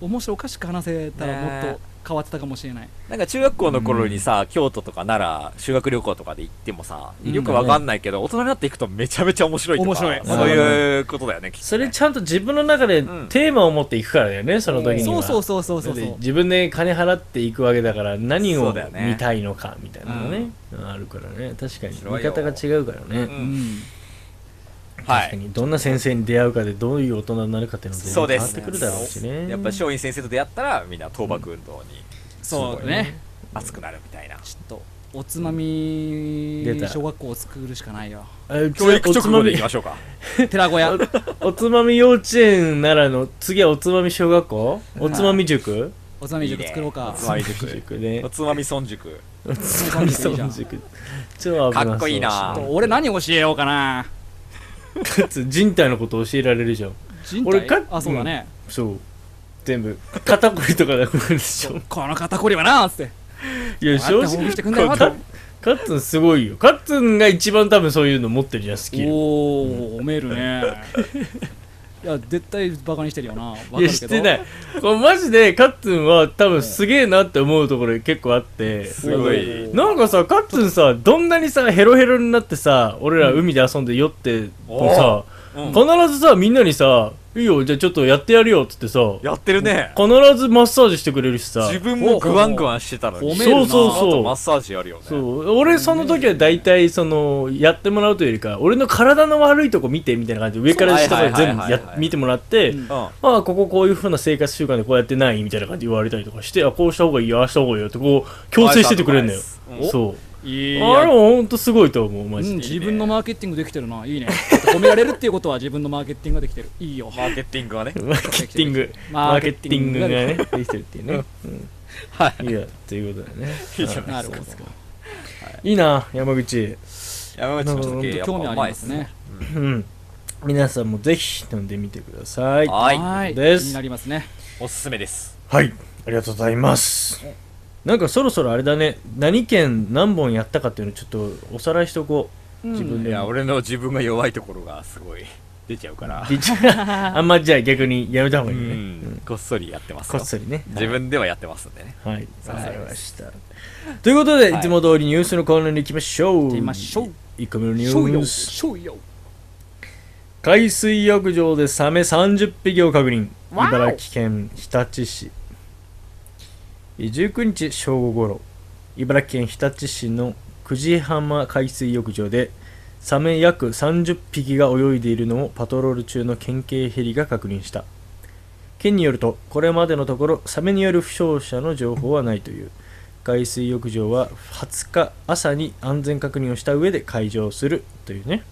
Speaker 1: 面白おかしく話せたらもっと変わってたかもしれない、
Speaker 2: なんか中学校の頃にさ、京都とか奈良修学旅行とかで行ってもさよくわかんないけど、大人になっていくとめちゃめちゃ面白いとか
Speaker 1: 面白い
Speaker 2: そういうことだよねきっとね
Speaker 6: それちゃんと自分の中で
Speaker 2: ん
Speaker 6: テーマを持っていくからだよね、その時に
Speaker 1: そ
Speaker 6: は
Speaker 1: うそうそうそうそう
Speaker 6: だ
Speaker 1: そ
Speaker 6: って
Speaker 1: う
Speaker 6: 自分で金払っていくわけだから何
Speaker 2: そ
Speaker 6: を
Speaker 2: うだよね
Speaker 6: 見たいのかみたいなのね、あるからね確かに
Speaker 2: 白
Speaker 6: 見
Speaker 2: いよ
Speaker 6: 方が違うからね、
Speaker 2: う
Speaker 1: うんん
Speaker 2: は
Speaker 6: 確か
Speaker 2: い
Speaker 6: にどんな先生に出会うかでどういう大人になるかっていうのも全
Speaker 2: そう
Speaker 6: 然
Speaker 2: で
Speaker 6: 変わっ
Speaker 2: す
Speaker 6: てくるだろうしね
Speaker 2: やっぱ松陰先生と出会ったらみんな倒幕運動に
Speaker 1: そうね
Speaker 2: 熱くなるみたいな、
Speaker 1: ちょっとおつまみ
Speaker 6: 出た
Speaker 1: 小学校を作るしかないよ
Speaker 6: あ
Speaker 2: 教育直後でいき
Speaker 6: お
Speaker 2: ましょうか
Speaker 1: 寺小屋
Speaker 6: おつまみ幼稚園ならの次はおつまみ小学校おつまみ塾
Speaker 1: おつまみ塾作ろうか
Speaker 2: おつまみ塾
Speaker 6: 塾ね
Speaker 2: おつまみ村塾
Speaker 6: おつまみ
Speaker 1: そうじゃん
Speaker 6: 塾超危なそう
Speaker 2: かっこいいな
Speaker 1: ちょっと俺何教えようかな
Speaker 6: かつ人体のこと教えられるじゃん
Speaker 1: 人体
Speaker 6: 俺か
Speaker 1: あそうだね、
Speaker 6: そう全部肩こりとかなくなるでしょ
Speaker 1: この肩こりはなっつって
Speaker 6: いや
Speaker 1: こうや
Speaker 6: 正
Speaker 1: ってほぐしてくんだ
Speaker 6: 直
Speaker 1: よな
Speaker 6: カッカッツンすごいよカッツンが一番多分そういうの持ってるじゃんスキル
Speaker 1: おお褒めるね いや絶対バカにしてるよなわかるけど
Speaker 6: いやしてないこれマジでカッツンは多分すげえなって思うところ結構あって
Speaker 2: すごい
Speaker 6: なんかさカッツンさどんなにさヘロヘロになってさ俺ら海で遊んで酔ってもさ、
Speaker 2: うん
Speaker 6: 必ずさみんなにさ「いいよじゃあちょっとやってやるよ」っつってさ
Speaker 2: やってるね
Speaker 6: 必ずマッサージしてくれるしさ
Speaker 2: 自分もグワングワンしてたのに
Speaker 1: 褒めるな
Speaker 6: そうそうそう
Speaker 2: あとマッサージやるよね
Speaker 6: そう俺その時は大体そのやってもらうというよりか俺の体の悪いとこ見てみたいな感じで上から下まで全部
Speaker 2: はいはいはいは
Speaker 6: や
Speaker 2: い
Speaker 6: 見てもらって、
Speaker 1: うん
Speaker 2: うん
Speaker 6: ああこここういうふうな生活習慣でこうやってないみたいな感じで言われたりとかしてあこうした方がいいよああした方がいいよってこう強制しててくれるんだよ
Speaker 2: お
Speaker 6: そう
Speaker 2: い
Speaker 6: あ
Speaker 2: い
Speaker 6: れ
Speaker 2: や
Speaker 6: はほんとすごいと思うマ
Speaker 1: うん、
Speaker 6: ジで、
Speaker 1: 自分のマーケティングできてるな、いいね。褒められるっていうことは自分のマーケティングができてる。いいよ。
Speaker 2: マーケティングはね
Speaker 6: マーケティング
Speaker 1: マ
Speaker 6: マ
Speaker 1: ー
Speaker 6: ー
Speaker 1: ケ
Speaker 6: ケ
Speaker 1: テ
Speaker 6: テ
Speaker 1: ィ
Speaker 6: ィ
Speaker 1: ング
Speaker 6: ング
Speaker 1: が
Speaker 6: が
Speaker 1: ね
Speaker 6: ねできてるっていうね、うん
Speaker 2: はい
Speaker 6: いやということだよね
Speaker 2: いいじゃない
Speaker 1: なる
Speaker 6: そ
Speaker 1: ほ
Speaker 6: う
Speaker 1: ど。
Speaker 6: そういいな山口
Speaker 2: 山口の
Speaker 6: なるほ
Speaker 2: 時や
Speaker 6: ど
Speaker 2: っぱ
Speaker 1: 興味あり
Speaker 2: うまい
Speaker 1: ま
Speaker 2: っ
Speaker 1: す
Speaker 2: すね
Speaker 1: ね。
Speaker 6: うん皆さんもぜひ飲んでみてください
Speaker 2: はい
Speaker 1: はい。気
Speaker 6: です
Speaker 1: になりますね。
Speaker 2: おすすめです
Speaker 6: はい、ありがとうございます。なんかそろそろあれだね、何件何本やったかっていうのちょっとおさらいしとこう。自分
Speaker 2: い
Speaker 6: で
Speaker 2: や
Speaker 6: も。
Speaker 2: 俺の自分が弱いところがすごい出ちゃうから
Speaker 6: でじゃああんまじゃあ逆にやめた方
Speaker 2: う
Speaker 6: がいいね。
Speaker 2: んこっそりやってます
Speaker 6: こ
Speaker 2: よ
Speaker 6: っそりね。
Speaker 2: 自分ではやってますんでね
Speaker 6: はい、
Speaker 2: う
Speaker 6: わ
Speaker 2: です
Speaker 6: かりました。ということで、
Speaker 2: はい
Speaker 6: いつも通りニュースのコーナーに行きましょう。
Speaker 1: 行きましょう
Speaker 6: 1個目のニュ
Speaker 1: しょうよ、
Speaker 6: ース。
Speaker 1: しょうよ。
Speaker 6: 海水浴場でサメ30匹を確認茨城県日立市19日正午ごろ茨城県日立市の久慈浜海水浴場でサメ約30匹が泳いでいるのをパトロール中の県警ヘリが確認した県によるとこれまでのところサメによる負傷者の情報はないという海水浴場は20日朝に安全確認をした上で開場するというね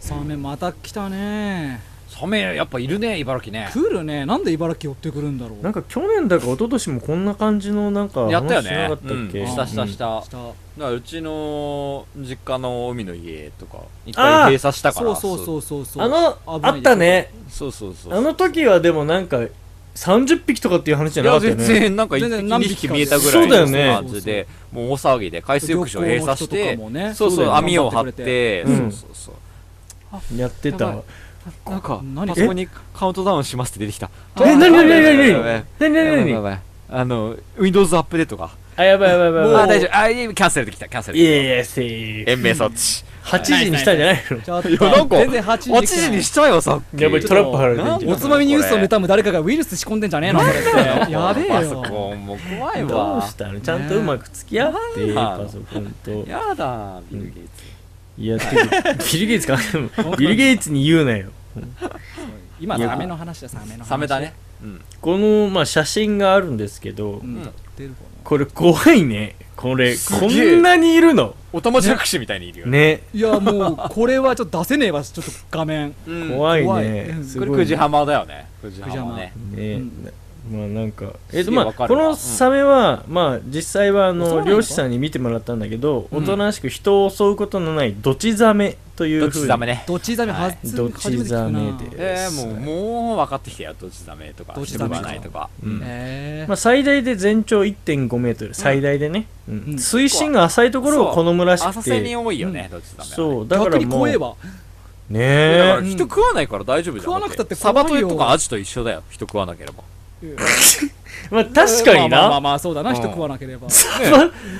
Speaker 1: サメまた来たね。
Speaker 2: サメやっぱいるね茨城ね
Speaker 1: 来るね。なんで茨城寄ってくるんだろう。
Speaker 6: なんか去年だか一昨年もこんな感じのなんか
Speaker 2: やったよ
Speaker 6: 話し
Speaker 2: ね
Speaker 6: なかったっけ、
Speaker 2: うんしたしたしただか
Speaker 1: 下
Speaker 2: らうちの実家の海の家とか一
Speaker 6: あー
Speaker 2: 回閉鎖したか
Speaker 1: そ
Speaker 2: ら
Speaker 1: うそう
Speaker 2: う
Speaker 1: そうそうそう。
Speaker 6: あの
Speaker 1: 危
Speaker 6: あ
Speaker 1: ない
Speaker 6: ったね
Speaker 2: そうそうそう
Speaker 6: あの時はでもなんか30匹とかっていう話じゃ
Speaker 2: い
Speaker 6: なか
Speaker 2: や
Speaker 6: った
Speaker 2: 全
Speaker 6: よね
Speaker 2: 然なんか一
Speaker 1: 全
Speaker 2: 匹
Speaker 1: 然何
Speaker 2: 二
Speaker 1: 匹
Speaker 2: 匹
Speaker 1: か
Speaker 2: 見えたぐ
Speaker 6: そうだ
Speaker 2: ら
Speaker 6: よ
Speaker 2: いの
Speaker 6: ね
Speaker 2: 感じでもう大騒ぎで海水浴場閉鎖し
Speaker 1: 旅行の人
Speaker 2: て
Speaker 1: とかもね
Speaker 2: そう
Speaker 1: そう
Speaker 2: そう
Speaker 1: だよね
Speaker 2: 網を張って
Speaker 6: 頑張ってくれて
Speaker 2: そうそうそう
Speaker 6: やって
Speaker 2: やば
Speaker 6: た
Speaker 2: いなんか
Speaker 1: 何
Speaker 2: パソコンにカウントダウンしますって出てきた
Speaker 1: え
Speaker 6: え何何何
Speaker 2: や
Speaker 6: 何
Speaker 2: ばい
Speaker 6: 何
Speaker 2: やばい
Speaker 6: 何
Speaker 2: や
Speaker 6: 何
Speaker 2: ばいあの Windows アップデートが
Speaker 6: あやばいやばいやばい
Speaker 2: あ
Speaker 6: やばい
Speaker 2: 大丈夫あいいキャンセルできたキャンセル
Speaker 6: い
Speaker 2: でき
Speaker 6: やいやせ
Speaker 2: た
Speaker 6: ー
Speaker 2: 延命措置
Speaker 6: 8時にしたんじゃないの
Speaker 1: ちょっと
Speaker 2: いやなんか
Speaker 1: 全然8時
Speaker 2: 8時にしちゃえよさっき
Speaker 6: やばいトラップ貼られてんじゃ
Speaker 1: お
Speaker 6: ん
Speaker 1: つまみニュースを妬む誰かがウイルス仕込んでんじゃねえのそれってやべえ
Speaker 2: パソ
Speaker 1: よ
Speaker 2: コンもう怖い
Speaker 6: どう
Speaker 2: わ
Speaker 6: したのちゃんとうまく付き合って、
Speaker 2: ね
Speaker 6: パソコンと
Speaker 2: やだビル・ゲイツ
Speaker 6: いやてかビル・ゲイツかビル・ゲイツに言うなよ
Speaker 1: 今サメの話だサメの話
Speaker 2: サメだねうん
Speaker 6: この、まあ、写真があるんですけど、
Speaker 1: うん
Speaker 2: うん
Speaker 1: 出るかな
Speaker 6: これ怖いねこれこ
Speaker 2: げえ
Speaker 6: んなにいるの
Speaker 2: おたまじゃくしみたいにいるよね
Speaker 6: ね
Speaker 1: いやもうこれはちょっと出せねえわちょっと画面
Speaker 2: うん
Speaker 6: 怖い
Speaker 1: 怖い
Speaker 6: ね
Speaker 1: うん
Speaker 6: す
Speaker 2: こ
Speaker 6: ごい
Speaker 2: れ
Speaker 6: ね
Speaker 2: 久慈浜だよね久慈浜ね
Speaker 6: ね
Speaker 1: うん
Speaker 6: なまあなんか
Speaker 2: す
Speaker 6: え
Speaker 2: げえ
Speaker 6: ま
Speaker 2: わ
Speaker 6: あ
Speaker 2: か
Speaker 6: こ
Speaker 2: るわ
Speaker 6: のサメは、まあ実際はあ
Speaker 1: 襲わ
Speaker 6: の
Speaker 1: ないのか
Speaker 6: 漁師さんに見てもらったんだけど、
Speaker 2: うん
Speaker 6: おとなしく人を襲うことのないドチザメという
Speaker 2: どっ
Speaker 6: ふう
Speaker 2: ち
Speaker 6: に
Speaker 2: ザメね
Speaker 1: どっちザメ初,、
Speaker 6: はい
Speaker 1: 初めて聞くな
Speaker 6: どっちザメで
Speaker 2: えー、もうもう分かってきたよどっちダメとか
Speaker 1: どっちダ
Speaker 2: ダメ
Speaker 1: メ
Speaker 2: はないとか
Speaker 6: うん
Speaker 1: えー
Speaker 6: まあ、最大で全長1 5メートル最大でね、うん
Speaker 1: うん
Speaker 6: 水深が浅いところを好むらし
Speaker 2: 浅
Speaker 6: く
Speaker 2: 瀬
Speaker 6: て
Speaker 2: に多いよね、どっちダメはね
Speaker 6: そうだから
Speaker 1: 逆に
Speaker 6: もう
Speaker 1: 怖え
Speaker 6: ね
Speaker 1: わ
Speaker 2: だか
Speaker 6: え
Speaker 2: ら人食わないから大丈夫じゃん
Speaker 1: 食わなくたって
Speaker 2: サ
Speaker 1: 怖いよ
Speaker 2: バととかアジと一緒だよ人食わなければ
Speaker 6: まあ確かに
Speaker 1: まあまあ
Speaker 6: な
Speaker 1: まあそうだな、
Speaker 2: うん
Speaker 1: 人食わなければ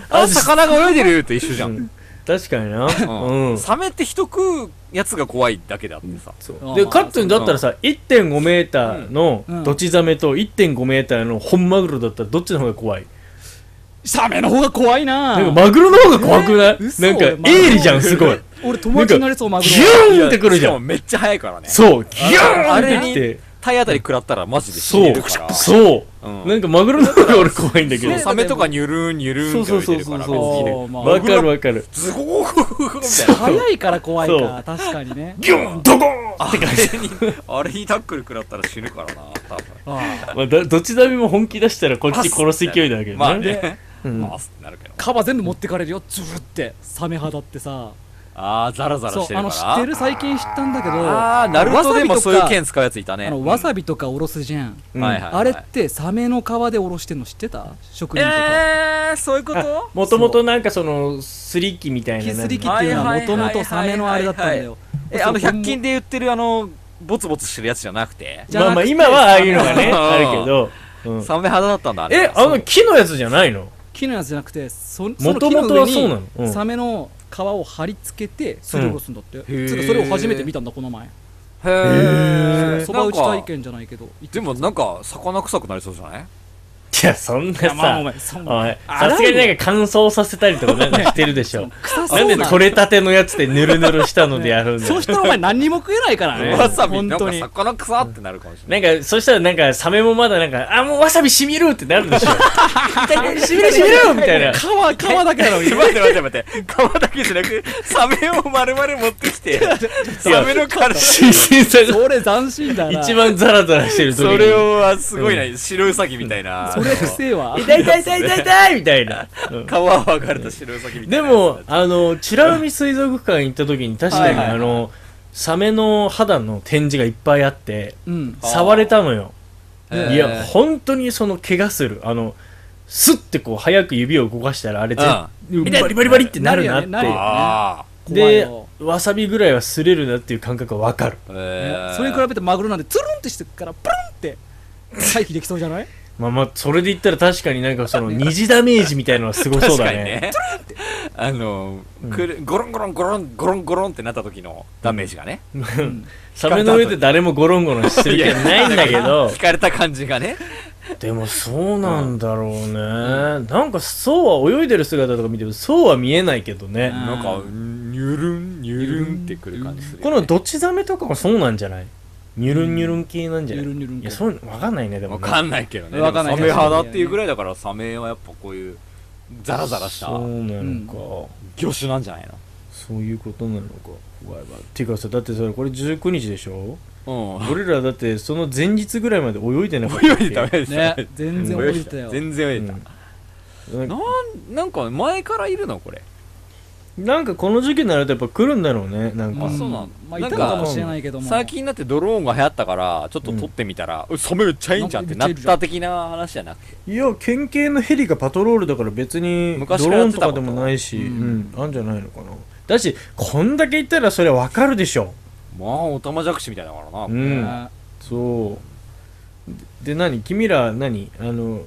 Speaker 2: あの魚が泳いでると一緒じゃん、
Speaker 6: 確かにな
Speaker 2: うん
Speaker 6: うん
Speaker 2: サメって人食うやつが怖いだけであってさ、
Speaker 1: うん
Speaker 6: でカットにだったらさ1.5メーターの
Speaker 1: うん
Speaker 6: ドチザメと1.5メーターの本マグロだったらどっちの方が怖い
Speaker 1: サメの方が怖いな
Speaker 6: なんかマグロの方が怖くない
Speaker 1: え嘘
Speaker 6: なんか
Speaker 1: マグロ
Speaker 6: 鋭利じゃんすごい
Speaker 1: 俺友達になれそうマグロ
Speaker 6: ギューンってくる
Speaker 2: し
Speaker 6: じ
Speaker 2: か
Speaker 6: ゃ
Speaker 2: も
Speaker 6: ん
Speaker 2: めっちゃ速いからね
Speaker 6: そうギューン
Speaker 2: あ
Speaker 6: っ
Speaker 2: れ
Speaker 6: て
Speaker 2: に
Speaker 6: きて
Speaker 2: 体当たり食らったらマジで死
Speaker 6: そ
Speaker 2: ね
Speaker 6: う
Speaker 2: るから
Speaker 6: そう
Speaker 2: うん
Speaker 6: なんかマグロの方が俺怖いんだけ
Speaker 2: そ
Speaker 6: ど
Speaker 2: うサメとかニュルンニュルンって
Speaker 6: そ
Speaker 2: 泳
Speaker 6: う
Speaker 2: いで
Speaker 6: そ
Speaker 2: る
Speaker 6: う
Speaker 2: か
Speaker 6: そ
Speaker 2: ら別
Speaker 6: う
Speaker 2: にね
Speaker 1: そうまあ
Speaker 6: わかるわかる
Speaker 2: ズゴーみたいな
Speaker 1: 早いから怖い
Speaker 6: そ
Speaker 1: か
Speaker 6: う
Speaker 1: 確かにね
Speaker 6: ギューンドコーン
Speaker 2: あれにあれにタックル食らったら死ぬからな多分
Speaker 1: ああ
Speaker 6: まあ、だどっちだめも本気出したらこっち殺す勢いだけどね。
Speaker 2: まあね
Speaker 6: うん
Speaker 2: まあすってなるけど
Speaker 1: カバ全部持ってかれるよズルってサメ肌ってさ
Speaker 2: ああザラザラ
Speaker 1: そう
Speaker 2: してる
Speaker 1: あ
Speaker 2: か
Speaker 1: の知
Speaker 2: ら
Speaker 1: ってる最近知ったんだけど
Speaker 2: ああナルト
Speaker 1: わさ
Speaker 2: でも
Speaker 1: びとか
Speaker 2: そういう剣使うやついたね
Speaker 1: あのわさびとかおろすじゃん
Speaker 2: うんはいはいはい
Speaker 1: あれってサメの皮でおろしてんの知ってた職人とか
Speaker 2: えーそういうこと
Speaker 6: もともとなんかその、すり機みたいな。
Speaker 1: キスリキっていうのはもともとサメのあれだったんだよ
Speaker 2: えあの
Speaker 1: そう
Speaker 2: 100均で売ってるあのボツボツしてるやつじゃなくて
Speaker 1: じゃ
Speaker 6: まあ
Speaker 1: な
Speaker 6: ま
Speaker 1: く
Speaker 6: あ
Speaker 1: て
Speaker 6: 今はああいうのが
Speaker 2: う
Speaker 6: ね、
Speaker 2: ん
Speaker 6: あるけど。うん
Speaker 2: サメ肌だったんだあれ
Speaker 6: え、あの木のやつじゃないの
Speaker 1: 木のやつじゃなくてそその
Speaker 6: もと
Speaker 1: 木
Speaker 6: も
Speaker 1: の
Speaker 6: とは
Speaker 1: 上
Speaker 6: そうなの
Speaker 1: に、
Speaker 6: うん
Speaker 1: サメの皮を貼り付けてすりおろすんだって、
Speaker 2: ー
Speaker 1: つうかそれを初めて見たんだこの前
Speaker 2: へえ
Speaker 1: そば打ち体験じゃないけど
Speaker 2: でもなんか魚臭くなりそうじゃない
Speaker 6: いや、そんない
Speaker 1: やまあお
Speaker 6: さ、
Speaker 1: 前そんな
Speaker 6: おい、さすがになんか乾燥させたりとかなんかしてるでしょ。
Speaker 1: 臭
Speaker 6: な
Speaker 1: そ
Speaker 6: ん
Speaker 1: う
Speaker 6: で
Speaker 1: な
Speaker 6: 取れたてのやつでぬるぬるしたのでやるんだよ
Speaker 1: そしたらお前何にも食えないからね
Speaker 2: わさびな
Speaker 1: 本
Speaker 2: ん
Speaker 1: 当
Speaker 2: か
Speaker 1: に
Speaker 2: 魚臭ってなるかもしれ
Speaker 6: な
Speaker 2: ない
Speaker 6: んか、そしたらなんか、サメもまだなんか、あ、もうわさびしみるってなるでしょ。 しみるしみるみた いな。
Speaker 1: 皮皮 だけなのに
Speaker 2: 待って待って待って皮だけじゃなくサメを丸々持ってきてサメの体
Speaker 6: 新鮮さが
Speaker 1: それ斬新だな
Speaker 6: 一番ザラザラしてる時に
Speaker 2: それをはすごいな白ウサギみたいな
Speaker 1: それくせえわ
Speaker 6: 痛い痛い痛い痛い痛いみたいな。
Speaker 2: 皮を剥がれた白ウサギみたいな
Speaker 6: でも、あの、美ら海水族館行った時に確かに
Speaker 1: はいはい
Speaker 6: あの、サメの肌の展示がいっぱいあって、
Speaker 1: うん
Speaker 2: あー
Speaker 6: 触れたのよ。
Speaker 2: へー
Speaker 6: いや、本当にその怪我する。あの、スッてこう、早く指を動かしたら、あれ、絶
Speaker 2: うん
Speaker 6: バリバリバリってなるな
Speaker 1: なるよね
Speaker 6: っ
Speaker 1: なる
Speaker 6: て。
Speaker 2: あ
Speaker 1: 怖い
Speaker 6: で
Speaker 1: よ、
Speaker 6: わさびぐらいは擦れるなっていう感覚がわかる。
Speaker 2: あへー
Speaker 1: それに比べてマグロなんてツルンってしてっからプルンって回避できそうじゃない
Speaker 6: まあまあ、それで言ったら確かになんかその、二次ダメージみたいなのはすごそ
Speaker 2: 確
Speaker 6: うだ
Speaker 2: かに
Speaker 6: ね。
Speaker 2: ね。あの、くるゴロンゴロンゴロンゴロンゴロンってなった時のダメージがね。
Speaker 6: サメの上で誰もゴロンゴロンしてる気はないんだけど。
Speaker 2: 引かれた感じがね。
Speaker 6: でもそうなんだろうね、なんかそうは泳いでる姿とか見てるとそうは見えないけどね、
Speaker 1: うん
Speaker 2: なんか、ニュルン、ニュルンってくる感じする
Speaker 6: こ
Speaker 2: よね。
Speaker 6: のどっちザメとかもそうなんじゃないニュルンニュルン系なんじゃない、
Speaker 1: うんニュルンニュルン系
Speaker 6: いやそういうのわかんないねでも
Speaker 2: わ
Speaker 6: ね
Speaker 2: かんないけどね。
Speaker 1: わかんない
Speaker 2: でもサメ肌っていうぐらいだから、サメはやっぱこういう、ザラザラした
Speaker 6: そうなのか、
Speaker 2: 魚種なんじゃないの
Speaker 6: そういうことなのか怖いわっていうかさだってそれこれ19日でしょ
Speaker 2: うん。
Speaker 6: 俺らだってその前日ぐらいまで泳いでなかった
Speaker 2: 泳
Speaker 6: っけ
Speaker 2: いでためです
Speaker 1: ね全然泳いでたよ
Speaker 2: 全然泳いでた。
Speaker 6: うん
Speaker 2: な、
Speaker 6: なん
Speaker 2: なんか前からいるのこれ。
Speaker 6: なんかこの時期になるとやっぱ来るんだろうねなんか、
Speaker 2: あそうなんだ
Speaker 1: まあいたのかもしれないけども
Speaker 2: 最近になってドローンが流行ったから、ちょっと撮ってみたら、うサメめっちゃいいんじゃんってなった的な話じゃなくて。
Speaker 6: いや県警のヘリがパトロールだから別にドロ
Speaker 2: 昔からや
Speaker 6: ー
Speaker 2: っ
Speaker 6: ン
Speaker 2: て
Speaker 6: と
Speaker 2: たこ
Speaker 6: か
Speaker 2: と
Speaker 6: でもないし、う
Speaker 1: うん
Speaker 6: んあんじゃないのかなだしこんだけ言ったらそれわかるでしょ
Speaker 2: まあ、おたまじゃくしみたいだからな。
Speaker 6: う
Speaker 1: うんん
Speaker 6: そうで何君ら何あの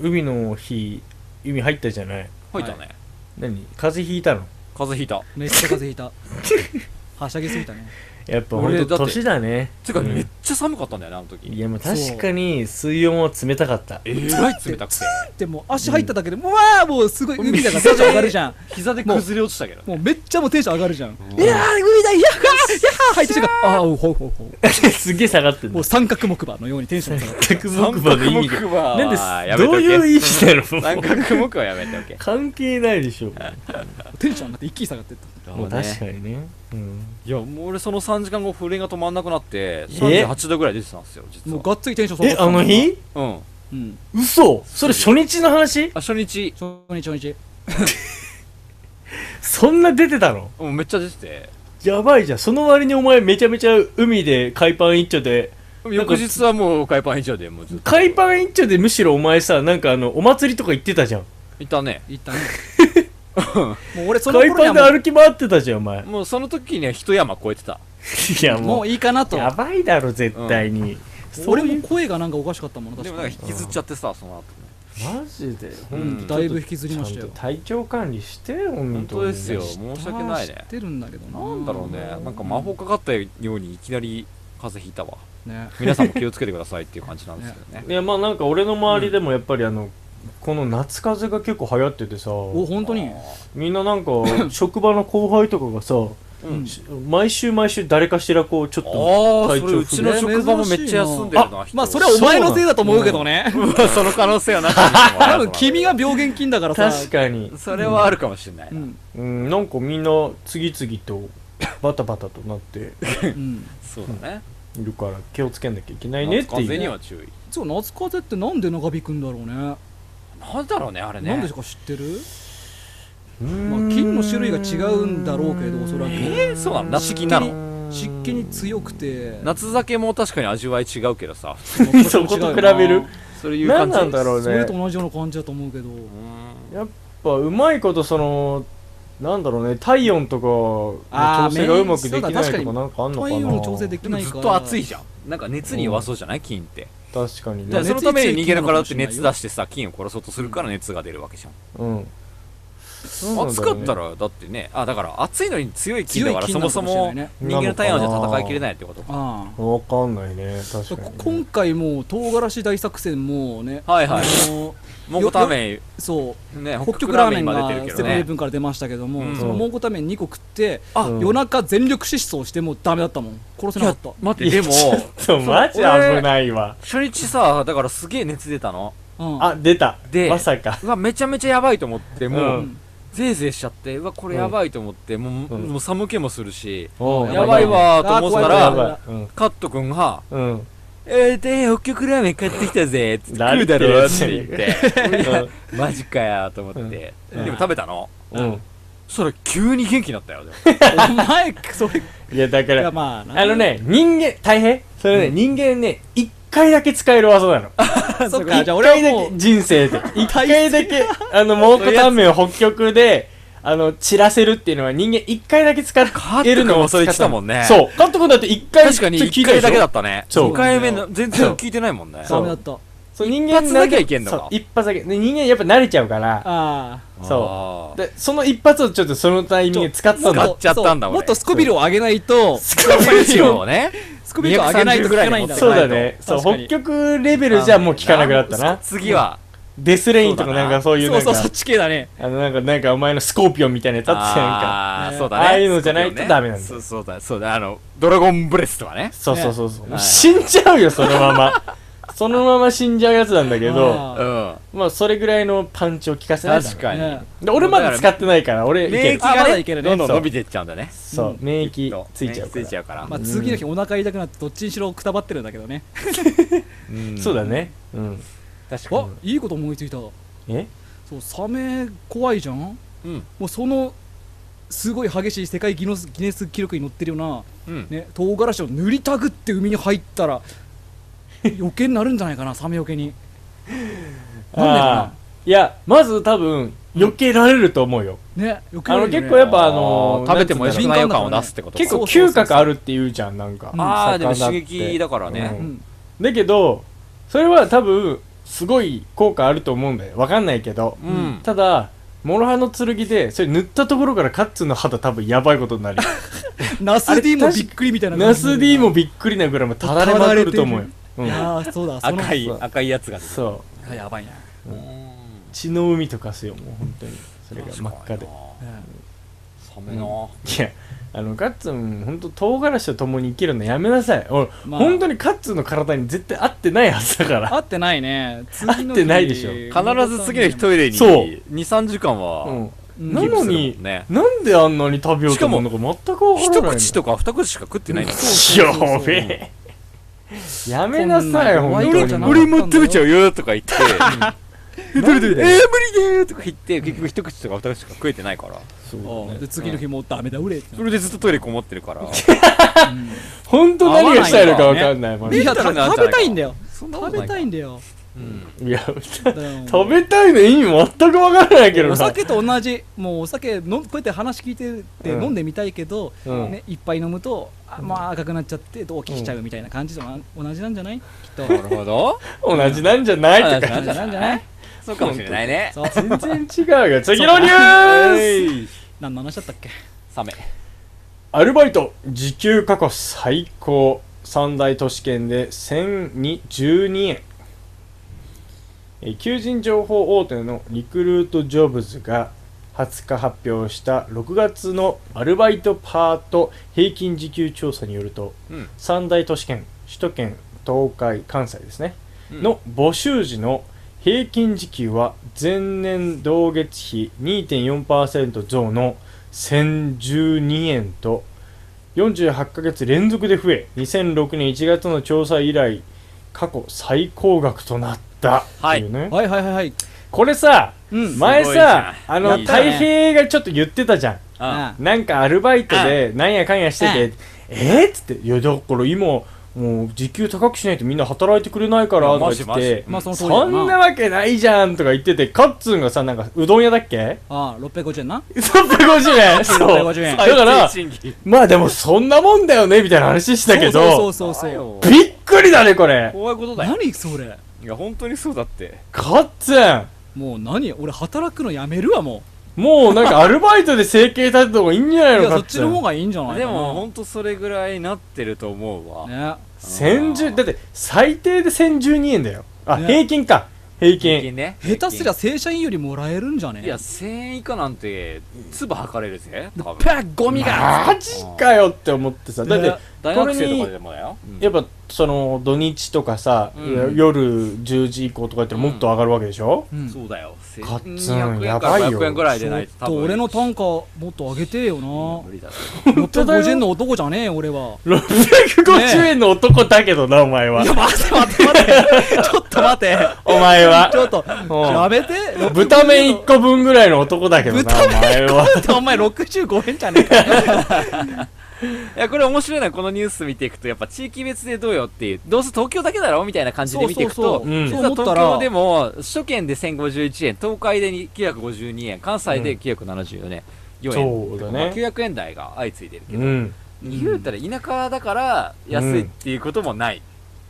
Speaker 6: 海の日海入ったじゃない
Speaker 2: 入ったね、
Speaker 6: 何風邪ひいたの
Speaker 2: 風邪ひいた
Speaker 1: めっちゃ風邪ひいたはしゃぎすぎたね
Speaker 6: やっぱ
Speaker 2: 俺
Speaker 6: 本
Speaker 2: だっ
Speaker 6: 当
Speaker 2: て
Speaker 6: 年だね
Speaker 2: てか、
Speaker 6: うん
Speaker 2: めっちゃ寒かったんだよなあの時
Speaker 6: いやもう
Speaker 1: そう
Speaker 6: 確かに水温は冷たかった
Speaker 2: えらい冷たくて
Speaker 1: でも足入っただけでもうわあもうすごい海だからテンション上がるじゃん
Speaker 2: 膝で崩れ落ちたけど
Speaker 1: もうめっちゃもうテンション上がるじゃんいやー
Speaker 2: ん
Speaker 1: 海だいやーいやー入ってきたからああほうほうほう
Speaker 6: すげえ下がってん
Speaker 1: も
Speaker 6: の
Speaker 1: う三角木馬のようにテンション下がる
Speaker 6: 角木馬の意味がなんですどういう意味なの
Speaker 2: 三角木はやめておけ
Speaker 6: 関係ないでしょ
Speaker 1: テンション上がって一気に下がってった
Speaker 2: だから
Speaker 6: もう
Speaker 2: ね
Speaker 6: 確かにね、うん
Speaker 2: いやもう俺その3時間後震えが止まんなくなって38度ぐらい出てたんですよ実
Speaker 1: もう
Speaker 2: は
Speaker 1: がっつりテンション
Speaker 6: え
Speaker 1: 下が
Speaker 6: あの
Speaker 1: ってたんだ
Speaker 6: 日
Speaker 2: うん
Speaker 1: うん
Speaker 6: 嘘それ初日の話
Speaker 2: あ初日
Speaker 1: 初日初日
Speaker 6: そんな出てたの
Speaker 2: もうめっちゃ出てて
Speaker 6: やばいじゃんその割にお前めちゃめちゃ海で海パン一丁でなんか
Speaker 2: 翌日はもう海パン以上でもうずっと
Speaker 6: 海パン一丁でむしろお前さなんかあのお祭りとか行ってたじゃん
Speaker 2: いたね
Speaker 1: 行ったねも う俺その
Speaker 6: 海
Speaker 1: 頃に
Speaker 6: パ
Speaker 1: は
Speaker 6: ンで
Speaker 1: も
Speaker 6: 歩き回ってたじゃんお前 い
Speaker 2: もうその時には一山越えてた
Speaker 6: や
Speaker 1: うも
Speaker 6: も
Speaker 1: ういいかな
Speaker 6: う
Speaker 1: と
Speaker 6: やばいだろ絶対に、そう
Speaker 1: 俺
Speaker 6: いう
Speaker 1: も声がなんかおかしかったもの
Speaker 2: で
Speaker 1: 確
Speaker 2: も
Speaker 1: か
Speaker 2: なん
Speaker 1: に
Speaker 2: か引きずっちゃってさその後ね
Speaker 6: マジで、ほ
Speaker 2: うん
Speaker 6: と
Speaker 1: だいぶ引きずりましたよ
Speaker 6: ちゃんと体調管理してよ
Speaker 2: 本
Speaker 6: 本
Speaker 2: 当ですよ申し訳ない
Speaker 1: 知
Speaker 2: ね
Speaker 1: ってるんだけどな
Speaker 2: なんだろうねなんか魔法かかったようにいきなり風邪ひいたわ
Speaker 1: ね
Speaker 2: 皆さんも気をつけてくださいっていう感じなんですけどね
Speaker 6: いやまあなんか俺の周りでもやっぱりあの、この夏風邪が結構流行っててさ
Speaker 1: お本当に
Speaker 6: みん ななんか職場の後輩とかがさ、
Speaker 2: うん
Speaker 6: し毎週毎週誰かしらこうちょっ
Speaker 2: あ
Speaker 6: と
Speaker 2: あーそれうちの職場もめっちゃ休んでるな
Speaker 1: あ
Speaker 2: 人
Speaker 1: まあそれはお前のせいだと思うけどね
Speaker 2: うんその可能性はなく
Speaker 1: 多分君が病原菌だからさ
Speaker 6: 確かに、
Speaker 2: それはあるかもしれないな、
Speaker 1: うん
Speaker 6: うん、なんかみんな次々とバタバタとなって
Speaker 1: うん
Speaker 2: そうだね
Speaker 6: いるから気をつけなきゃいけないねって
Speaker 2: 完全に
Speaker 6: いう
Speaker 2: は注意
Speaker 1: そう夏風邪ってなんで長引くんだろうね
Speaker 2: なんだろうねあれね
Speaker 1: なんでか知ってる
Speaker 6: ま
Speaker 1: まあ菌の種類が違うんだろうけどおそらく
Speaker 2: えー、そうなの夏菌なの
Speaker 1: 湿気に強くて
Speaker 2: 夏酒も確かに味わい違うけどさ
Speaker 6: そこと比べる
Speaker 2: それいう感
Speaker 6: 何
Speaker 2: じ
Speaker 6: なんだろう
Speaker 1: それ
Speaker 6: ね
Speaker 1: と同じような感じだと思うけど
Speaker 6: やっぱうまいことそのなんだろうね体温とかの
Speaker 1: あー
Speaker 6: 調整がうまくでき
Speaker 1: メイン
Speaker 6: な
Speaker 1: そ
Speaker 6: いう
Speaker 1: だ
Speaker 6: とかなんかあんのかな
Speaker 1: 体温の調整でき
Speaker 2: で
Speaker 1: な
Speaker 2: も
Speaker 1: い
Speaker 2: ずっ
Speaker 1: から
Speaker 2: と暑いじゃんなんか熱に弱そうじゃない菌って
Speaker 6: 確かに
Speaker 1: だ
Speaker 2: だから
Speaker 6: ね
Speaker 1: ら
Speaker 2: そのために人間の体って
Speaker 1: 熱
Speaker 2: 熱
Speaker 1: 強い菌
Speaker 2: 出してさ菌を殺そうとするから熱が出るわけじゃん
Speaker 6: うんそうなんだ
Speaker 2: 暑
Speaker 6: よ
Speaker 2: か
Speaker 6: ね
Speaker 2: ったらだってねあだから暑いのに強い菌だから
Speaker 1: 強い
Speaker 2: そ
Speaker 1: 菌な
Speaker 2: も
Speaker 1: のか
Speaker 2: そ
Speaker 1: もしれな
Speaker 2: も
Speaker 1: いね
Speaker 2: 人間の体温じゃ戦いきれないってことか
Speaker 1: ああ
Speaker 6: わかんないね確かにね
Speaker 1: 今回もう唐辛子大作戦もね
Speaker 2: はいはい
Speaker 1: あの
Speaker 2: 蒙古タンメ
Speaker 1: そう
Speaker 2: ンね
Speaker 1: 北極ラーメンが
Speaker 2: 今出てる
Speaker 1: セ
Speaker 2: け
Speaker 1: ブ
Speaker 2: ど
Speaker 1: ンイレ
Speaker 2: ね
Speaker 1: ブンから出ましたけども、
Speaker 2: うん
Speaker 1: その蒙古タンメン2個食って、
Speaker 2: あ
Speaker 6: うん
Speaker 1: 夜中全力疾走してもうダメだったもん殺せなかった
Speaker 2: 待ってでも
Speaker 6: そうマジ危ないわ
Speaker 2: 初日さだからすげえ熱出たの
Speaker 1: うん、
Speaker 6: あ出た
Speaker 2: で
Speaker 6: まさか
Speaker 2: うわめちゃめちゃやばいと思っても
Speaker 6: う
Speaker 2: うんぜいぜいしちゃってうわこれやばいと思ってもう
Speaker 6: うん
Speaker 2: もう寒気もするし
Speaker 6: おう
Speaker 2: やばいわーと思ってた
Speaker 1: あ
Speaker 6: や
Speaker 1: ー
Speaker 2: ら
Speaker 1: 怖
Speaker 6: ばいうん
Speaker 2: カット君が
Speaker 6: うん
Speaker 2: 「えーで北極ラーメン買ってきたぜ」つって
Speaker 6: な
Speaker 2: 食
Speaker 6: る
Speaker 2: う
Speaker 6: って
Speaker 2: だろ」
Speaker 6: や
Speaker 2: っ
Speaker 6: つ
Speaker 2: て
Speaker 6: ね
Speaker 2: 言っていや
Speaker 6: う
Speaker 2: マジかよと思って
Speaker 6: うん
Speaker 2: でも食べたの
Speaker 6: うん
Speaker 2: そしたら急に元気になった よでも
Speaker 1: お前それ
Speaker 6: いやだか
Speaker 1: が
Speaker 6: ら
Speaker 1: まあな
Speaker 6: あのね人間大変それね人間ね一回だけ使える技なの
Speaker 1: そっ
Speaker 6: 一
Speaker 1: かじゃあ俺
Speaker 6: 回
Speaker 1: は
Speaker 6: だ
Speaker 1: も
Speaker 6: け
Speaker 1: う
Speaker 6: 人生で一回だけあの蒙古タンメンを北極であの散らせるっていうのは人間一回だけ使えるの
Speaker 2: カット君もそれ言ってたもんね
Speaker 6: そうカット君だって一回
Speaker 2: 確かに
Speaker 6: 聞
Speaker 2: 1
Speaker 6: いたで
Speaker 2: 回
Speaker 6: しょ
Speaker 2: だけだったね
Speaker 6: そ
Speaker 2: 2
Speaker 6: う
Speaker 2: 回目の全然聞いてないもんね
Speaker 1: ダメだったあ
Speaker 6: そう人間
Speaker 2: 一発だけはいけんのか
Speaker 6: そう一発だけで人間やっぱ慣れちゃうから
Speaker 1: あ
Speaker 6: そ
Speaker 2: そう
Speaker 6: でその一発をちょっとそのタイミングで使った
Speaker 2: 買
Speaker 6: んだ
Speaker 2: っちゃったんだ
Speaker 1: そうも
Speaker 2: 俺
Speaker 1: っとスコビルを上げないとス
Speaker 2: うそうそうをね
Speaker 1: コビルを上げないと効かないんだ
Speaker 6: そうだ
Speaker 1: ね
Speaker 6: ねそう
Speaker 1: 確か
Speaker 6: 北
Speaker 1: に
Speaker 6: 極レベル じゃもう効かなくなったな
Speaker 2: 次は
Speaker 6: デスレインとかなんかそういう
Speaker 1: そ
Speaker 6: な
Speaker 1: うんそう
Speaker 6: か
Speaker 1: そっち系だね
Speaker 6: あのなんかなんかお前のスコーピオンみたいなやつあってたやんか
Speaker 2: あー
Speaker 1: ね
Speaker 2: そうだね
Speaker 6: ああいうのじゃないとダメなんだよ
Speaker 2: そうそうだそうだあのドラゴンブレスとかね
Speaker 6: そうそうそうそう、
Speaker 2: ね
Speaker 6: 死んじゃうよその ままそのまま死んじゃうやつなんだけど
Speaker 1: あ
Speaker 2: う
Speaker 1: あ
Speaker 2: ん
Speaker 6: まあそれぐらいのパンチを効かせないと
Speaker 2: 確かに
Speaker 1: ね
Speaker 6: で俺まだ使ってないから俺いけ
Speaker 2: 免疫
Speaker 6: る
Speaker 1: あま
Speaker 2: が
Speaker 1: だ
Speaker 2: ね
Speaker 1: いけるね
Speaker 2: どんどん伸びていっちゃうんだね
Speaker 6: そう免疫ついちゃ
Speaker 2: 免
Speaker 6: うから
Speaker 2: 疫ついちゃうから
Speaker 1: まあ、次の日お腹痛くなってどっちにしろくたばってるんだけどね、
Speaker 2: うん
Speaker 6: そうだねうん
Speaker 2: 確
Speaker 1: あいいこと思いついた
Speaker 6: え
Speaker 1: そうサメ怖いじゃん
Speaker 2: に
Speaker 1: もうそのすごい激しい世界ギノスギネス記録に載ってるような、
Speaker 2: うんうん
Speaker 1: ね、唐辛子を塗りたぐって海に入ったら余計になるんじゃないかなサメ余計になんでか
Speaker 6: ああいやまず多分避けられると思うよ、
Speaker 1: なね余計
Speaker 6: あ
Speaker 1: になる
Speaker 6: の
Speaker 1: よね
Speaker 6: 結構やっぱあのー
Speaker 2: 食べても美
Speaker 6: なんつ
Speaker 2: 味
Speaker 6: う
Speaker 2: し
Speaker 6: ん
Speaker 2: く
Speaker 6: だろう
Speaker 2: ない予感を出すってことか
Speaker 6: 結構
Speaker 1: そうそうそう
Speaker 6: 嗅覚あるって言うじゃんなんか、
Speaker 1: うん
Speaker 2: ああでも
Speaker 6: 魚っ
Speaker 2: 刺
Speaker 6: て
Speaker 2: 激だからね
Speaker 1: うん
Speaker 6: だけどそれは多分すごい効果あると思うんだよわかんないけど、
Speaker 2: うんうん
Speaker 6: ただ諸刃の剣でそれ塗ったところからカッツンの肌多分やばいことになるよ
Speaker 1: ナス D もびっくりみたいな
Speaker 6: ナス D も
Speaker 1: びっ
Speaker 6: びっくりなぐらいもただれまくると思うよ、う
Speaker 1: くりい
Speaker 6: ん、
Speaker 1: やーそうだその
Speaker 2: 赤い
Speaker 6: そう
Speaker 2: 赤いやつが出てくる
Speaker 6: そ
Speaker 1: あやばいな、
Speaker 2: うん
Speaker 6: う血の海とかすよもう本当にそれが真っ赤で
Speaker 1: うん
Speaker 2: サメない
Speaker 6: やあのカッツン本当唐辛子と共に生きるのやめなさい俺、
Speaker 1: まあ
Speaker 6: 本当にカッツンの体に絶対合ってないはずだ から
Speaker 1: 合ってないね次の日
Speaker 6: 合ってないでしょ
Speaker 2: 必ず次の日トイレに
Speaker 6: そう
Speaker 2: 23時間
Speaker 6: うん
Speaker 2: は
Speaker 1: うん
Speaker 6: なの
Speaker 2: キープ
Speaker 6: に
Speaker 2: するもんね
Speaker 6: なんであんなに食べようと思うのか全くわから
Speaker 2: 一
Speaker 6: ない
Speaker 2: 口とか二口しか食ってないんだよ
Speaker 1: そうそうそう
Speaker 6: やべえやめなさい
Speaker 1: こんな
Speaker 6: 本
Speaker 1: ん
Speaker 6: 当
Speaker 1: じゃ
Speaker 6: に
Speaker 1: な
Speaker 2: 俺も食べちゃうよとか言ってえどれどれえー無理だよとか言って結局一口とか二口しか食えてないから
Speaker 6: そうだね
Speaker 1: で次の日もうダメだ俺って
Speaker 2: それでずっとトイレこもってるから
Speaker 6: 本当何がしたいのかわかんないマジ
Speaker 1: い
Speaker 6: で
Speaker 1: や食べたいんだよ
Speaker 2: そんなこ
Speaker 1: 食
Speaker 2: と
Speaker 1: べ
Speaker 2: ないか
Speaker 1: たいんだよ
Speaker 6: いや
Speaker 1: だから
Speaker 6: 食べたいの意味全くわからないけど
Speaker 1: お
Speaker 6: な
Speaker 1: 酒と同じもうお酒のこうやって話聞いてて
Speaker 6: うん
Speaker 1: 飲んでみたいけど、
Speaker 6: うん
Speaker 1: ね、いっぱい飲むとあまあ赤くなっちゃって同期しちゃうみたいな感じと同同じなんじゃないきっと
Speaker 2: なるほど
Speaker 6: 同じなんじゃないと
Speaker 2: 同
Speaker 6: か
Speaker 1: 同じなんじゃない
Speaker 2: そうかもしれないね
Speaker 1: そう
Speaker 6: 全然違うが次のニュース
Speaker 2: えい
Speaker 1: 何の話だったっけ
Speaker 2: サメ
Speaker 6: アルバイト時給過去最高三大都市圏で1012円えー求人情報大手のリクルートジョブズが20日発表した6月のアルバイトパート平均時給調査によると、
Speaker 2: うん
Speaker 6: 三大都市圏首都圏東海関西ですね、
Speaker 2: うん
Speaker 6: の募集時の平均時給は前年同月比2.4%増の1012円と48ヶ月連続で増え2006年1月の調査以来過去最高額となったっていうね、
Speaker 1: はいはいはいはい
Speaker 6: これさ
Speaker 1: うん
Speaker 2: ま
Speaker 6: 前
Speaker 2: すごいじゃ
Speaker 6: さ
Speaker 2: ん
Speaker 6: あ
Speaker 1: や
Speaker 6: の
Speaker 1: ったね
Speaker 6: 太平がちょっと言ってたじゃん
Speaker 2: あ
Speaker 1: あ
Speaker 6: なんかアルバイトでなんやかんやしててえっつって「いやだから今もう時給高くしないとみんな働いてくれないから」とか
Speaker 2: マ
Speaker 6: 言
Speaker 2: ジ
Speaker 6: っ
Speaker 2: マジ
Speaker 6: て
Speaker 1: まあその通りだ
Speaker 6: そんなわけないじゃん」とか言っててカッツンがさなんかうどん屋だっけ
Speaker 1: ああ650円な
Speaker 6: 350円そう
Speaker 1: 650円
Speaker 6: だから
Speaker 2: 最低賃金
Speaker 6: まあでもそんなもんだよねみたいな話したけ
Speaker 1: そ
Speaker 6: ど
Speaker 1: うそうそうそう
Speaker 6: びっくりだねこれ
Speaker 2: こういうことだよ
Speaker 1: 何それ
Speaker 2: いや本当にそうだって
Speaker 6: カッツン
Speaker 1: もう何俺働くのやめるわも
Speaker 6: もうなんかアルバイトで生計立てた方がいいんじゃな
Speaker 1: う
Speaker 6: い
Speaker 1: い
Speaker 6: の
Speaker 1: や
Speaker 6: か
Speaker 1: そっちの方がいいんじゃない
Speaker 2: で
Speaker 1: かな
Speaker 2: も本当それぐらいなってると思うわ
Speaker 1: ね
Speaker 6: 千十だって最低で千十二円だよあ、
Speaker 1: ね
Speaker 6: 平均か平
Speaker 2: 平
Speaker 6: 均
Speaker 2: 均ね
Speaker 1: 下手すりゃ正社員よりもらえるんじゃね
Speaker 2: いや1000円以下なんて唾吐かれるぜ多分
Speaker 1: パッゴミが
Speaker 6: マジかよって思ってさだって
Speaker 1: ね
Speaker 2: 大学生とかでもだよ
Speaker 6: やっぱその土日とかさ、
Speaker 2: うん
Speaker 6: 夜10時以降とかやったらもっと上がるわけでしょ、
Speaker 1: うん
Speaker 2: そうだよ
Speaker 6: カッツン
Speaker 2: 1200
Speaker 6: や
Speaker 2: 円か
Speaker 6: ば
Speaker 2: ら
Speaker 6: いよ
Speaker 2: 500円ぐらいでない
Speaker 1: ちょっと俺の単価もっと上げてよな
Speaker 2: 無理だろ
Speaker 1: 650円の男じゃねえよ俺は
Speaker 6: 650円の男だけどなお前は
Speaker 1: 待て待て待てちょっと待て
Speaker 6: お前は
Speaker 1: ちょっと
Speaker 6: うん
Speaker 1: やめて
Speaker 6: 豚麺1個分ぐらいの男だけどなお前は
Speaker 1: 個お前65円じゃねえか
Speaker 2: いやこれ面白いのはこのニュース見ていくとやっぱ地域別でどうよっていうどうせ東京だけだろみたいな感じで見ていく
Speaker 1: そうそう
Speaker 2: と
Speaker 6: そううん
Speaker 2: 実
Speaker 1: そう
Speaker 2: は
Speaker 1: 思った
Speaker 2: 東
Speaker 1: ら
Speaker 2: 京でも首都圏で1051円東海で952円関西で974円、4円
Speaker 6: そうだ
Speaker 2: まあ
Speaker 6: ね
Speaker 2: 900円台が相次いでるけ
Speaker 6: う
Speaker 2: ど、
Speaker 6: ん
Speaker 2: 言うたら田舎だから安いっていうこともない、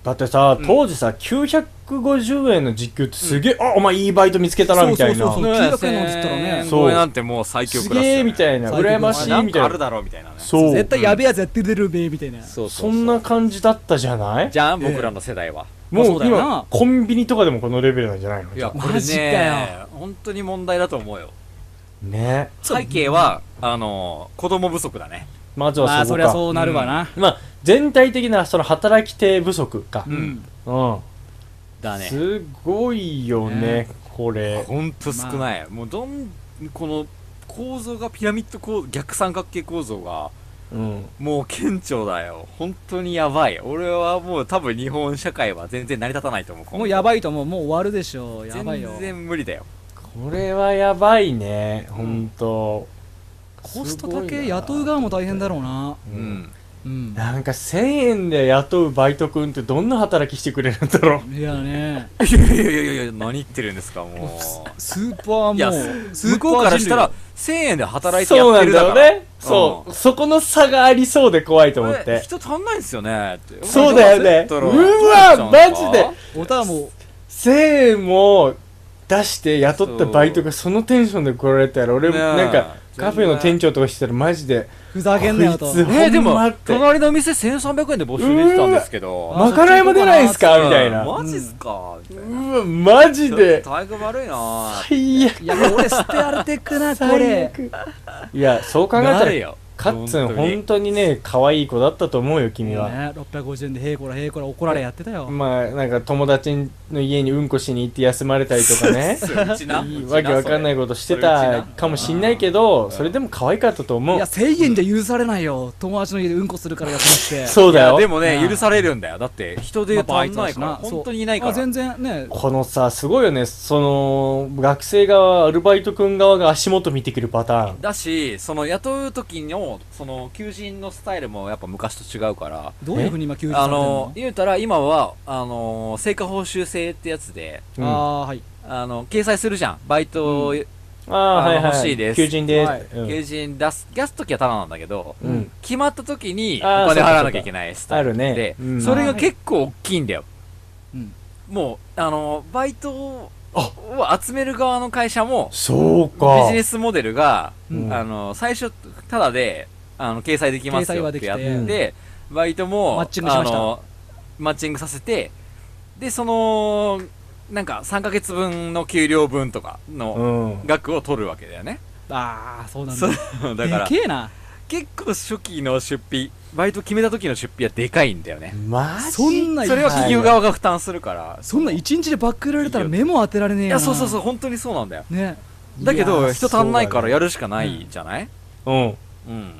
Speaker 6: だってさ
Speaker 2: うん
Speaker 6: 当時さ950円の時給ってすげえ、あお前いいバイト見つけたなみたいな
Speaker 1: そうそう900円なんて言ったらね
Speaker 2: 1000
Speaker 6: そう
Speaker 2: 超えなんてもう最強
Speaker 6: す
Speaker 2: クラスだ
Speaker 6: げ
Speaker 2: よね、
Speaker 6: えみたいな
Speaker 1: 最高
Speaker 6: 羨ましい
Speaker 2: なん
Speaker 6: みた
Speaker 2: か
Speaker 6: いな
Speaker 2: あるだろうみたいなね
Speaker 6: そう
Speaker 1: 絶対やべえやつやってるべみたいな
Speaker 2: そう
Speaker 6: そんな感じだったじゃない
Speaker 2: じゃん僕らの世代は、
Speaker 1: まあ
Speaker 6: も
Speaker 1: そう
Speaker 6: う
Speaker 1: だよな
Speaker 6: 今コンビニとかでもこのレベルなんじゃないの
Speaker 2: いやこ
Speaker 1: マ
Speaker 2: れ
Speaker 1: ジか
Speaker 2: ね
Speaker 1: よ
Speaker 2: 本当に問題だと思うよ
Speaker 6: ね
Speaker 2: 背景はあの子供不足だね
Speaker 6: まず
Speaker 1: ま
Speaker 6: は
Speaker 1: あ
Speaker 6: そ
Speaker 1: そ
Speaker 6: こ
Speaker 1: りゃ
Speaker 6: か
Speaker 1: そうなるわな
Speaker 6: まあ全体的なその働き手不足か
Speaker 1: うん、
Speaker 6: うん
Speaker 2: だね
Speaker 6: すごいよね
Speaker 1: ね
Speaker 6: これ
Speaker 2: ほんと少ない、もうどんこの構造がピラミッド構逆三角形構造が
Speaker 6: うん
Speaker 2: もう顕著だよ本当にやばい俺はもう多分日本社会は全然成り立たないと思う
Speaker 1: もうや
Speaker 2: ば
Speaker 1: ばいと思うもう終わるでしょうやばいよ
Speaker 2: 全然無理だよ
Speaker 6: これはやばいねほんと
Speaker 1: コストだけ雇う側も大変だろうな
Speaker 2: う
Speaker 6: うん
Speaker 2: ん
Speaker 1: うん
Speaker 6: なんか1000円で雇うバイト君ってどんな働きしてくれるんだろう
Speaker 1: いやね
Speaker 2: いやいやいやいや何言ってるんですかもう
Speaker 1: スー パ
Speaker 2: いや
Speaker 1: ーもうス
Speaker 2: 向
Speaker 1: ーパー
Speaker 2: こうからしたら
Speaker 1: 人
Speaker 2: 1000円で働いて
Speaker 6: そう
Speaker 2: やって
Speaker 6: なん
Speaker 2: る
Speaker 6: だ
Speaker 2: だから
Speaker 6: よねそうそこの差がありそうで怖いと
Speaker 2: こ
Speaker 6: 思
Speaker 2: れ
Speaker 6: って
Speaker 2: 人足んないんすよねって
Speaker 6: そうだよね
Speaker 2: どうせだ
Speaker 6: うわ
Speaker 2: ったら
Speaker 6: マジで
Speaker 1: 類おたはも
Speaker 6: 1000円も出して雇ったバイトがそのテンションで来られたら俺
Speaker 2: ねえ
Speaker 6: なんかカフェの店長とかしてたらマジで
Speaker 1: ふざけんなよ
Speaker 6: こといつ
Speaker 2: えーで
Speaker 6: ほん
Speaker 2: も
Speaker 6: まって
Speaker 2: 隣のお店1300円で募集できたんですけど
Speaker 1: うわ
Speaker 6: まかないも出ないんすかみたいな
Speaker 2: マジっすかみたいうな
Speaker 6: わマジで
Speaker 2: 体育悪いなぁ
Speaker 6: 最悪
Speaker 1: いや俺捨てられてくなこれ
Speaker 6: いやそう考えたら
Speaker 2: なるよ
Speaker 6: カッツン本当にね可愛い子だったと思うよ君は、
Speaker 1: ね、650円でへいこらへいこら怒られやってたよ、
Speaker 6: まあなんか友達の家にうんこしに行って休まれたりとか ね
Speaker 8: うちな
Speaker 6: わけわかんないいことしてたかもしんないけどそれでも可愛かったと思
Speaker 1: いうや1000円じゃ許されないよ友達の家でうんこするからやってなくて
Speaker 6: そう
Speaker 2: い
Speaker 6: だ
Speaker 2: やで
Speaker 6: よ
Speaker 2: も
Speaker 1: う
Speaker 2: ね
Speaker 1: ん
Speaker 2: 許されるんだよだって人で足んないから、
Speaker 1: まあバイトだしな
Speaker 2: 本当にいないから
Speaker 1: あ全然ね
Speaker 6: このさすごいよねその学生側アルバイト君側が足元見てくるパターン
Speaker 2: だしその雇う時のその求人のスタイルもやっぱ昔と違うから
Speaker 1: どういうふうに今休日さ
Speaker 2: あ
Speaker 1: れてん
Speaker 2: の
Speaker 1: の
Speaker 2: 言うたら今はあの成果報酬制ってやつで
Speaker 1: あ
Speaker 6: うんあ
Speaker 1: あーはい
Speaker 2: あの掲載するじゃんバイト、あ
Speaker 6: あ
Speaker 2: の
Speaker 6: はいはい
Speaker 2: 欲しいです
Speaker 6: 求人です、
Speaker 1: はい
Speaker 6: うん
Speaker 2: 求人出す出す時はタダなんだけど、
Speaker 6: うん
Speaker 2: 決まった時にお
Speaker 6: あー
Speaker 2: 金払わなきゃいけないスタイル
Speaker 6: そうかそうか
Speaker 2: で
Speaker 6: あるねうん
Speaker 2: それが結構大きいんだよ、
Speaker 1: うん
Speaker 2: もうあのバイトを集める側の会社も
Speaker 6: そう
Speaker 2: ビ
Speaker 6: か
Speaker 2: ジネスモデルが、
Speaker 6: うん
Speaker 2: あの最初タダであの掲載できますよってやっ
Speaker 1: 掲載
Speaker 6: はでき
Speaker 2: て、バイトも
Speaker 1: マッチングしました
Speaker 2: あのマッチングさせてでそのなんか3ヶ月分の給料分とかの
Speaker 6: うん
Speaker 2: 額を取るわけだよね、
Speaker 1: ああそうなん
Speaker 2: そ
Speaker 1: だ
Speaker 2: うだから
Speaker 1: でけえな
Speaker 2: 結構初期の出費バイト決めた時の出費はでかいんだよね
Speaker 6: マジ
Speaker 1: そんな
Speaker 2: それは企業
Speaker 1: はい
Speaker 2: 側が負担するから
Speaker 1: そんな一日でバックられたら目も当てられねえ
Speaker 2: い
Speaker 1: よ
Speaker 2: やそうそうそう
Speaker 1: う
Speaker 2: 本当にそうなんだよ
Speaker 1: ね
Speaker 2: だけ
Speaker 6: いや
Speaker 2: ど
Speaker 6: ー
Speaker 2: 人足んないから
Speaker 6: そうだね
Speaker 2: やるしかないじゃない
Speaker 6: うん
Speaker 2: うん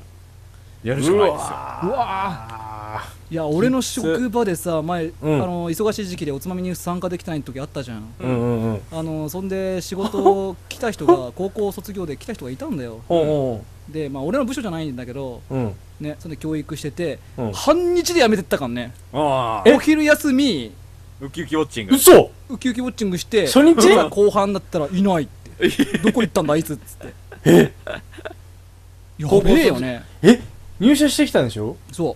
Speaker 2: やるしかないですよ
Speaker 1: うわーいや俺の職場でさ前、
Speaker 6: うん
Speaker 1: あの忙しい時期でおつまみニュース参加できない時あったじゃん
Speaker 6: うんうんうん
Speaker 1: あのそんで仕 事来た人が高校卒業で来た人がいたんだよ
Speaker 6: おう
Speaker 1: でまあ俺の部署じゃないんだけど
Speaker 6: おううん
Speaker 1: ねそんで教育してて、
Speaker 6: うん
Speaker 1: 半日で辞めてったからね
Speaker 2: ああ
Speaker 1: お昼休み
Speaker 2: ウキウキウォッチング
Speaker 6: 嘘
Speaker 1: ウキウキウォッチングして
Speaker 6: 初日
Speaker 1: 朝後半だったらいないってどこ行ったんだあいつっつってえやべえよね
Speaker 6: え入社してきたんでしょ
Speaker 1: そ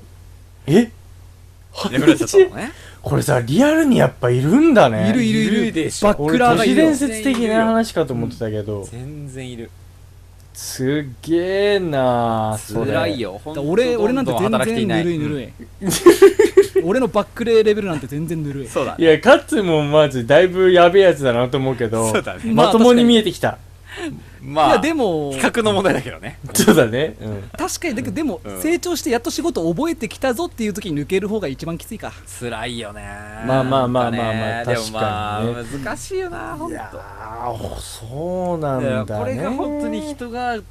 Speaker 1: う
Speaker 6: え
Speaker 2: やめられちゃったのね
Speaker 6: これさリアルにやっぱいるんだね
Speaker 1: いるいるいる
Speaker 2: いるでしょ
Speaker 1: バック
Speaker 6: 俺
Speaker 1: ラー
Speaker 6: 都
Speaker 1: がい
Speaker 6: 市
Speaker 1: るよ
Speaker 6: 伝説的な話かと思ってたけど、
Speaker 2: 全然いる
Speaker 6: すっげえなあそれ
Speaker 2: 辛いよほん
Speaker 1: だ
Speaker 2: と
Speaker 1: 俺俺なんて
Speaker 2: どど働
Speaker 1: 全
Speaker 2: きてい
Speaker 1: 然
Speaker 2: な
Speaker 1: ぬ
Speaker 2: い
Speaker 1: るいぬるい俺のバックレーレベルなんて全然ぬるい
Speaker 2: そうだ
Speaker 6: いやカッツンもまずだいぶやべえやつだなと思うけど
Speaker 2: そうだね
Speaker 6: まともに見えてきた、
Speaker 2: まあ
Speaker 1: いやでも
Speaker 2: 企画の問題だけどね
Speaker 6: そうだね、うん、
Speaker 1: 確かにだけどでも、
Speaker 2: うん
Speaker 1: 成長してやっと仕事覚えてきたぞっていう時に抜ける方が一番きついか
Speaker 2: 辛いよね
Speaker 6: まあまあまあまあまあ
Speaker 2: なんかねでもまあ
Speaker 6: 確か
Speaker 2: 難しいよな本
Speaker 6: い
Speaker 2: 当
Speaker 6: やーそうなんだ
Speaker 2: だ
Speaker 6: ね
Speaker 2: からこれが本当に人が圧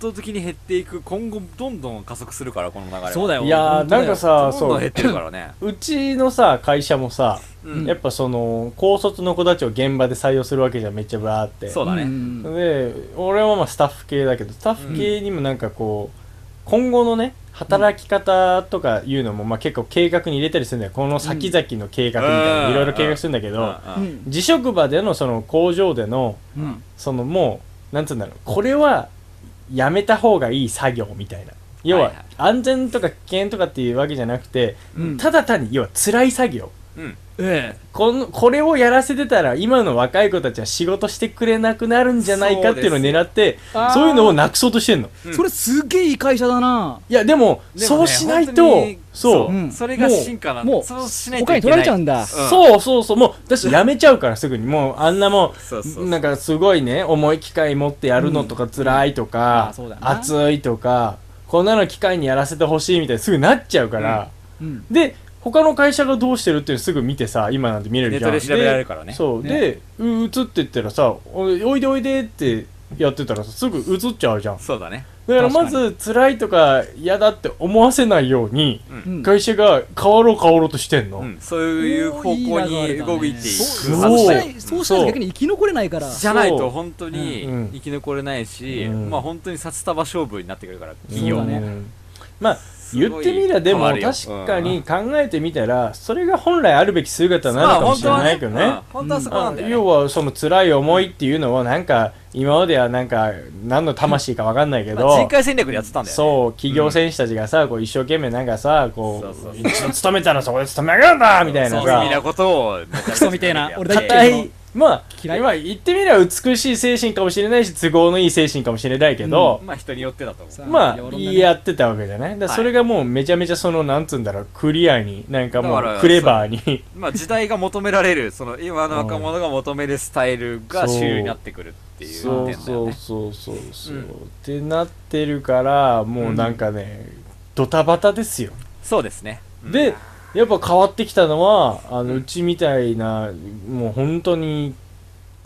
Speaker 2: 倒的に減っていく今後どんどん加速するからこの流れは
Speaker 1: そうだよ
Speaker 6: いやー
Speaker 1: 本当だ
Speaker 6: なん
Speaker 1: よ
Speaker 6: かさ
Speaker 2: どんど
Speaker 6: そ
Speaker 2: ん減
Speaker 6: う
Speaker 2: ってるからね
Speaker 6: うちのさ会社もさ、
Speaker 2: うん
Speaker 6: やっぱその高卒の子たちを現場で採用するわけじゃんめっちゃブワーって
Speaker 2: そうだね
Speaker 1: ん
Speaker 6: で俺はまあスタッフ系だけどスタッフ系にもなんかこう、今後のね働き方とかいうのもまあ結構計画に入れたりするんだよこの先々の計画みたいな、
Speaker 2: うん
Speaker 6: いろいろ計画するんだけど、
Speaker 1: う
Speaker 2: うん
Speaker 1: ん
Speaker 6: 自職場でのその工場での
Speaker 1: うん
Speaker 6: そのもうなんつうんだろうこれはやめた方がいい作業みたいな要は
Speaker 2: はいはい
Speaker 6: 安全とか危険とかっていうわけじゃなくて、
Speaker 1: うん
Speaker 6: ただ単に要は辛い作業
Speaker 2: うん
Speaker 1: ええ
Speaker 6: このこれをやらせてたら今の若い子たちは仕事してくれなくなるんじゃないかっていうのを狙ってそういうのをなくそうとしてんの
Speaker 2: うん
Speaker 1: それすげえいい会社だない
Speaker 6: やでも
Speaker 2: でもね
Speaker 6: そうしない
Speaker 2: 本
Speaker 6: と
Speaker 2: 当に
Speaker 6: そう、
Speaker 1: うん
Speaker 2: それが進化なん
Speaker 1: もう
Speaker 2: そうしないと
Speaker 1: 他に
Speaker 2: い
Speaker 1: 取
Speaker 2: け
Speaker 1: ら
Speaker 2: ない
Speaker 1: れちゃうんだ
Speaker 2: うん
Speaker 6: そうそうそうもう私やめちゃうからすぐにもうあんなも
Speaker 2: そうそうそうう
Speaker 6: なんかすごいね重い機械持ってやるのとか辛いと
Speaker 1: うんあ
Speaker 6: か、
Speaker 1: そうだよな
Speaker 6: 暑いとかこんなの機械にやらせてほしいみたいにすぐなっちゃうから、
Speaker 1: うん
Speaker 6: で他の会社がどうしてるっていうのすぐ見てさ今なんて見れるじゃん
Speaker 2: ネットで調べられるからね
Speaker 6: そう、
Speaker 1: ね
Speaker 6: でう移ってったらさおいおいでおいでってやってたらさすぐ移っちゃうじゃんだ
Speaker 2: そうだね
Speaker 6: からま
Speaker 1: 確か
Speaker 6: ず辛いとか嫌だって思わせないように
Speaker 1: うん
Speaker 6: 会社が変わろう変わろうとしてんの、
Speaker 2: うんそういう方向に動いていく
Speaker 1: そう
Speaker 6: はず
Speaker 1: そうし
Speaker 6: だ
Speaker 1: な
Speaker 6: よ
Speaker 1: いそうしないと逆に生き残れないから
Speaker 2: じゃないと本当に
Speaker 6: うん
Speaker 2: 生き残れないし、
Speaker 6: うん
Speaker 2: まあ本当に札束勝負になってくるから
Speaker 6: い
Speaker 2: 企
Speaker 6: い
Speaker 2: 業
Speaker 6: よ
Speaker 1: そう
Speaker 2: も、
Speaker 1: だね
Speaker 6: まあ
Speaker 2: ごい
Speaker 6: 言ってみりゃで
Speaker 2: 変わ
Speaker 6: も
Speaker 2: るよ
Speaker 6: 確かに考えてみたらそれが本来あるべき姿なの
Speaker 2: まあ
Speaker 6: かも
Speaker 2: 本
Speaker 6: し
Speaker 2: 当
Speaker 6: れ
Speaker 2: は
Speaker 6: な
Speaker 2: ね
Speaker 6: いけどね,、
Speaker 2: うん本当はそこなんだよ、ね
Speaker 6: 要はその辛い思いっていうのはなんか今まではなんか何の魂かわかんないけど、
Speaker 2: まあ人海戦略でやってたんだよ、ね、
Speaker 6: そう企業選手たちがさ、こう一生懸命なんかさこう
Speaker 2: そうそう
Speaker 6: 一度勤めたらそこで勤め上げるんだみたいな
Speaker 2: そういう意味な
Speaker 6: さ
Speaker 2: ことを
Speaker 1: クソみてえな俺大
Speaker 6: 硬
Speaker 1: 嫌い
Speaker 6: いまあ
Speaker 1: 嫌い
Speaker 6: 今言ってみれば美しい精神かもしれないし都合のいい精神かもしれないけど、
Speaker 2: まあ人によってだと思う。
Speaker 1: さ
Speaker 6: ま
Speaker 1: 両
Speaker 6: あ
Speaker 1: 論だね
Speaker 6: やってたわけじゃないだから
Speaker 2: はい
Speaker 6: それがもうめちゃめちゃそのなんつうんだろうクリアになんか
Speaker 2: だ
Speaker 6: も
Speaker 2: から
Speaker 6: うクレバーに
Speaker 2: まあ時代が求められる、その今の若者が求めるスタイルが主流になってくるっていう点だよ
Speaker 6: そう
Speaker 2: ね。
Speaker 6: そうそうそうそう、
Speaker 2: うん
Speaker 6: ってなってるからもうなんかね、ドタバタですよ
Speaker 2: そうですね。
Speaker 6: でやっぱ変わってきたのはあのうちみたいなもう本当に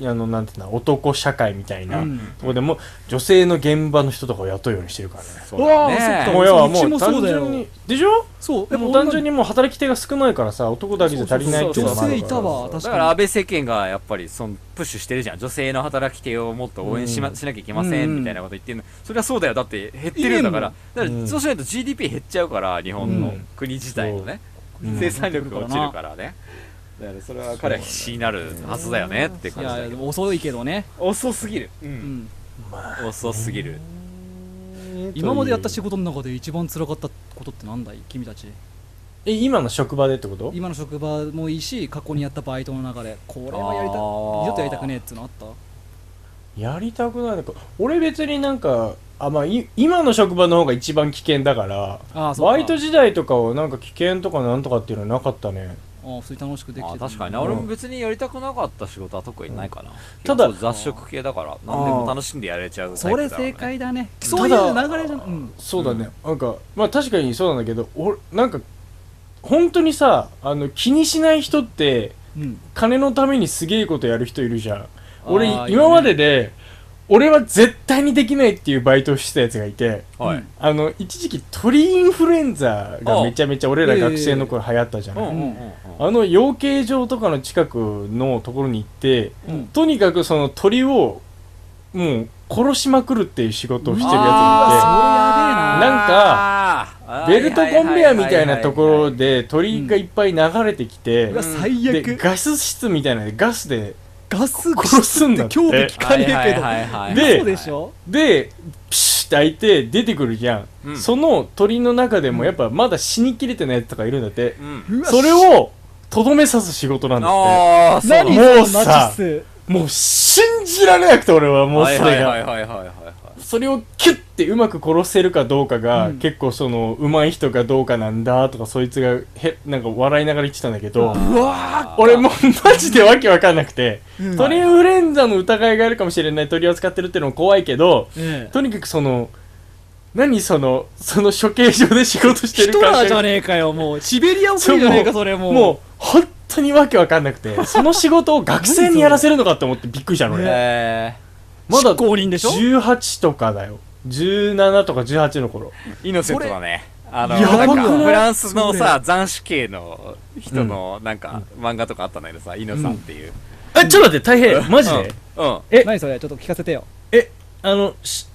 Speaker 6: あのなんていうの男社会みたいな、
Speaker 1: うん
Speaker 6: とこでも女性の現場の人とかを雇うようにしてるからね
Speaker 2: そうだ
Speaker 1: うわーそっか
Speaker 2: ね。
Speaker 6: もう要はも
Speaker 1: うちも
Speaker 6: う
Speaker 1: そ
Speaker 6: 単
Speaker 1: うだよ
Speaker 6: 純にでしょ
Speaker 1: そうやっぱ
Speaker 6: もう
Speaker 1: 女
Speaker 6: 単純にもう働き手が少ないからさ男だけじゃ足りないっていうのもあるから
Speaker 1: そうそうそう女性いたわ確
Speaker 2: だから安倍政権がやっぱりそのプッシュしてるじゃん女性の働き手をもっと応援し,、ま
Speaker 6: うん
Speaker 2: しなきゃいけませ
Speaker 1: うん
Speaker 2: ん
Speaker 1: うん
Speaker 2: みたいなこと言ってるの、それはそうだよだって減ってるんだからだから
Speaker 6: うん
Speaker 2: そうしないと GDP 減っちゃうから日本
Speaker 6: う
Speaker 2: の
Speaker 6: ん
Speaker 2: 国自体のね、
Speaker 6: うん
Speaker 2: 生産力が落ちるからねだからそれは彼は必死になるはずだよねって
Speaker 1: い
Speaker 2: 感じだ
Speaker 1: や
Speaker 2: けど
Speaker 1: 遅いけどね、
Speaker 2: 遅すぎる、う、
Speaker 1: うんん、
Speaker 2: 遅すぎる
Speaker 1: 今までやった仕事の中で一番辛かったことってなんだい君たち
Speaker 6: え今の職場でってこと
Speaker 1: 今の職場もいいし過去にやったバイトの中でこれはやりた二
Speaker 2: あー
Speaker 1: 度とやりたくねえっつうのあった
Speaker 6: やりたくないのか俺別になんかあまあい今の職場の方が一番危険だから
Speaker 1: ああそうか
Speaker 6: バイト時代とかはなんか危険とかなんとかっていうのはなかったね
Speaker 1: ああ普通に楽しくでき
Speaker 2: ま
Speaker 1: て
Speaker 2: あ
Speaker 1: た
Speaker 2: 確かにな、
Speaker 1: あ
Speaker 2: 俺も別にやりたくなかった仕事は特にないかな、
Speaker 6: ただ
Speaker 2: 結構雑食系だから何でも楽しんでやれちゃうタイ
Speaker 1: そ
Speaker 2: プだろう
Speaker 1: れ
Speaker 2: ね
Speaker 1: 正解だね
Speaker 6: だ
Speaker 1: そういう流れじゃん、うん、
Speaker 6: そうだね、なんかまあ確かにそうなんだけど俺なんか本当にさあの気にしない人って
Speaker 1: うん、
Speaker 6: 金のためにすげえことやる人いるじゃん俺
Speaker 1: あー
Speaker 6: 今までで、俺は絶対にできないっていうバイトをしてたやつがいて
Speaker 2: はい、
Speaker 1: うん
Speaker 6: あの一時期鳥インフルエンザがめちゃめちゃ俺ら学生の頃流行ったじゃない、
Speaker 1: うん
Speaker 6: あの養鶏場とかの近くのところに行って、
Speaker 1: うん
Speaker 6: とにかくその鳥をもう殺しまくるっていう仕事をしてるやつが
Speaker 1: あ
Speaker 6: ーそれやべえな
Speaker 2: なんか
Speaker 6: いてベルトコンベヤーみたいなところで鳥がいっぱい流れてきて、
Speaker 1: うわ
Speaker 2: うん
Speaker 1: 最
Speaker 6: で
Speaker 1: 悪
Speaker 6: ガス室みたいなのでガスで
Speaker 1: ガス
Speaker 6: 殺すんだって
Speaker 1: 興味聞かねえけど、
Speaker 6: で
Speaker 1: そうでしょ
Speaker 6: でピシッて開いて出てくるじゃん、
Speaker 2: うん
Speaker 6: その鳥の中でもやっぱまだ死にきれてないやつとかいるんだって、
Speaker 2: うん
Speaker 1: うわ
Speaker 6: それをとどめ刺す仕事なんだって
Speaker 2: ああ
Speaker 1: 何
Speaker 6: もう
Speaker 1: そのナ
Speaker 6: さ
Speaker 1: チス
Speaker 6: もう信じられなくて俺はもうそれが、
Speaker 2: はいはいはいはいはいはい
Speaker 6: それをキュッてうまく殺せるかどうかが、
Speaker 1: うん
Speaker 6: 結構その上手い人かどうかなんだとかそいつがへなんか笑いながら言ってたんだけど
Speaker 1: うわ
Speaker 6: 俺もうマジでわけわかんなくて、
Speaker 1: うん
Speaker 6: 鳥インフルエンザの疑いがあるかもしれない鳥を使ってるってのも怖いけど
Speaker 1: ええ
Speaker 6: とにかくその何そのその処刑場で仕事して
Speaker 1: ヒ
Speaker 6: る
Speaker 1: トラーじゃ
Speaker 6: が
Speaker 1: ねえかよもうシベリア送りじゃねえかそれもう
Speaker 6: もう本当にわけわかんなくてその仕事を学生にやらせるのかって思ってびっくりしたの俺、
Speaker 2: え
Speaker 6: まだ
Speaker 1: 執行人でしょ
Speaker 6: 18とかだよ17とか18の頃
Speaker 2: ーイノセントだねあの
Speaker 6: や
Speaker 2: な
Speaker 6: ばく
Speaker 2: ん
Speaker 6: ない
Speaker 2: かフランスのさ斬首系の人のなんか漫画とかあったんだけどさイノさんっていう
Speaker 9: えちょっと待って大変マジ
Speaker 2: うん
Speaker 9: で
Speaker 2: うん
Speaker 1: 何それちょっと聞かせてよ
Speaker 9: あのし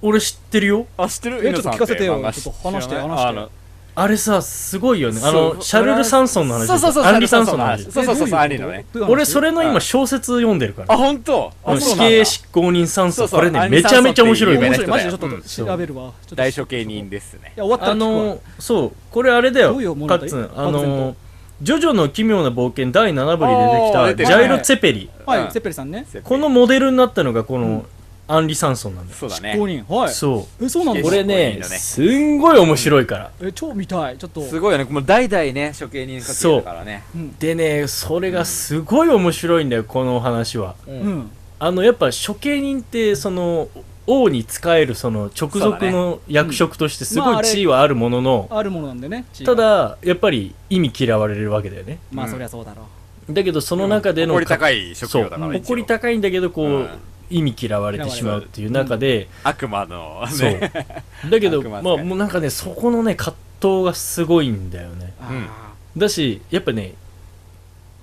Speaker 9: 俺知ってるよ
Speaker 2: あ知ってる
Speaker 1: え
Speaker 2: イノさん
Speaker 1: ちょっと聞かせてよ
Speaker 2: 漫画
Speaker 1: ちょっと話して
Speaker 2: 知らない
Speaker 1: 話して
Speaker 2: あの
Speaker 9: あれさすごいよねあ
Speaker 2: そ
Speaker 9: の
Speaker 2: う
Speaker 9: シャルル・サンソンの話
Speaker 2: そうそうそう
Speaker 9: アンリ・サンソンの話
Speaker 2: そうそうそうそうアンリのね
Speaker 9: 俺それの
Speaker 2: う
Speaker 9: 今
Speaker 2: ん
Speaker 9: 小説読んでるから
Speaker 2: あ本当あそう
Speaker 9: 死
Speaker 2: なんだ
Speaker 9: 刑執行人サンソ
Speaker 2: そ
Speaker 9: ン
Speaker 2: うそう
Speaker 9: これ
Speaker 2: ア
Speaker 9: ね
Speaker 2: ン
Speaker 9: め
Speaker 2: リサン
Speaker 9: ち
Speaker 2: ソン
Speaker 9: ゃめちゃ面白い
Speaker 2: ってい
Speaker 1: 面
Speaker 2: う
Speaker 9: よ
Speaker 1: 白いマジでちょっ
Speaker 2: う
Speaker 1: と
Speaker 2: ん
Speaker 1: 調べるわちょっと
Speaker 2: 大処刑人ですね
Speaker 1: いや終わったら
Speaker 9: あ
Speaker 1: 聞
Speaker 9: のそうこれあれだよ
Speaker 1: どういう
Speaker 9: カ
Speaker 1: 物語
Speaker 9: ッツン
Speaker 1: 漠然と
Speaker 9: あのジョジョの奇妙な冒険第7部に出てきた
Speaker 2: あー
Speaker 9: ジャイロ・ツェペリ
Speaker 1: くわ
Speaker 2: う
Speaker 1: は
Speaker 2: ん
Speaker 1: いセッペリさんね
Speaker 9: このモデルになったのがこのアンリ・サンソンなんだよ
Speaker 2: そうだね
Speaker 1: 5人はい
Speaker 9: そ
Speaker 1: えそうなん
Speaker 9: う
Speaker 1: だ
Speaker 9: これね
Speaker 2: いいよね
Speaker 9: すんごい面白いから
Speaker 1: え超見たいちょっと
Speaker 2: すごいよね、もう代々ね、処刑人かけてるからね。
Speaker 9: でねそれがすごい面白いんだよこのお話は
Speaker 1: うん
Speaker 9: あのやっぱ処刑人ってその王に仕えるその直属の役職としてす
Speaker 1: うんま
Speaker 9: ご
Speaker 1: ああ
Speaker 9: い
Speaker 1: れ
Speaker 9: 地位はあるものの
Speaker 1: あるものなんでね地位
Speaker 9: た
Speaker 1: が
Speaker 9: だやっぱり意味嫌われるわけだよね
Speaker 1: まあそりゃそうだろ
Speaker 9: だけどその中での
Speaker 2: 誇り
Speaker 9: か
Speaker 2: 高い職業だから、
Speaker 1: そう
Speaker 2: 一応
Speaker 9: 誇り高いんだけどこう、
Speaker 2: うん
Speaker 9: 意味嫌われてしまうっていう中で、
Speaker 2: 悪魔の、ね、
Speaker 9: そう だけど
Speaker 2: 悪魔
Speaker 9: まあ
Speaker 2: 扱い
Speaker 9: もうなんかねそこのね葛藤がすごいんだよね
Speaker 1: う
Speaker 2: うん
Speaker 1: あ
Speaker 9: だしやっぱね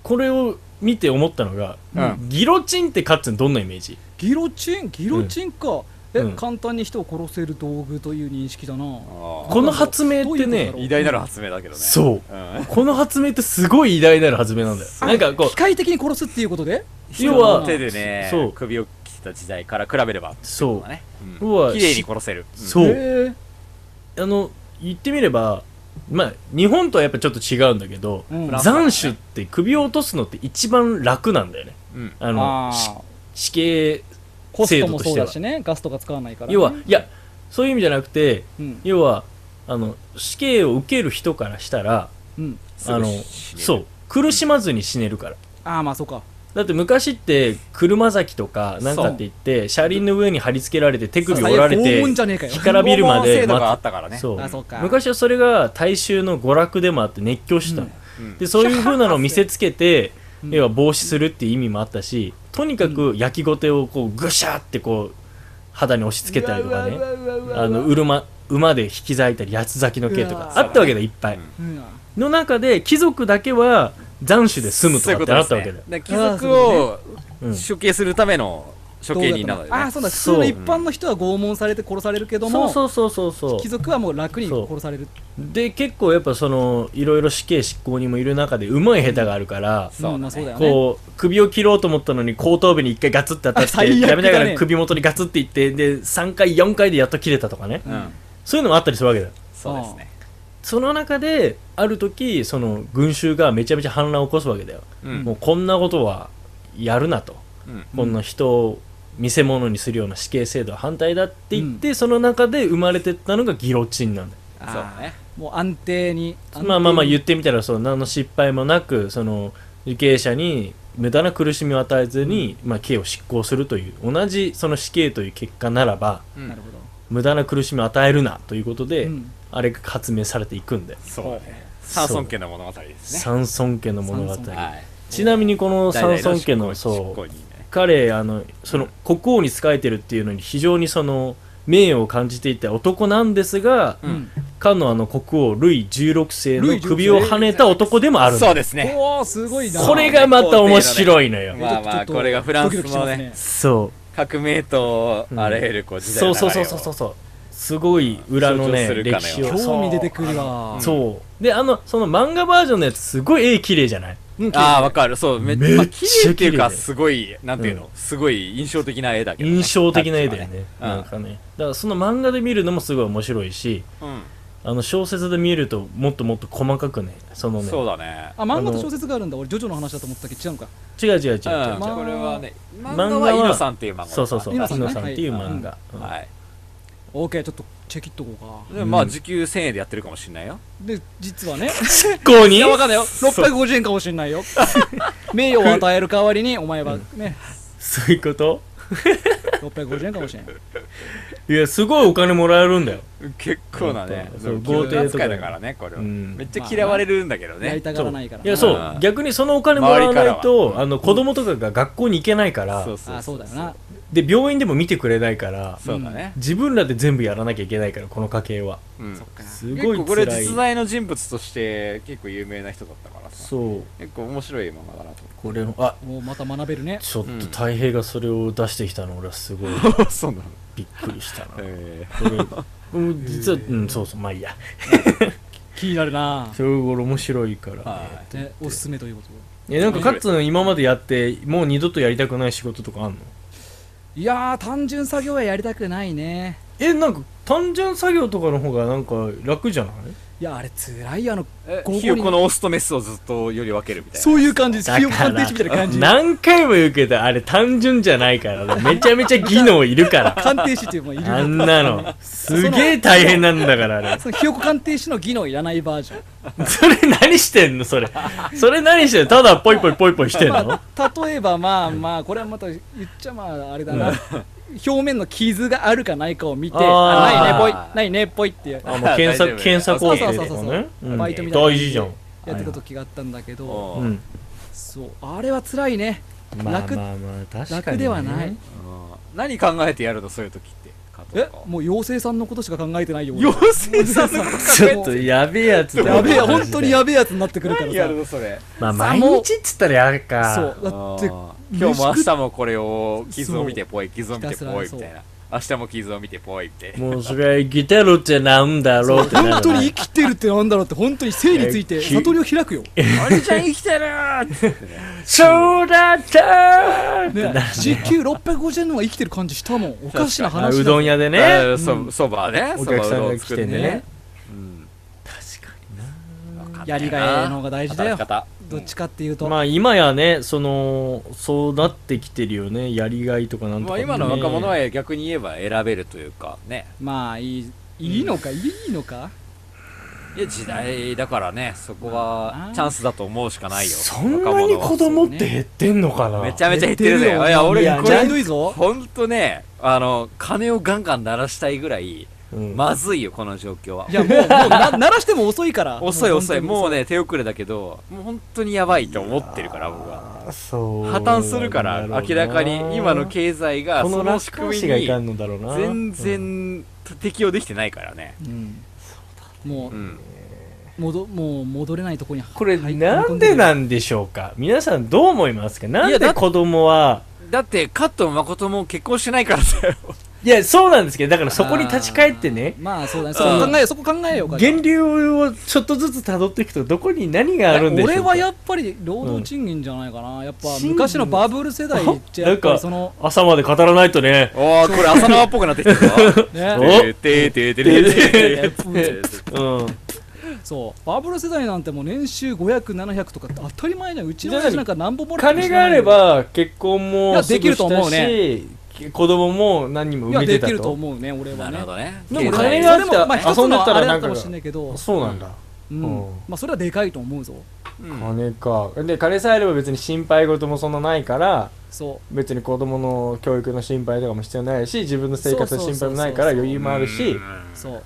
Speaker 9: これを見て思ったのが、
Speaker 2: うん
Speaker 9: ギロチンってカッツンどんなイメージ
Speaker 1: ーギロチンギロチンかえ
Speaker 9: うん
Speaker 1: 簡単に人を殺せる道具という認識だな
Speaker 2: あ
Speaker 9: この発明ってね
Speaker 2: ー偉大なる発明だけどね。う。
Speaker 9: そうこの発明ってすごい偉大なる発明なんだよなんかこ
Speaker 1: 機械的に殺すっていうことで
Speaker 2: ん、
Speaker 9: 要は
Speaker 2: 手でね、
Speaker 9: そう
Speaker 2: 首を切った時代から比べれば、
Speaker 9: うそ
Speaker 2: そう
Speaker 9: う
Speaker 2: だね。うん
Speaker 9: 要は
Speaker 2: 綺麗に殺せる。うん
Speaker 9: そう、
Speaker 1: へ
Speaker 9: あの言ってみればまあ日本とはやっぱちょっと違うんだけど、
Speaker 1: うん
Speaker 9: 残首って首を落とすのって一番楽なんだよね
Speaker 2: う
Speaker 3: うん
Speaker 6: あの
Speaker 1: あ
Speaker 6: し
Speaker 1: あ
Speaker 6: 死刑
Speaker 1: コス
Speaker 6: 制
Speaker 1: ト
Speaker 6: 度
Speaker 1: も
Speaker 6: とし
Speaker 1: そう
Speaker 6: て
Speaker 1: だ
Speaker 6: は
Speaker 1: しねガスとか使わないから、ね、
Speaker 6: 要はいやそういう意味じゃなくて
Speaker 1: うん
Speaker 6: 要はあの死刑を受ける人からしたら
Speaker 1: うん
Speaker 7: す
Speaker 6: あ
Speaker 7: ぐ
Speaker 6: の
Speaker 7: 死ねる
Speaker 6: そう苦しまずに死ねるから
Speaker 1: ああまあそうか
Speaker 6: だって昔って車咲きとかなんかって言って車輪の上に貼り付けられて手首折られ
Speaker 1: 最
Speaker 6: て
Speaker 1: 悪黄金じゃねえかよ
Speaker 6: 干からびるまで
Speaker 2: 制度
Speaker 6: 待
Speaker 2: があ
Speaker 6: つ
Speaker 2: ったからね。
Speaker 6: そう
Speaker 1: あそうか
Speaker 6: 昔はそれが大衆の娯楽でもあって熱狂した、
Speaker 1: うん
Speaker 7: うん
Speaker 6: でそういう風なのを見せつけて、
Speaker 1: うん
Speaker 6: 要は防止するっていう意味もあったしとにかく焼きごてをこうぐしゃってこう肌に押し付けたりとかねあのうるま馬で引き裂いたり八つ咲きの刑と
Speaker 1: う
Speaker 6: か
Speaker 1: わ
Speaker 6: あったわけだいっぱい、
Speaker 1: うん
Speaker 6: の中で貴族だけは斬首で済むとかってあったわけだよ
Speaker 2: だから貴族を
Speaker 6: うん
Speaker 2: 処刑するための処刑人なので、
Speaker 1: ああ
Speaker 2: ね
Speaker 1: ー。そうだ普通
Speaker 6: そう
Speaker 1: の一般の人は拷問されて殺されるけど
Speaker 6: そ
Speaker 1: も
Speaker 6: うそうそうそうそう
Speaker 1: 貴族はもう楽に殺される
Speaker 6: で結構やっぱそのいろいろ死刑執行人もいる中でうまい下手があるから、
Speaker 1: うんまあそうだよね
Speaker 6: こう首を切ろうと思ったのに後頭部に1回ガツって当たっ
Speaker 1: あ最悪
Speaker 6: て
Speaker 1: だね
Speaker 6: やめながら首元にガツっていってで3回4回でやっと切れたとかね、
Speaker 1: うん
Speaker 7: うん
Speaker 6: そういうのもあったりするわけだよ
Speaker 7: そうですね
Speaker 6: その中である時その群衆がめちゃめちゃ反乱を起こすわけだよ、
Speaker 7: うん
Speaker 6: もうこんなことはやるなと、
Speaker 7: うん
Speaker 6: こんな人を見せ物にするような死刑制度は反対だって言って、その中で生まれてったのがギロチンなんだよ
Speaker 1: あ
Speaker 7: そう
Speaker 1: ー
Speaker 7: ね
Speaker 1: もう安定に
Speaker 6: まあまあまあ言
Speaker 1: っ
Speaker 6: ってみたらそう何の失敗もなくその受刑者に無駄な苦しみを与えずに、まあ、刑を執行するという同じその死刑という結果ならば
Speaker 7: うん
Speaker 1: なるほど
Speaker 6: 無駄な苦しみを与えるなということで、
Speaker 1: うん
Speaker 6: あれが発明されていくんで
Speaker 2: そうだね。サーソン家の物語ですね。
Speaker 6: 三尊家の物語
Speaker 1: 三尊
Speaker 2: はい。
Speaker 6: ちなみにこの三尊家
Speaker 2: 代々
Speaker 6: のそ
Speaker 2: 執行
Speaker 6: う
Speaker 2: 人ね
Speaker 6: 彼あのその国王に仕えてるっていうのに非常にその名誉を感じていた男なんですが、
Speaker 1: ん
Speaker 6: かのあの国王ルイ16世
Speaker 1: ル
Speaker 6: の
Speaker 1: イ16世
Speaker 6: 首をはねた男でもあるんだ
Speaker 2: そうですね。
Speaker 1: おおすごいな
Speaker 6: これがまた面白いのよ。
Speaker 2: まあまあこれがフランス
Speaker 1: ドキドキしま
Speaker 2: の
Speaker 1: す
Speaker 2: ね
Speaker 1: ね
Speaker 6: そ
Speaker 2: 革命と
Speaker 6: うん
Speaker 2: あらゆるこう
Speaker 6: う。
Speaker 2: 時代
Speaker 6: そ
Speaker 2: の流
Speaker 6: うそ
Speaker 2: れ
Speaker 6: う
Speaker 2: を
Speaker 6: そうそうそうそう。すごい裏の
Speaker 2: 象徴
Speaker 6: ね
Speaker 2: するか
Speaker 6: 歴
Speaker 2: のよう
Speaker 6: 史
Speaker 2: な
Speaker 6: を。
Speaker 1: 興味出てくるわ
Speaker 6: そう。であのその漫画バージョンのやつすごい絵綺麗じゃない。
Speaker 2: ああわかるそうめ
Speaker 6: めっちゃ
Speaker 2: まあ綺麗っていう
Speaker 6: 綺麗
Speaker 2: か
Speaker 6: だよ
Speaker 2: すごいなんていうのすごい印象的な絵だけどね
Speaker 6: 印象的な絵だよね。
Speaker 2: タ
Speaker 6: なん
Speaker 2: ッチ
Speaker 6: かね。だからその漫画で見るのもすごい面白いし、
Speaker 2: がね
Speaker 6: あの小説で見るともっともっと細かくね、その
Speaker 2: うん
Speaker 6: ね。
Speaker 2: そうだね
Speaker 1: あ漫画と小説があるんだ俺ジョジョの話だと思ったけど違うのか
Speaker 6: 違う違う違う違う。
Speaker 2: うん
Speaker 1: まあ
Speaker 2: これはね漫
Speaker 6: 画は
Speaker 2: 画はイノさんっていう漫画
Speaker 6: そうそうそう。
Speaker 1: イノ
Speaker 6: イ
Speaker 1: さん
Speaker 6: ノ
Speaker 1: ね
Speaker 6: さんっていう漫画。うん
Speaker 2: はい
Speaker 1: オーケーちょっとチェキっとこうか
Speaker 2: でまあ時給1000円でやってるかもしれないよ
Speaker 1: で実はね
Speaker 6: 執行
Speaker 1: い
Speaker 6: に
Speaker 1: やわかんないよ650円かもしれない よ名誉を与える代わりにお前はね
Speaker 6: そういうこと
Speaker 1: 650円かもしれない
Speaker 6: いや、すごいお金もらえるんだよ。
Speaker 2: 結構なね
Speaker 6: そう
Speaker 2: うん
Speaker 6: 豪邸とかね
Speaker 2: 扱いだからねこれは
Speaker 6: うん
Speaker 2: めっちゃ嫌われるんだけど
Speaker 1: やり
Speaker 2: ね
Speaker 1: たがらないから
Speaker 6: いやそううん逆にそのお金もらわない
Speaker 2: 周り
Speaker 6: と、あの子供とかが学校に行けないから、
Speaker 2: そう
Speaker 1: あそうだよな
Speaker 6: で病院でも見てくれないから
Speaker 2: そうだね
Speaker 6: 自分らで全部やらなきゃいけないからこの家計は
Speaker 2: うん
Speaker 6: す
Speaker 2: 結
Speaker 6: ごい
Speaker 2: 構これ
Speaker 6: 辛い
Speaker 2: 実在の人物として結構有名な人だったからさ
Speaker 6: そう
Speaker 2: 結構面白い漫画だなと
Speaker 6: これあ
Speaker 1: もうまた学べるね
Speaker 6: ちょっ
Speaker 2: うん
Speaker 6: と太平がそれを出してきたの俺はす ごい
Speaker 2: そうなの
Speaker 6: びっくりしたなこ
Speaker 2: え
Speaker 6: れうん実はうんそうそうまあいいや
Speaker 1: 気になるな
Speaker 6: それ俺面白いから、ね
Speaker 2: は
Speaker 1: でおすすめということで
Speaker 6: えなんかカッツン今までやってもう二度とやりたくない仕事とかあんの
Speaker 1: いやー単純作業はやりたくないね
Speaker 6: えなんか単純作業とかの方がなんか楽じゃない
Speaker 1: いやあれつらいよあの
Speaker 2: え
Speaker 1: ここに
Speaker 2: ひよこのオスとメスをずっとより分けるみたいな
Speaker 1: そういう感じです
Speaker 6: だ
Speaker 1: 費用
Speaker 6: か
Speaker 1: 鑑定
Speaker 6: ら
Speaker 1: 士みたいな感じ
Speaker 6: 何回も言うけどあれ単純じゃないからねめちゃめちゃ技能いる から
Speaker 1: 鑑定士っていうのがいる
Speaker 6: あんなのすげえ大変なんだからあ れ
Speaker 1: そのひよこ鑑定士の技能いらないバージョン
Speaker 6: それ何してんのそれそれ何してんのただポイポイポイポイしてんの
Speaker 1: ま あ、例えばまあまあこれはまた言っちゃまああれだな、表面の傷があるかないかを見て
Speaker 6: あー
Speaker 1: あないねぽいないねぽいってや
Speaker 6: あもう検
Speaker 2: 大丈夫
Speaker 6: 索
Speaker 2: ね
Speaker 6: 検索工程
Speaker 1: そ
Speaker 6: と
Speaker 1: うそう
Speaker 6: か
Speaker 1: そう
Speaker 6: ね
Speaker 1: そう
Speaker 6: うん
Speaker 1: バイトみたいな
Speaker 6: 大事じゃん
Speaker 1: やってた時があったんだけど、
Speaker 2: おう
Speaker 6: うん
Speaker 1: そうあれは辛いね
Speaker 6: まあ
Speaker 1: 楽
Speaker 6: まあまあ確かに
Speaker 1: 楽ではない
Speaker 2: うん何考えてやるのそういう時って加藤
Speaker 1: え
Speaker 2: か
Speaker 1: もう妖精さんのことしか考えてないよ俺
Speaker 2: 妖精さんのこと考
Speaker 6: ち
Speaker 2: え
Speaker 6: ょっとやべえやつだ
Speaker 1: やべえ本当にや
Speaker 6: べ
Speaker 1: べえやつになってくるか
Speaker 2: 何やる
Speaker 1: ら
Speaker 2: のそれ
Speaker 6: まあ毎日っつったらやるか
Speaker 1: さそうだって
Speaker 2: あー今日も明日もこれを傷を見てぽい傷を見てぽい
Speaker 1: ひたすらそう
Speaker 2: みたいな明日も傷を見てぽいみたいな
Speaker 6: もうそれは生きてるってなんだろうってなる
Speaker 1: 本当に生きてるってなんだろうって本当に生について悟りを開くよ、ね、
Speaker 2: あれちゃん生きてるーって
Speaker 6: そうだったーってなる
Speaker 1: 時給650円の方が生きてる感じしたもんおかしな
Speaker 6: あ
Speaker 1: 話だ
Speaker 6: うどん屋でね
Speaker 2: あそそばね
Speaker 6: お客さんが
Speaker 2: そばうどを
Speaker 6: 来
Speaker 2: 作
Speaker 6: て
Speaker 2: って
Speaker 6: ね
Speaker 2: うん
Speaker 6: 確か
Speaker 2: わかんないな
Speaker 1: やりがいの方が大事だよ
Speaker 2: 働き方
Speaker 1: どっちかっていうと、
Speaker 6: まあ今やねそのそうなってきてるよねやりがいとかなん
Speaker 2: ま
Speaker 6: とか
Speaker 2: あ、
Speaker 6: ね、
Speaker 2: 今の若者は逆に言えば選べるというかね
Speaker 1: まあいいいいのか、いいのか
Speaker 2: いや時代だからねそこ
Speaker 1: まあ
Speaker 2: は
Speaker 1: な
Speaker 2: チャンスだと思うしかないよ
Speaker 6: そんなに子供って減ってんのかな、
Speaker 2: めちゃめちゃ減ってるぜ
Speaker 1: 減ってるよ
Speaker 2: いや俺
Speaker 1: いや
Speaker 2: これ
Speaker 1: ジャンルいいぞ
Speaker 2: ほんとねあの金をガンガン鳴らしたいぐらい
Speaker 6: うん
Speaker 2: まずいよこの状況はい
Speaker 1: やもうもうな鳴らしても遅いから
Speaker 2: 遅い遅い
Speaker 1: も
Speaker 2: もうね手遅れだけどもう本当にやばいと思ってるから僕は
Speaker 6: そう
Speaker 2: 破綻するから明らかに今の
Speaker 6: 経
Speaker 2: 経済が
Speaker 6: こ
Speaker 2: そ
Speaker 6: の
Speaker 2: の
Speaker 6: ラ
Speaker 2: 仕
Speaker 6: ス
Speaker 2: 組み
Speaker 6: がいかん
Speaker 2: に
Speaker 6: のだろうな
Speaker 2: 全然適用できてないからね
Speaker 1: 本当にうんも
Speaker 2: う
Speaker 1: うん戻もう戻れないとこに
Speaker 6: これ
Speaker 1: 入
Speaker 6: なんでな
Speaker 1: 入り込ん
Speaker 6: んでしょうか皆さんどう思いますかないん
Speaker 2: やだ
Speaker 6: で
Speaker 2: っ
Speaker 6: 子供は
Speaker 2: だって加藤誠も結婚してないからだよ
Speaker 6: いやそうなんですけどだから
Speaker 1: る
Speaker 6: そこに立ち返ってね
Speaker 1: あーまあそうだねそこ考えようそこ考えようか
Speaker 6: 源流をちょっとずつ辿っていくとどこに何があるんでしょうか
Speaker 1: 俺はやっぱり労働賃金じゃないかな、やっぱ
Speaker 6: 賃金
Speaker 1: 昔のバブル世代ってやっぱりその
Speaker 6: 朝まで語らないとね
Speaker 2: おおこれ浅縄っぽくなってきたぞ
Speaker 1: ね
Speaker 6: お
Speaker 2: てーてーてーてーてーてー
Speaker 6: うん
Speaker 1: そうバブル世代なんてもう年収500700とかって当たり前じゃんうちの親父なんかなんぼもらっても
Speaker 6: 金があれば結婚
Speaker 1: い
Speaker 6: も
Speaker 1: や
Speaker 6: すぐ
Speaker 1: できると思うね
Speaker 6: したし子供も何人も
Speaker 1: いや
Speaker 6: 産め
Speaker 1: で
Speaker 6: てた
Speaker 1: き
Speaker 6: と
Speaker 1: ると思うね俺は
Speaker 2: なる
Speaker 1: ね
Speaker 2: ほどね
Speaker 6: でも
Speaker 2: 経済
Speaker 6: 金
Speaker 1: そ
Speaker 6: が
Speaker 1: れもまあ一つ
Speaker 6: 遊んで
Speaker 1: の
Speaker 6: たら
Speaker 1: あれだ
Speaker 6: なんか
Speaker 1: かもしれないけど
Speaker 6: そうなんだ、
Speaker 1: うん
Speaker 6: うん
Speaker 1: まあそれはでかいと思うぞ
Speaker 2: うん
Speaker 6: 金かで金さえあれば別に心配事もそんなないから
Speaker 1: そ
Speaker 6: 別に子供の教育の心配とかも必要ないし自分の生活の心配もないから
Speaker 1: そうそうそうそう
Speaker 6: 余裕もあるし
Speaker 1: うそう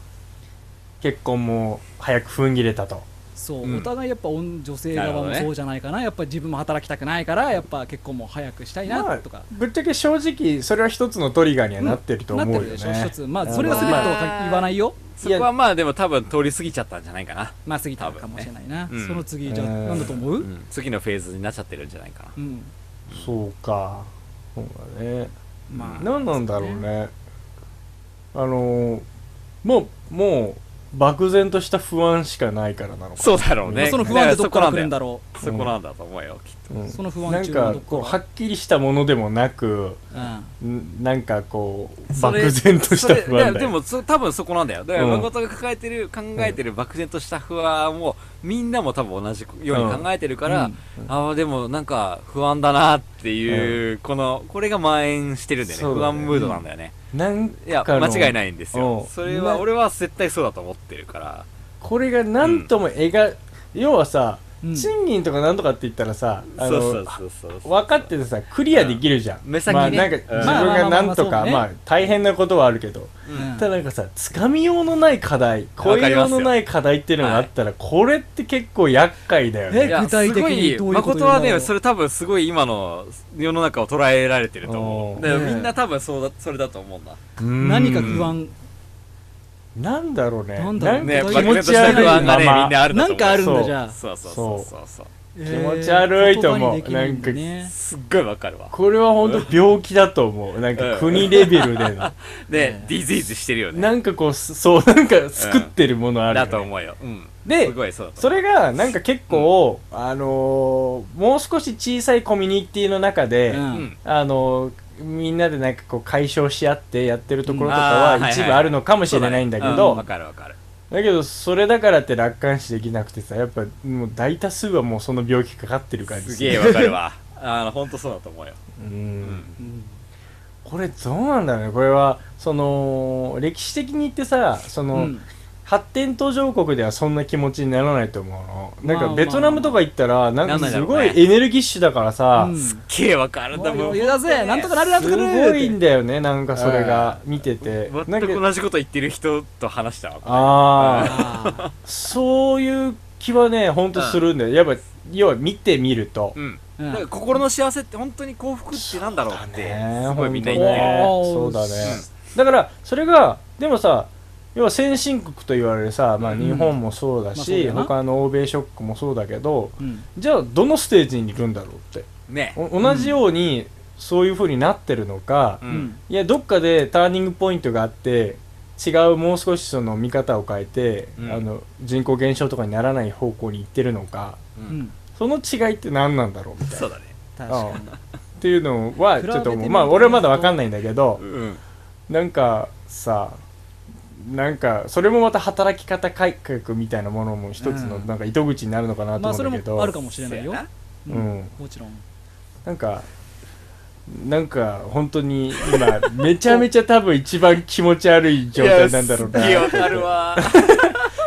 Speaker 6: 結婚も早く踏ん切れたと
Speaker 1: そう、
Speaker 2: うん
Speaker 1: お互いやっぱ女女性
Speaker 2: なる
Speaker 1: 側
Speaker 2: ほど
Speaker 1: も
Speaker 2: ね
Speaker 1: そうじゃないかなやっぱ自分も働きたくないからやっぱ結婚も早くしたい
Speaker 6: まあ
Speaker 1: なとか、
Speaker 6: ぶっちゃけ正直それは一つのトリガーにはなってると思うよ
Speaker 1: なってる
Speaker 6: ね
Speaker 1: でしょ一つまあ
Speaker 6: うん
Speaker 1: それが全てとは
Speaker 2: まあ
Speaker 1: 言わないよ
Speaker 2: そこはまあでも多分通り過ぎちゃったんじゃないかな、
Speaker 1: まあ過ぎたかもしれないな、
Speaker 2: 分ねうん
Speaker 1: その次じゃあ
Speaker 6: うん
Speaker 1: 何だと思う、う
Speaker 2: うんん、次のフェーズになっちゃってるんじゃないかな
Speaker 6: そうかそうだね
Speaker 1: まあ
Speaker 6: 何なんだろうねあのーもうもう漠然とした不安しかないからなのか
Speaker 2: そうだろう
Speaker 1: まあ
Speaker 2: ね
Speaker 1: その不安でどっから来るんだ
Speaker 2: ろ
Speaker 1: ろ
Speaker 2: うそこなんだと思うよきっと
Speaker 6: うん
Speaker 1: その不安
Speaker 6: なん
Speaker 1: 中の
Speaker 6: か
Speaker 1: どっか
Speaker 6: こうはっきりしたものでもなく
Speaker 1: う、うん、
Speaker 6: んなんかこう
Speaker 2: それ
Speaker 6: 漠然とした不安
Speaker 2: それいや
Speaker 6: だ
Speaker 2: で
Speaker 6: よ
Speaker 2: もそ多分そこなんだよだから
Speaker 6: うん
Speaker 2: 誠が抱えてる考えてる漠然とした不安をみんなも多分同じように考えてるから、
Speaker 1: うん
Speaker 2: ああでもなんか不安だなっていう、このこれが蔓延してるんだよね
Speaker 6: そう
Speaker 2: 不
Speaker 6: だね
Speaker 2: 安ムードなんだよね、
Speaker 6: なん
Speaker 2: いや
Speaker 6: かの
Speaker 2: 間違いないんです
Speaker 6: う
Speaker 2: よ
Speaker 6: ん
Speaker 2: それは
Speaker 6: な
Speaker 2: 俺は絶対そうだと思ってるから
Speaker 6: これが何とも描、要はさ、
Speaker 1: うん
Speaker 6: 賃金とかなんとかって言ったらさあ
Speaker 2: そ
Speaker 6: の
Speaker 2: うそうそうそうそう
Speaker 6: 分かっててさクリアできるじゃん、
Speaker 2: うん目先ね
Speaker 6: まあ、なんか
Speaker 2: うん
Speaker 6: 自分がな
Speaker 1: まあ
Speaker 6: んと
Speaker 1: まあまあまあ
Speaker 6: か
Speaker 1: そうね
Speaker 6: まあ大変なことはあるけど、
Speaker 1: うん
Speaker 6: ただなんかさつかみようのない課題超
Speaker 2: わか
Speaker 6: え
Speaker 2: り
Speaker 6: よ
Speaker 2: ま
Speaker 6: う
Speaker 2: すよ
Speaker 6: のない課題っていうのがあったら、これって結構厄介だよ
Speaker 1: え
Speaker 6: ね
Speaker 2: いや
Speaker 1: 具体的にどういうこと
Speaker 2: すごい誠は
Speaker 1: 言う
Speaker 2: ね
Speaker 1: の
Speaker 2: それ多分すごい今の世の中を捉えられてると思
Speaker 6: お
Speaker 2: う
Speaker 6: ー
Speaker 2: だから
Speaker 1: ねえ
Speaker 2: みんな多分そうだそれだと思うんだ
Speaker 6: うん
Speaker 1: 何か不安
Speaker 6: なんだろうね
Speaker 1: なんだろうね
Speaker 2: ね
Speaker 6: な
Speaker 1: 漠然
Speaker 6: んか気持
Speaker 1: とし
Speaker 6: ち
Speaker 1: た
Speaker 6: 悪
Speaker 2: 不
Speaker 6: い
Speaker 2: 安が
Speaker 6: ま
Speaker 2: ねみ
Speaker 6: ま
Speaker 2: んなあるん
Speaker 1: な
Speaker 2: だと思うん
Speaker 1: かあるんだ
Speaker 6: そう
Speaker 1: じゃあ
Speaker 2: そうそうそうそうそう
Speaker 1: 気
Speaker 6: 持ち悪いと思うなんか
Speaker 2: すっごいわかるわ
Speaker 6: これは本当病気だと思うなん
Speaker 2: う
Speaker 6: か
Speaker 2: ん
Speaker 6: 国レベルでの
Speaker 2: でディズイズしてるよね
Speaker 6: なんかこうすそうなんか作ってるものある
Speaker 2: だ
Speaker 6: よね
Speaker 2: と思うようん
Speaker 6: です
Speaker 2: ごいそうだと
Speaker 6: そ
Speaker 2: 思う
Speaker 6: れがなんか結構、あのーもう少し小さいコミュニティの中で、
Speaker 1: うん
Speaker 2: うん
Speaker 6: あのーみんなでなんかこう解消し合ってやってるところとか
Speaker 2: うんあー
Speaker 6: は一
Speaker 2: はい
Speaker 6: 部
Speaker 2: はい
Speaker 6: あるのかもしれないんだけ
Speaker 2: そうねう
Speaker 6: ど、
Speaker 2: んわかるわかる
Speaker 6: だけどそれだからって楽観視できなくてさやっぱもう大多数はもうその病気かかってる感じ
Speaker 2: すげえわかるわあの本当そうだと思うよ
Speaker 6: うん
Speaker 2: うん
Speaker 6: これどうなんだろうねこれはその歴史的に言ってさその、
Speaker 1: うん
Speaker 6: 発展途上国ではそんな気持ちにならないと思うのなん
Speaker 1: まあ
Speaker 6: かベトナムとか行ったらなん
Speaker 2: な
Speaker 6: か
Speaker 2: んないだ
Speaker 6: す
Speaker 2: ろう
Speaker 6: ご
Speaker 2: ね
Speaker 6: いエネルギッシュだからさ、
Speaker 1: うん
Speaker 2: すっげえわかるんだも
Speaker 1: も
Speaker 2: ん
Speaker 1: う言うだぜなんとかなるなんと
Speaker 6: す
Speaker 1: かなる
Speaker 6: ごいんだよねなんかそれが見ててな
Speaker 2: 全
Speaker 6: んか
Speaker 2: く同じこと言ってる人と話したわ
Speaker 6: あ
Speaker 1: あ
Speaker 6: あそういう気はねほんとするんだよやっぱ要は見てみると
Speaker 2: うん
Speaker 1: ー
Speaker 2: だから
Speaker 1: うん
Speaker 2: 心の幸せって本当に幸福ってなんだろうって
Speaker 6: ね
Speaker 2: すごいみんな言
Speaker 6: ほと
Speaker 1: ね
Speaker 2: ってる
Speaker 6: そうだねだからそれがでもさ要は先進国と言われるさ、まあ、
Speaker 1: ん
Speaker 6: 日本もそうだし、
Speaker 1: まあそうだな
Speaker 6: 他の欧米諸国もそうだけど
Speaker 1: うん
Speaker 6: じゃあどのステージにいるんだろうって
Speaker 2: ね
Speaker 6: お同じようにそういう風になってるのか、
Speaker 2: う
Speaker 1: うんん
Speaker 6: いやどっかでターニングポイントがあって違うもう少しその見方を変えて、
Speaker 2: うん
Speaker 6: あの人口減少とかにならない方向に行ってるのか
Speaker 1: うん
Speaker 6: その違いって何なんだろうみたいな
Speaker 2: そうだね
Speaker 1: 確か
Speaker 6: うんっていうのはちょっと
Speaker 1: 比べてみる
Speaker 6: 思う
Speaker 1: と
Speaker 6: まあ俺はまだわかんないんだけど
Speaker 2: うん
Speaker 6: なんかさなんかそれもまた働き方改革みたいなものも一つの
Speaker 1: うん
Speaker 6: なんか糸口になるのかなと
Speaker 1: まあ
Speaker 6: 思
Speaker 1: そ
Speaker 6: うん
Speaker 1: れ
Speaker 6: だけど、
Speaker 1: もあるかもしれないよ
Speaker 10: せやな
Speaker 1: う
Speaker 6: うんん
Speaker 1: もちろん
Speaker 6: なんかなんか本当に今めちゃめちゃ多分一番気持ち悪い状態なんだろうな
Speaker 2: すっげえわかるわ。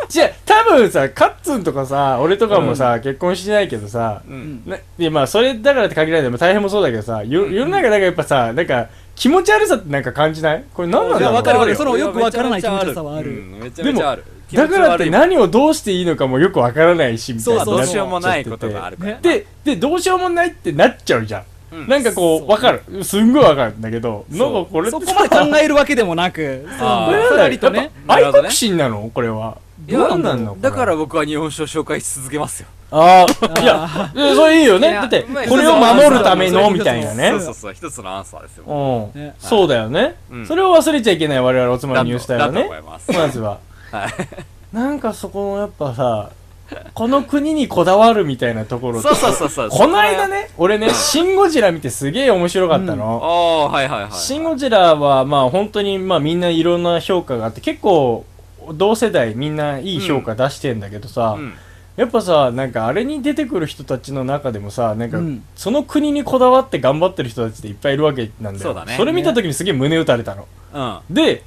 Speaker 6: じゃ多分さカッツンとかさ俺とかもさ、結婚してないけどさ、
Speaker 2: う。
Speaker 1: うんん
Speaker 6: なでまあそれだからって限らないでも大変もそうだけどさよ世の中なんかやっぱさなんか気持ち悪さってなんか感じないこれ何なんだろう
Speaker 1: いやわかるわかる
Speaker 2: よ
Speaker 1: そのよくわからない気持ちよさはある
Speaker 2: うんめちゃめちゃある。
Speaker 6: だからって
Speaker 2: 気持ち悪いもん
Speaker 6: 何をどうしていいのかもよくわからないしみたいな
Speaker 1: そうそうそう
Speaker 2: どうしようもないことがあるから。
Speaker 6: ででどうしようもないってなっちゃうじゃん、
Speaker 2: うん
Speaker 6: なんかこ
Speaker 1: そう
Speaker 6: うわかるすんごいわかるんだけど
Speaker 2: そ
Speaker 6: な
Speaker 2: うん
Speaker 6: かこれ
Speaker 1: そこまで考えるわけでもなくそう
Speaker 2: あー
Speaker 6: これなん
Speaker 1: ふ
Speaker 6: だ
Speaker 1: ら
Speaker 6: よ
Speaker 1: りとね
Speaker 2: なる
Speaker 6: 愛
Speaker 2: ほどね
Speaker 6: 国心なのこれはい
Speaker 2: や
Speaker 6: どうなんの
Speaker 2: だから僕は日本酒を紹介し続けますよ。
Speaker 6: ああいや
Speaker 1: あ
Speaker 6: えそれいいよね
Speaker 1: いや
Speaker 6: だって
Speaker 2: まあ
Speaker 6: これを守るため
Speaker 1: そ
Speaker 6: の
Speaker 1: うそう
Speaker 6: みたいなね
Speaker 2: そうう
Speaker 1: そ
Speaker 2: そううそう、一つのアンサーですよ。
Speaker 6: う
Speaker 1: ね
Speaker 6: んそうだよね
Speaker 2: うん
Speaker 6: それを忘れちゃいけ我々はおつま
Speaker 2: だ
Speaker 6: みニュース
Speaker 2: と
Speaker 6: だよ
Speaker 2: だと
Speaker 6: ね
Speaker 2: 思います。
Speaker 6: まずは
Speaker 2: はい
Speaker 6: なんかそこのやっぱさこの国にこだわるみたいなところと
Speaker 2: そうそうそうそう。
Speaker 6: この間。ね俺ね「シン・ゴジラ」見てすげえ面白かったの、
Speaker 2: ああー、はいはいはい。
Speaker 6: シン・ゴジラはまあ本当にまあみんないろんな評価があって結構同世代みんないい評価出してんだけどさ、
Speaker 2: うん
Speaker 6: やっぱさなんかあれに出てくる人たちの中でもさなんか
Speaker 1: うん
Speaker 6: その国にこだわって頑張ってる人たちっていっぱいいるわけなんだよ
Speaker 2: そうだね
Speaker 6: れ見た時にすげえ胸打たれたの
Speaker 2: うん。
Speaker 6: で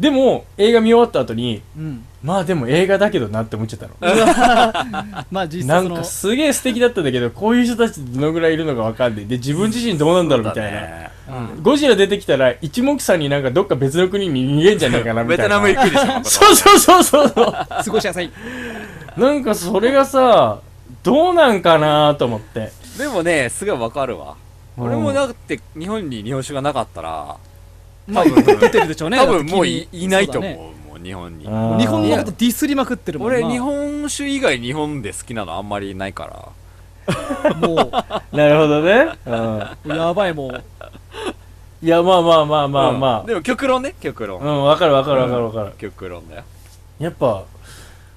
Speaker 6: でも映画見終わった後に
Speaker 1: うん
Speaker 6: まあでも映画だけどなって思っちゃったの
Speaker 1: まあ実
Speaker 6: な
Speaker 1: 際そ
Speaker 6: ん
Speaker 1: の
Speaker 6: かすげえ素敵だったんだけどこういう人たちってどのぐらいいるのかわかんないで自分自身どうなんだろうみたいな、
Speaker 2: な。
Speaker 6: ゴジラ出てきたら一目散になんかどっか別の国に逃げんじゃねえかな
Speaker 2: ベ
Speaker 6: みたいな
Speaker 2: トナム行くでしょこの子。
Speaker 6: そうそうそうそうそう
Speaker 1: 過ごしやすい
Speaker 6: なんかそれがさどうなんかなと思って
Speaker 2: でもね、すごいわかるわ。
Speaker 6: うん
Speaker 2: 俺もだって日本に日本酒がなかったら、
Speaker 1: まあ言ってるでしょうね
Speaker 2: 多分も
Speaker 1: だっ
Speaker 2: うい
Speaker 1: て君
Speaker 2: いないと
Speaker 1: そ
Speaker 2: 思
Speaker 1: だね
Speaker 2: う、もう日本に。
Speaker 6: あー
Speaker 1: 日本のことディスりまくってるもん
Speaker 2: 俺、
Speaker 1: な
Speaker 2: 日本酒以外日本で好きなのあんまりないから。
Speaker 1: も
Speaker 6: なるほどね、う
Speaker 1: うやばいもう
Speaker 6: ん、いやまあまあまあまあま
Speaker 2: うん
Speaker 6: あ
Speaker 2: でも極論ね、極論
Speaker 6: う。んわ、かるわかるわかるわかる、
Speaker 2: 極論だよ。
Speaker 6: やっぱ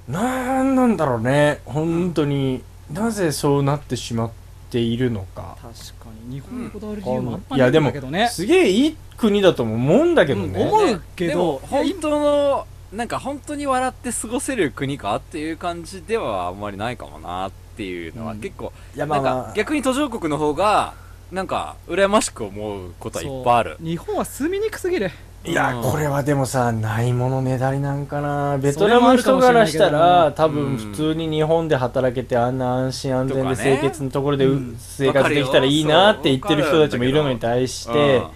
Speaker 6: なんなんだろうね本当になぜそうなってしまっているのか
Speaker 1: 確かに日本にこだわる理由もあんま
Speaker 6: い
Speaker 1: りな
Speaker 6: や
Speaker 1: い
Speaker 6: で
Speaker 1: ん
Speaker 6: も
Speaker 1: だけどね
Speaker 6: すげえいい国だとも思うんだけど
Speaker 1: うん
Speaker 6: ね、
Speaker 1: 思うけ
Speaker 2: でも
Speaker 1: どいや
Speaker 2: 本当のなんか本当に笑って過ごせる国かっていう感じではあんまりないかもなっていうのは
Speaker 1: うん
Speaker 2: 結構、
Speaker 6: いや
Speaker 2: なんか逆に途上国の方がなんか羨ましく思うことはいっぱいある
Speaker 1: そう日本は住みにくすぎる
Speaker 6: いや、
Speaker 2: うん
Speaker 6: これはでもさないものねだりなんかなベ
Speaker 1: そ
Speaker 6: ト
Speaker 1: れ
Speaker 6: ナ
Speaker 1: もあ
Speaker 6: ム
Speaker 1: るか
Speaker 6: 人
Speaker 1: もしれな
Speaker 6: から
Speaker 1: いけ
Speaker 6: し
Speaker 1: ど
Speaker 6: たら多
Speaker 2: うん
Speaker 6: 分普通に日本で働けてあんな安心安全
Speaker 2: とか
Speaker 6: で
Speaker 2: ね
Speaker 6: 清潔なところでう
Speaker 1: うん
Speaker 6: 生活できたらいいなって言ってる人たちもいるのに対して
Speaker 2: うん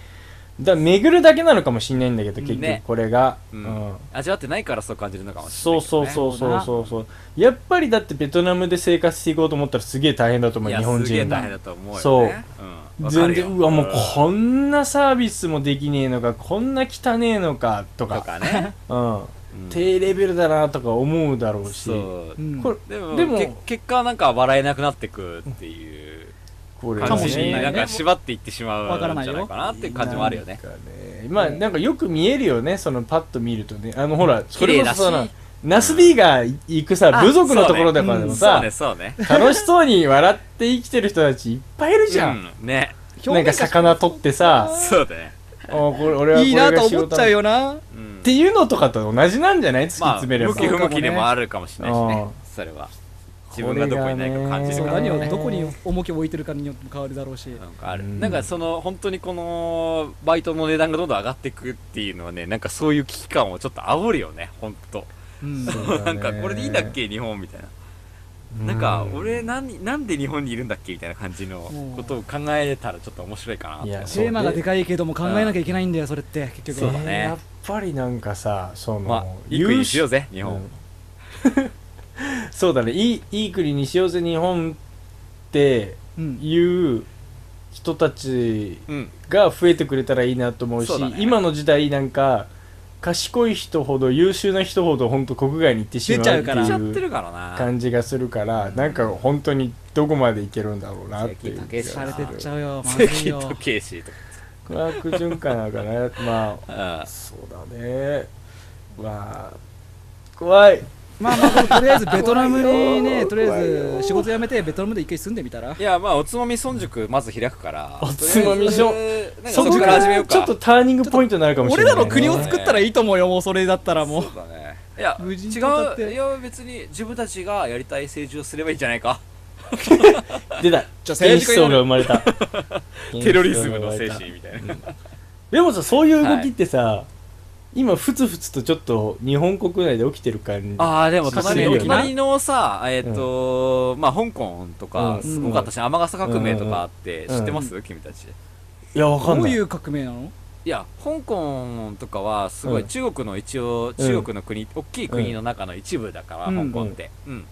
Speaker 6: だから巡るだけなのかもしれないんだけど結
Speaker 2: ね
Speaker 6: 局これが、
Speaker 2: う
Speaker 6: うんん
Speaker 2: 味わってないからそう感じるのかもしれな
Speaker 6: そう
Speaker 2: いけど
Speaker 6: そ
Speaker 2: ね、
Speaker 6: うそうそうそうそうやっぱりだってベトナムで生活していこうと思ったらすげえ大変だと思う
Speaker 2: いや
Speaker 6: よ日本
Speaker 2: すげえ
Speaker 6: 人
Speaker 2: 大変だと思うよね
Speaker 6: そう
Speaker 2: うん、わか
Speaker 6: 全
Speaker 2: るよ
Speaker 6: 然うわもうこんなサービスもできねえのかこんな汚ねえのかと
Speaker 2: と
Speaker 6: か
Speaker 2: かね、
Speaker 6: うん
Speaker 2: うん
Speaker 6: 低レベルだなとか思うだろうし
Speaker 2: そう
Speaker 1: うん
Speaker 6: これ
Speaker 2: でも
Speaker 6: でも
Speaker 2: け結果なんか笑えなくなってくっていう
Speaker 6: これ
Speaker 1: か
Speaker 2: 感
Speaker 1: もし
Speaker 2: じ
Speaker 1: れ
Speaker 2: に
Speaker 1: ないね
Speaker 2: なんか縛っていってしま
Speaker 1: わから
Speaker 2: う
Speaker 1: なんい
Speaker 2: じ
Speaker 1: よ
Speaker 2: ゃないかなっていう感じもあるよね
Speaker 6: なんかねまあなんかよく見えるよねそのパッと見るとねあのほらそれこ
Speaker 2: 綺
Speaker 6: そ
Speaker 2: 麗だ
Speaker 6: さな
Speaker 2: し
Speaker 6: ナス D が行くさ
Speaker 2: あ
Speaker 6: 部族のところとかで
Speaker 2: そ
Speaker 6: も
Speaker 2: う
Speaker 6: さ
Speaker 2: ねそうね
Speaker 6: 楽しそうに笑って生きてる人たちいっぱいいるじゃん
Speaker 2: うんね
Speaker 6: なんか魚取ってさ
Speaker 2: そうだね
Speaker 6: あこれ俺はこ
Speaker 1: いい
Speaker 6: れ
Speaker 1: な
Speaker 6: が
Speaker 1: と
Speaker 6: 仕事
Speaker 1: 思っちゃうよな
Speaker 2: うん
Speaker 6: っていうのとかと同じなんじゃない突き
Speaker 2: まあ
Speaker 6: 詰めれば
Speaker 2: 向き不向きでもあるかもしれないしね
Speaker 6: うん
Speaker 2: それは自分がどこにないか感じ
Speaker 6: え
Speaker 2: る
Speaker 1: そ
Speaker 6: ー
Speaker 1: う
Speaker 2: から
Speaker 1: 何
Speaker 2: ね
Speaker 1: をどこに重きを置いてるかによっても変わるだろうし
Speaker 2: なんかある
Speaker 6: うん
Speaker 2: なんかその本当にこのバイトの値段がどんどん上がっていくっていうのはねなんかそういう危機感をちょっと煽るよね本当
Speaker 1: うん
Speaker 6: そう
Speaker 2: な
Speaker 6: だね
Speaker 2: んかこれでいいんだっけ日本みたいななんか俺何なんで日本にいるんだっけみたいな感じのことを考えたらちょっと面白いかなと
Speaker 6: いやそう
Speaker 1: テーマがでかいけども考えなきゃいけないんだよそれって結
Speaker 2: そう
Speaker 1: 局
Speaker 2: だね
Speaker 6: やっぱりなんかさその、
Speaker 2: まあいい国にしようぜ日本
Speaker 6: うん そうだねいいいい国にしようぜ日本って
Speaker 1: うん
Speaker 6: いう人たち
Speaker 2: うん
Speaker 6: が増えてくれたらいいなと思うし
Speaker 2: そうだね
Speaker 6: 今の時代なんか賢い人ほど優秀な人ほど本当国外に行ってしまうって
Speaker 1: 出ちゃうから
Speaker 2: ちゃって
Speaker 6: いう
Speaker 2: るからな
Speaker 6: 感じがするからなんか本当にどこまでいけるんだろうなっていう
Speaker 2: 関
Speaker 1: されてっちゃうよまずい
Speaker 2: 関
Speaker 1: よ
Speaker 2: とケイシーと
Speaker 6: これは悪循環なのかなまあ
Speaker 2: か
Speaker 6: そうだねまあ怖い
Speaker 1: まあまあでもとりあえずベトナムにねとりあえず仕事辞めてベトナムで一回住んでみたら
Speaker 2: いやまあおつまみ村塾まず開くから
Speaker 6: おつまみ村
Speaker 2: とりあえずなんかそ
Speaker 6: こ
Speaker 2: こから始めようか
Speaker 6: ちょっとターニングポイントになるかもしれ
Speaker 1: 俺
Speaker 6: な
Speaker 1: ら
Speaker 6: いね、
Speaker 1: の国を作ったらいいと思うよもうそれだったらもう
Speaker 2: そうだねいや
Speaker 1: 無人島だって
Speaker 2: 違ういや別に自分たちがやりたい政治をすればいいんじゃないか
Speaker 1: じゃあ政治家
Speaker 6: 出た元気層
Speaker 1: に
Speaker 6: が
Speaker 1: な
Speaker 6: 生まれた
Speaker 2: テロリズムの精神みたいな
Speaker 6: でもさそういう動きってさ、今ふつふつとちょっと日本国内で起きる感じ
Speaker 2: ああでも
Speaker 6: する
Speaker 2: 隣
Speaker 6: よね
Speaker 2: の隣のさえっ、と、まあ香港とか
Speaker 6: うん
Speaker 2: すごかったし尼、崎革命とかあって
Speaker 6: うん
Speaker 2: 知ってます、君たち
Speaker 6: いやわか
Speaker 1: ど
Speaker 6: ん
Speaker 1: う
Speaker 6: ない
Speaker 1: いう革命なの
Speaker 2: いや香港とかはすご
Speaker 6: う
Speaker 2: い
Speaker 6: ん
Speaker 2: 中国の一応、中国の国、大きい国の中の一部だから、
Speaker 1: うん
Speaker 2: 香港って、うん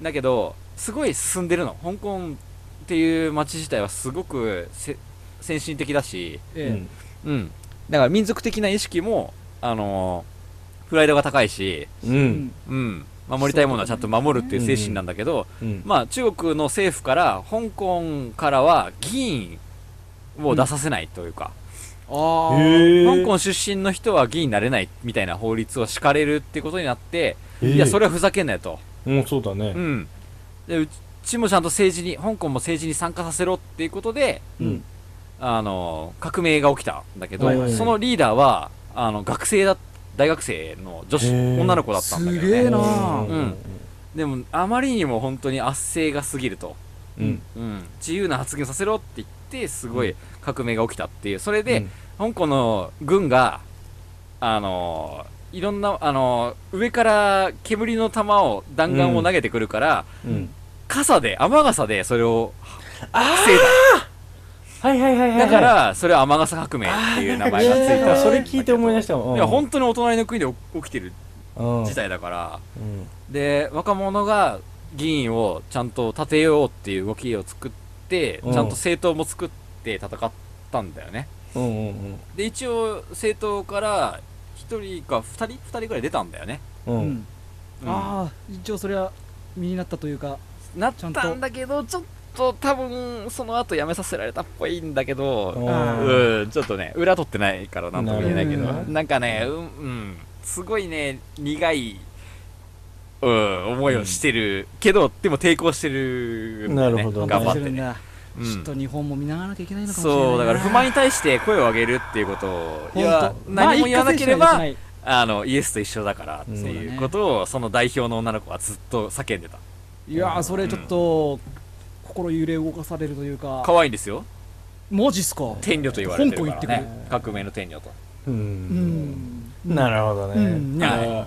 Speaker 2: だけどすごい進んでるの香港っていう街自体はすごくせ先進的だし、
Speaker 6: う
Speaker 1: え
Speaker 6: ん
Speaker 2: うん、だから民族的な意識もあのプライドが高いし、
Speaker 6: う
Speaker 1: えうんん
Speaker 2: うん、守りたいものはちゃんと守るっていう精神なんだけど、
Speaker 6: うん
Speaker 2: まあ、中国の政府から香港からは議員を出させないというか、
Speaker 1: ああ
Speaker 6: へ
Speaker 2: 香港出身の人は議員になれないみたいな法律を敷かれるってことになって、
Speaker 6: え
Speaker 2: いやそ
Speaker 6: れ
Speaker 2: れはふざけんなよと、
Speaker 6: もうそうだ
Speaker 2: う
Speaker 6: ね
Speaker 2: ん、でうちもちゃんと政治に香港も政治に参加させろっていうことで
Speaker 6: うん
Speaker 2: あの革命が起きたんだけど、
Speaker 6: はいはいはい
Speaker 2: そのリーダーはあの学生だ大学生の女子
Speaker 6: へー
Speaker 2: 女の子だったんだけど
Speaker 1: すげえ
Speaker 2: ね
Speaker 1: な
Speaker 2: うんでもあまりにも本当に圧政が過ぎると。
Speaker 6: うん
Speaker 2: うん、自由な発言させろって言ってすごい革命が起きたっていうそれで、
Speaker 6: うん
Speaker 2: 香港の軍があのーいろんな、あのー上から煙の玉を弾丸を投げてくるから、
Speaker 6: うん
Speaker 2: 傘で雨傘でそれを防い
Speaker 6: はいはいはいはい
Speaker 2: だだからそれは雨傘革命っていう名前がつい
Speaker 6: なんか
Speaker 2: た
Speaker 6: それ聞いて思い出したもん
Speaker 2: いや本当にお隣の国で起きてる
Speaker 6: 当
Speaker 2: 事態だから、
Speaker 6: うん
Speaker 2: で若者が議員をちゃんと立てようっていう動きを作って、
Speaker 6: うん
Speaker 2: ちゃんと政党も作って戦ったんだよね
Speaker 6: うんうん
Speaker 2: で一応政党から1人か2人2人ぐらい出たんだよね、
Speaker 6: うんう
Speaker 1: うんんああ一応それは身になったというか
Speaker 2: なっ
Speaker 1: ちゃんと
Speaker 2: たんだけどちょっと多分その後辞めさせられたっぽいんだけど
Speaker 1: あ
Speaker 6: うん
Speaker 2: うんちょっとね裏取ってないからなんとも言えないけど
Speaker 1: なる
Speaker 2: な
Speaker 1: ほど
Speaker 2: んかねうん、うん、すごいね苦いうん、思いをしてるけど、でも抵抗してるんだよね、
Speaker 6: なるほどね
Speaker 2: 頑張
Speaker 1: し
Speaker 2: っ
Speaker 1: てるん
Speaker 2: ね、
Speaker 1: だ
Speaker 2: うん
Speaker 1: ちょっと日本も見習わなきゃいけないのかもしれないな
Speaker 2: そうだから不満に対して声を上げるっていうことをいや
Speaker 1: 本当
Speaker 2: 何も言わなけれ
Speaker 1: まあ一過性しか
Speaker 2: ば
Speaker 1: ない
Speaker 2: あのイエスと一緒だからっていうことをその代表の女の子はずっと叫んでた
Speaker 1: いやーそれちょっと心揺れ動かされるというか
Speaker 2: 可愛いんですよ
Speaker 1: マジっすか
Speaker 2: 天女と言われて
Speaker 1: 香
Speaker 2: るか
Speaker 1: 港
Speaker 2: ら
Speaker 1: 行って
Speaker 2: ね革命の天女と
Speaker 6: う
Speaker 1: うんん
Speaker 6: なるほどね、
Speaker 1: うん
Speaker 6: だから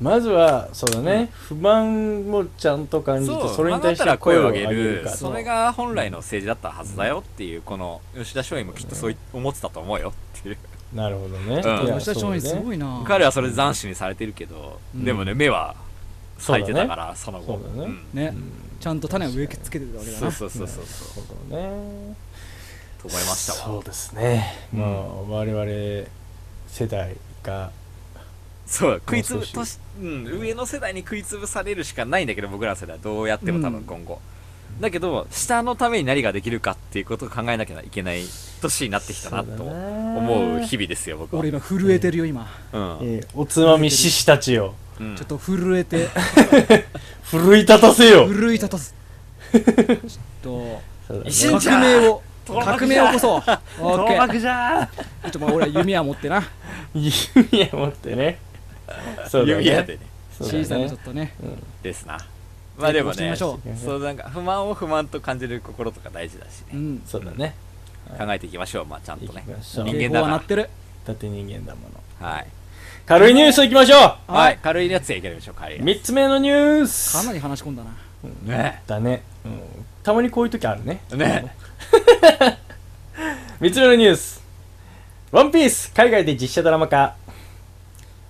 Speaker 6: まずはそうだね、不満をちゃんと感じてそれに対し
Speaker 2: あなたら
Speaker 6: て声を上
Speaker 2: 声
Speaker 6: げ
Speaker 2: を上げ
Speaker 6: る
Speaker 2: る
Speaker 6: か
Speaker 2: それが本来の政治だったはずだよっていうこの吉田松陰もきっとそうい思ってたと思うよっていう
Speaker 6: なるほどね、
Speaker 2: うん
Speaker 6: いや
Speaker 1: 吉田松陰す
Speaker 6: そうだね
Speaker 1: ごいな
Speaker 2: 彼はそれで斬首にされてるけど
Speaker 1: うん
Speaker 2: でもね目は咲いてたからその後
Speaker 6: そうだね
Speaker 2: うん
Speaker 1: ねちゃんと種を植え付けてるわけだ
Speaker 2: そう
Speaker 1: な
Speaker 2: そうそうそうそう
Speaker 6: なるほどね
Speaker 2: と思いましたわ
Speaker 6: そうですね、まあ我々世代が
Speaker 2: そう食いつぶ
Speaker 6: もう少
Speaker 2: とし、うん、上の世代に食いつぶされるしかないんだけど僕らの世代はどうやっても多分今後、だけど下のために何ができるかっていうことを考えなきゃいけない年になってきたなと思う日々ですよ僕は、
Speaker 1: 俺今震えてるよ今
Speaker 2: うん
Speaker 6: えーおつまみ獅子たちを
Speaker 2: うん
Speaker 1: ちょっと震えて
Speaker 6: 奮い立たせよ
Speaker 1: 震い立たすちょ
Speaker 6: そうだね
Speaker 1: っと革命を革命を起こそうオッケー
Speaker 2: じゃ
Speaker 1: ちょっとまあ俺は弓矢持ってな
Speaker 6: 弓矢持ってねそうだね
Speaker 2: 指輪でね
Speaker 6: そうだね
Speaker 1: 小さなちょっとね
Speaker 2: ですなまあでも
Speaker 1: してみ
Speaker 2: ね
Speaker 1: ましょ
Speaker 2: そうなんか不満を不満と感じる心とか大事だし
Speaker 1: う
Speaker 2: ね、
Speaker 1: ん
Speaker 6: そうだね
Speaker 2: 考えていきましょうまあちゃんとね
Speaker 6: いきましょ
Speaker 2: 人
Speaker 6: う
Speaker 2: 間
Speaker 1: 警報
Speaker 2: だ
Speaker 1: は鳴っ
Speaker 2: か
Speaker 1: てる
Speaker 6: だって人間だもの
Speaker 2: らはい、
Speaker 6: 軽いニュースいきましょ
Speaker 2: は
Speaker 1: はい
Speaker 2: い、軽いやつやいきましょう軽いう
Speaker 6: 3つ目のニュー
Speaker 1: かな
Speaker 6: ス
Speaker 1: り話し込んだな
Speaker 2: ね
Speaker 6: だね、うん、たまにこういう時あるね
Speaker 2: ね
Speaker 6: 3つ目のニュース「ワンピース海外で実写ドラマ化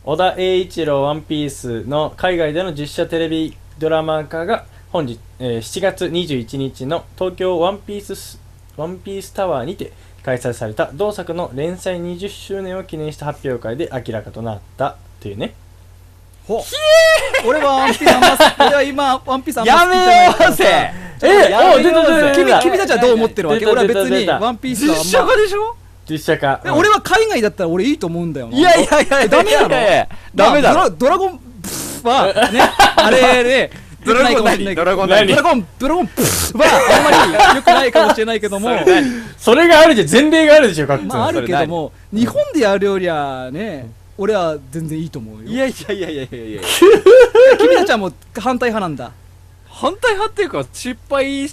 Speaker 6: 小田栄一郎「ワンピースの海外での実写テレビドラマ化が本日、えー7月21日の東京ワンピーススワンピースタワーにて開催された同作の連載20周年を記念した発表会で明らかとなったというね
Speaker 1: ほ俺はワンピースあんま好き俺は今ワンピースあんま好きじゃないからさ
Speaker 2: や
Speaker 6: えー
Speaker 1: やめ
Speaker 6: お出た出た出
Speaker 1: 君
Speaker 6: た
Speaker 1: 君たちはどう思ってるわけ
Speaker 6: 出た
Speaker 1: 俺は
Speaker 6: 出
Speaker 1: 別
Speaker 6: た
Speaker 1: に
Speaker 6: 出た
Speaker 1: ワンピースはあんま
Speaker 2: でしょ
Speaker 6: 実写化、
Speaker 1: え
Speaker 6: うん
Speaker 1: 俺は海外だったら俺いいと思うんだよない
Speaker 2: やいやいや、
Speaker 1: ダメなの
Speaker 2: いやいやいやダメだ
Speaker 1: まあ
Speaker 2: ろ。
Speaker 1: ドラドラゴンプスはねあれね、
Speaker 2: ドラゴン何
Speaker 1: 良くないかもしれないけど
Speaker 2: ドラゴン
Speaker 1: ド
Speaker 2: 何
Speaker 1: ラゴン、ドラゴンプッはあんまり良くないかもしれないけども、
Speaker 6: それがあるじゃん前例があるでしょかっつん
Speaker 1: まああるけども、日本でやるよりはね、俺は全然いいと思うよ。
Speaker 2: いやいやいやいやいやいや
Speaker 1: 君たちはもう反対派なんだ。
Speaker 2: 反対派っていうか失敗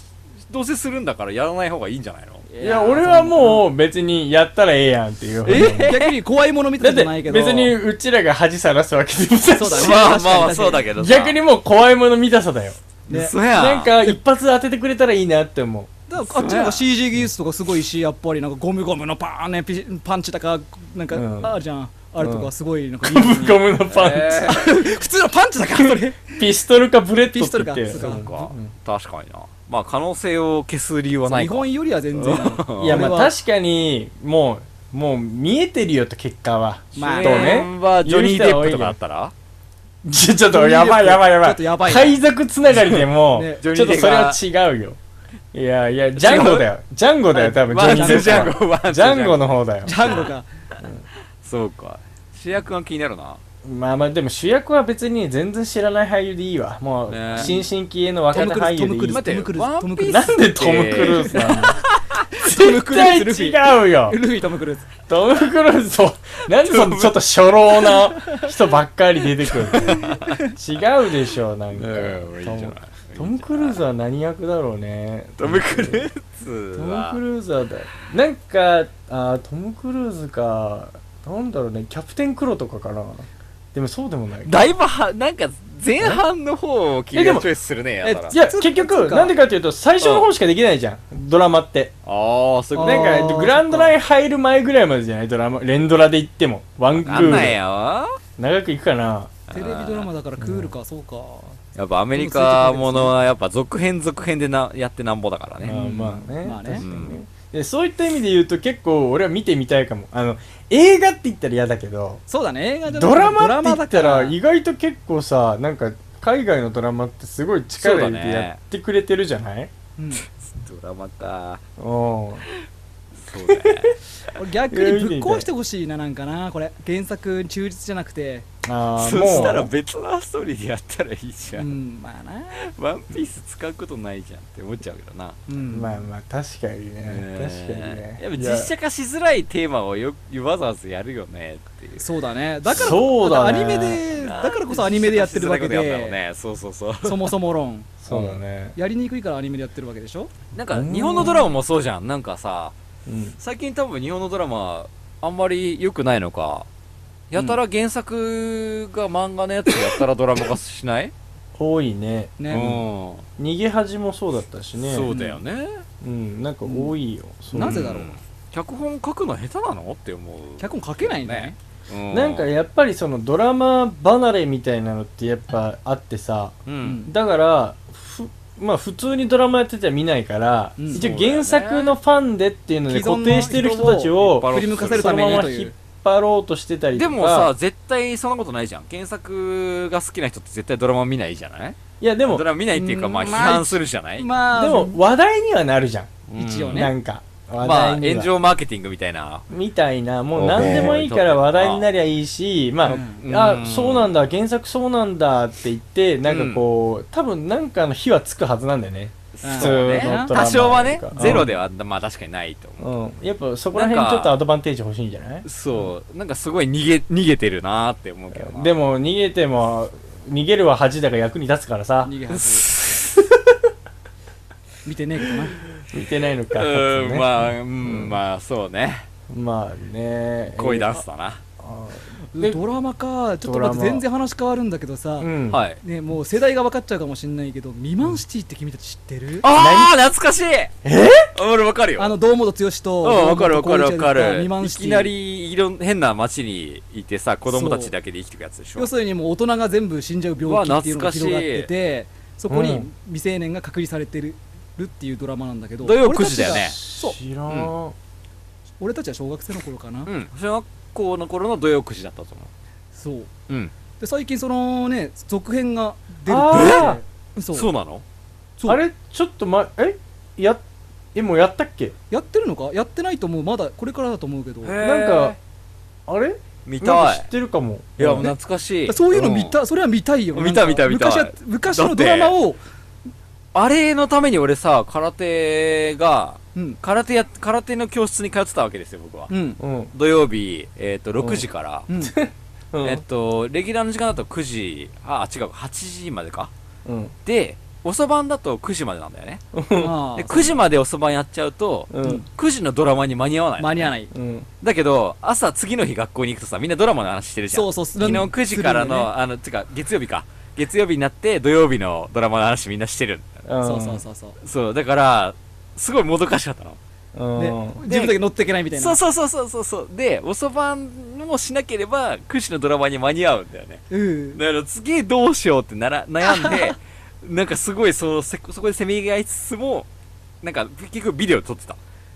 Speaker 2: どうせするんだからやらない方がいいんじゃないの
Speaker 6: いや俺はもう別にやったらええやんっていう
Speaker 1: 逆に怖いもの見た
Speaker 6: だっ
Speaker 1: じゃないけ
Speaker 6: て
Speaker 1: ど。
Speaker 6: 別にうちらが恥さらすわけでもないし
Speaker 1: そうだね
Speaker 11: まあまあそうだけどさ
Speaker 6: 逆にもう怖いもの見たさだよ
Speaker 1: ね
Speaker 11: 嘘や
Speaker 6: なんか一発当ててくれたらいいなって思う
Speaker 1: だからあっちの方が CG 技術とかすごいしやっぱりなんかゴムゴムのパーンねピパンチだかなんか、
Speaker 6: うん
Speaker 1: あるじゃんあれとかすごいなんかいい
Speaker 6: ゴ
Speaker 1: のに
Speaker 6: ムゴムのパン
Speaker 2: えー
Speaker 1: 普通のパンチだからそ れ
Speaker 6: チピストルかブレット
Speaker 1: ピ
Speaker 6: っ
Speaker 1: スト
Speaker 6: て
Speaker 1: ル
Speaker 6: 言
Speaker 1: か
Speaker 6: って
Speaker 1: そうか
Speaker 2: なんか確かになまあ可能性を消す理由はない
Speaker 1: 日
Speaker 2: か
Speaker 1: 本よりは全然
Speaker 6: いやまあ
Speaker 1: か
Speaker 6: 確かにもうもう見えてるよと結果は
Speaker 1: まあ
Speaker 6: と
Speaker 1: ね
Speaker 6: ね
Speaker 2: はジョニー・デップとかあったら
Speaker 6: ちょちょっとやばいやばいやばい
Speaker 1: ちょっとやばいな
Speaker 6: 海賊つながりで も
Speaker 1: ね
Speaker 6: ちょっとそれは違うよいやいやジャンゴだよジャンゴだよ多分ジョニーデップは
Speaker 2: ンゴワンツー
Speaker 6: ジャンゴの方だよ
Speaker 1: ジャンゴが
Speaker 2: そうか主役が気になるな
Speaker 6: まあまあでも主役は別に全然知らない俳優でいいわもう
Speaker 2: ね
Speaker 6: 新進気鋭の若手俳優で
Speaker 1: ト
Speaker 6: い
Speaker 1: ムクルー
Speaker 6: い
Speaker 1: ズ
Speaker 2: 待ってワンピース
Speaker 6: なんでトム・クルーズなの絶対
Speaker 1: トムクルーズルフ
Speaker 6: 違うよ
Speaker 1: ルフィトム・クルーズ
Speaker 6: トム・クルーズそうなんでそのちょっと初老な人ばっかり出てくるの違うでしょなんか
Speaker 2: うんいいじゃない
Speaker 6: トムトム・クルーズは何役だろうね
Speaker 2: トム・クルーズ
Speaker 6: トム・
Speaker 2: は
Speaker 6: クルーズはだなんかあートム・クルーズかなんだろうねキャプテン・クロとかかなでもそうでもない
Speaker 2: だいぶはなんか前半の方を君
Speaker 6: えで
Speaker 2: が
Speaker 6: も
Speaker 2: チョイスするねや
Speaker 6: え
Speaker 2: たら
Speaker 6: いや結局なんでかっていうと最初の方しかできないじゃんドラマって
Speaker 2: ああそういうこ
Speaker 1: あ
Speaker 2: と
Speaker 1: ー
Speaker 6: なんかグランドライン入る前ぐらいまでじゃないドラマ連ドラで行ってもワンク
Speaker 2: わか
Speaker 6: ー
Speaker 2: ん
Speaker 6: ル
Speaker 2: ない
Speaker 6: で
Speaker 2: よ
Speaker 6: 長くいくかな
Speaker 1: テレビドラマだからクールかそうか
Speaker 2: やっぱアメリカものはやっぱ続編続編でなやってなんぼだから
Speaker 6: ま
Speaker 2: ね
Speaker 6: あまあね,、
Speaker 1: まあね
Speaker 6: 確か
Speaker 2: う
Speaker 6: にね
Speaker 2: ん
Speaker 6: でそういった意味で言うと結構俺は見てみたいかもあの映画って言ったら嫌だけど
Speaker 1: そうだね映画じゃなくて
Speaker 6: ドラマって言った
Speaker 1: ド
Speaker 6: ら
Speaker 1: ラマだから
Speaker 6: 意外と結構さなんか海外のドラマってすごい力入れ
Speaker 2: そ
Speaker 6: て
Speaker 2: うだね
Speaker 6: やってくれてるじゃない
Speaker 1: うん
Speaker 2: ドラマか
Speaker 6: お
Speaker 2: そうだね
Speaker 1: 俺逆にぶっ壊してほしいななんかなこれ原作に忠実じゃなくて
Speaker 6: あー
Speaker 2: そ
Speaker 6: もう
Speaker 2: したら別のストーリーでやったらいいじ
Speaker 1: う
Speaker 2: ゃん
Speaker 1: んまあな
Speaker 2: ワンピース使うことないじゃんって思っちゃうけどな
Speaker 1: うん
Speaker 6: まあまあ確かにね、確かにね
Speaker 2: やっぱ実写化しづらいテーマをよわざわざやるよねっていう
Speaker 1: そうだねだから
Speaker 6: そうだね
Speaker 1: アニメでだからこそアニメでやってるわけ
Speaker 2: 実写化しづらいことやったの
Speaker 1: で
Speaker 2: ねそうそうそう
Speaker 1: そもそも論
Speaker 6: そうだね、
Speaker 1: やりにくいからアニメでやってるわけでしょ
Speaker 2: なんか日本のドラマもそうじゃんなんかさ
Speaker 6: うん、
Speaker 2: 最近多分日本のドラマあんまり良くないのかやたら原作が漫画のやつやたらドラマ化しない
Speaker 6: 多いね
Speaker 2: う
Speaker 1: ね
Speaker 2: ん
Speaker 6: 逃げ恥もそうだったしね
Speaker 2: そうだよね
Speaker 6: うんなんか多いよ、そう
Speaker 1: なぜだろうん
Speaker 2: 脚本書くの下手なのって思う
Speaker 1: 脚本書けないんだね
Speaker 2: うん
Speaker 6: なんかやっぱりそのドラマ離れみたいなのってやっぱあってさ
Speaker 2: う
Speaker 1: うんん
Speaker 6: だからふまあ普通にドラマやってては見ないから、
Speaker 1: うん
Speaker 6: 一応原作のファンでっていうので
Speaker 1: 既存の
Speaker 6: 固定してる人たち
Speaker 2: 人を
Speaker 6: を
Speaker 1: 振り向かせるためにとい
Speaker 6: そのまま引っ
Speaker 1: う
Speaker 6: 張ろうとしてたりと
Speaker 2: で
Speaker 6: か
Speaker 2: もさ絶対そんなことないじゃん原作が好きな人って絶対ドラマ見ないじゃない
Speaker 6: いやでも
Speaker 2: ドラマ見ないっていうかまあ
Speaker 1: う
Speaker 2: 批
Speaker 1: ん
Speaker 2: 判するじゃない
Speaker 1: まあ
Speaker 6: でも話題にはなるじゃん、
Speaker 2: うん
Speaker 1: 一応ね
Speaker 6: なんか話
Speaker 2: まあ
Speaker 6: 題には、
Speaker 2: 炎上マーケティングみたいな
Speaker 6: みたいなもう
Speaker 2: お
Speaker 6: 何でもいいから話題になりゃいいしまあ、
Speaker 2: んう
Speaker 6: あ
Speaker 2: ん
Speaker 6: そうなんだ原作そうなんだって言ってなんかこう、多分なんかの火はつくはずなんだよね、
Speaker 1: うん
Speaker 6: 普通のドラマ
Speaker 2: 多少はね
Speaker 6: なんか
Speaker 2: ゼロではまあ確かにないと思
Speaker 6: うん、やっぱそこら辺
Speaker 2: なんか
Speaker 6: ちょっとアドバンテージ欲しいんじゃないう
Speaker 2: そうなんかすごい逃げ逃げてるなーって思うけどな
Speaker 6: で
Speaker 2: も
Speaker 6: も逃げても逃げるは恥だが役に立つからさ
Speaker 1: 逃げはず見てねえけどな
Speaker 6: 見てないの
Speaker 2: う
Speaker 6: か、
Speaker 2: ーん
Speaker 6: まあ、
Speaker 2: まあうんまあそうね
Speaker 6: まあね
Speaker 2: 恋ダンスだな
Speaker 6: で
Speaker 1: ドラマかちょっ
Speaker 6: ド
Speaker 1: と
Speaker 6: ラマ
Speaker 1: 待って全然話変わるんだけどさ
Speaker 6: うん、い、
Speaker 2: はい
Speaker 1: ねもう世代が分かっちゃうかもしんないけど未満シティって君たち知ってる
Speaker 2: ああ懐かしいえ俺わかるよ
Speaker 1: あの堂本剛と
Speaker 2: うん、わかるわかるわ
Speaker 1: 堂本光一が
Speaker 2: か
Speaker 1: 出た
Speaker 2: る
Speaker 1: 未。満
Speaker 2: い
Speaker 1: シティ
Speaker 2: きなり、いろん、変な街にいてさ、子供たちだけで生きてくやつでしょ
Speaker 1: 要。するにもう大人が全部死んじゃう病気っていうのが広がっててそこに未成年が隔離されてる,、っていうドラマなんだけど
Speaker 2: 土曜9
Speaker 1: 俺たち
Speaker 2: 時だよ
Speaker 1: が
Speaker 2: ね
Speaker 1: そう
Speaker 6: 知らん、
Speaker 1: 俺たちは小学生の頃かな、
Speaker 2: うん。小学校の頃の土曜9時だったと思
Speaker 1: そう
Speaker 2: う。うん。
Speaker 1: で最近そのね続編が出る
Speaker 6: あ
Speaker 1: てそう
Speaker 2: そうなの
Speaker 1: そう
Speaker 6: あれちょっとまえやえもうやったっけ
Speaker 1: やってるのかやってないと思うまだこれからだと思うけど
Speaker 2: へー
Speaker 6: なんかあれ
Speaker 2: 見
Speaker 6: なん
Speaker 2: た
Speaker 6: か
Speaker 2: い
Speaker 6: 知ってるかも
Speaker 2: いやもう懐かしい
Speaker 1: そういうの見た、それは見たいよ
Speaker 2: 見た見た見た
Speaker 1: 昔は昔のドラマを、
Speaker 2: あれのために俺さ空手が
Speaker 1: うん
Speaker 2: 空手や空手の教室に通ってたわけですよ僕は、
Speaker 1: うん
Speaker 6: うん、うん
Speaker 2: 土曜日、えっと6時から、
Speaker 1: うん、
Speaker 2: えっとレギュラーの時間だと9時あ違う8時までか
Speaker 6: うん
Speaker 2: で遅番だと9時までなんだよね
Speaker 1: あ
Speaker 2: で9時まで遅番やっちゃうと、
Speaker 6: うん
Speaker 2: 9時のドラマに間に合わな
Speaker 1: あ
Speaker 2: い
Speaker 1: 間に合わない
Speaker 6: うん
Speaker 2: だけど朝次の日学校に行くとさみんなドラマの話してるじゃん
Speaker 1: そうそう昨
Speaker 2: 昨日9時からの、あのてか月曜日か月曜日になって土曜日のドラマの話みんなしてる
Speaker 6: うん
Speaker 1: そうそうそうそう
Speaker 2: そうだからすごいもどかしかったの
Speaker 6: うん
Speaker 1: で自分だけ乗っていけないみたいな
Speaker 2: そうそうそうそうそうそうで遅番もしなければ9時のドラマに間に合うんだよね
Speaker 1: うん
Speaker 2: だから次どうしようってなら悩ん でなんかすごいそうせそこでせめぎ合いつつもなんか結局ビデオ撮ってた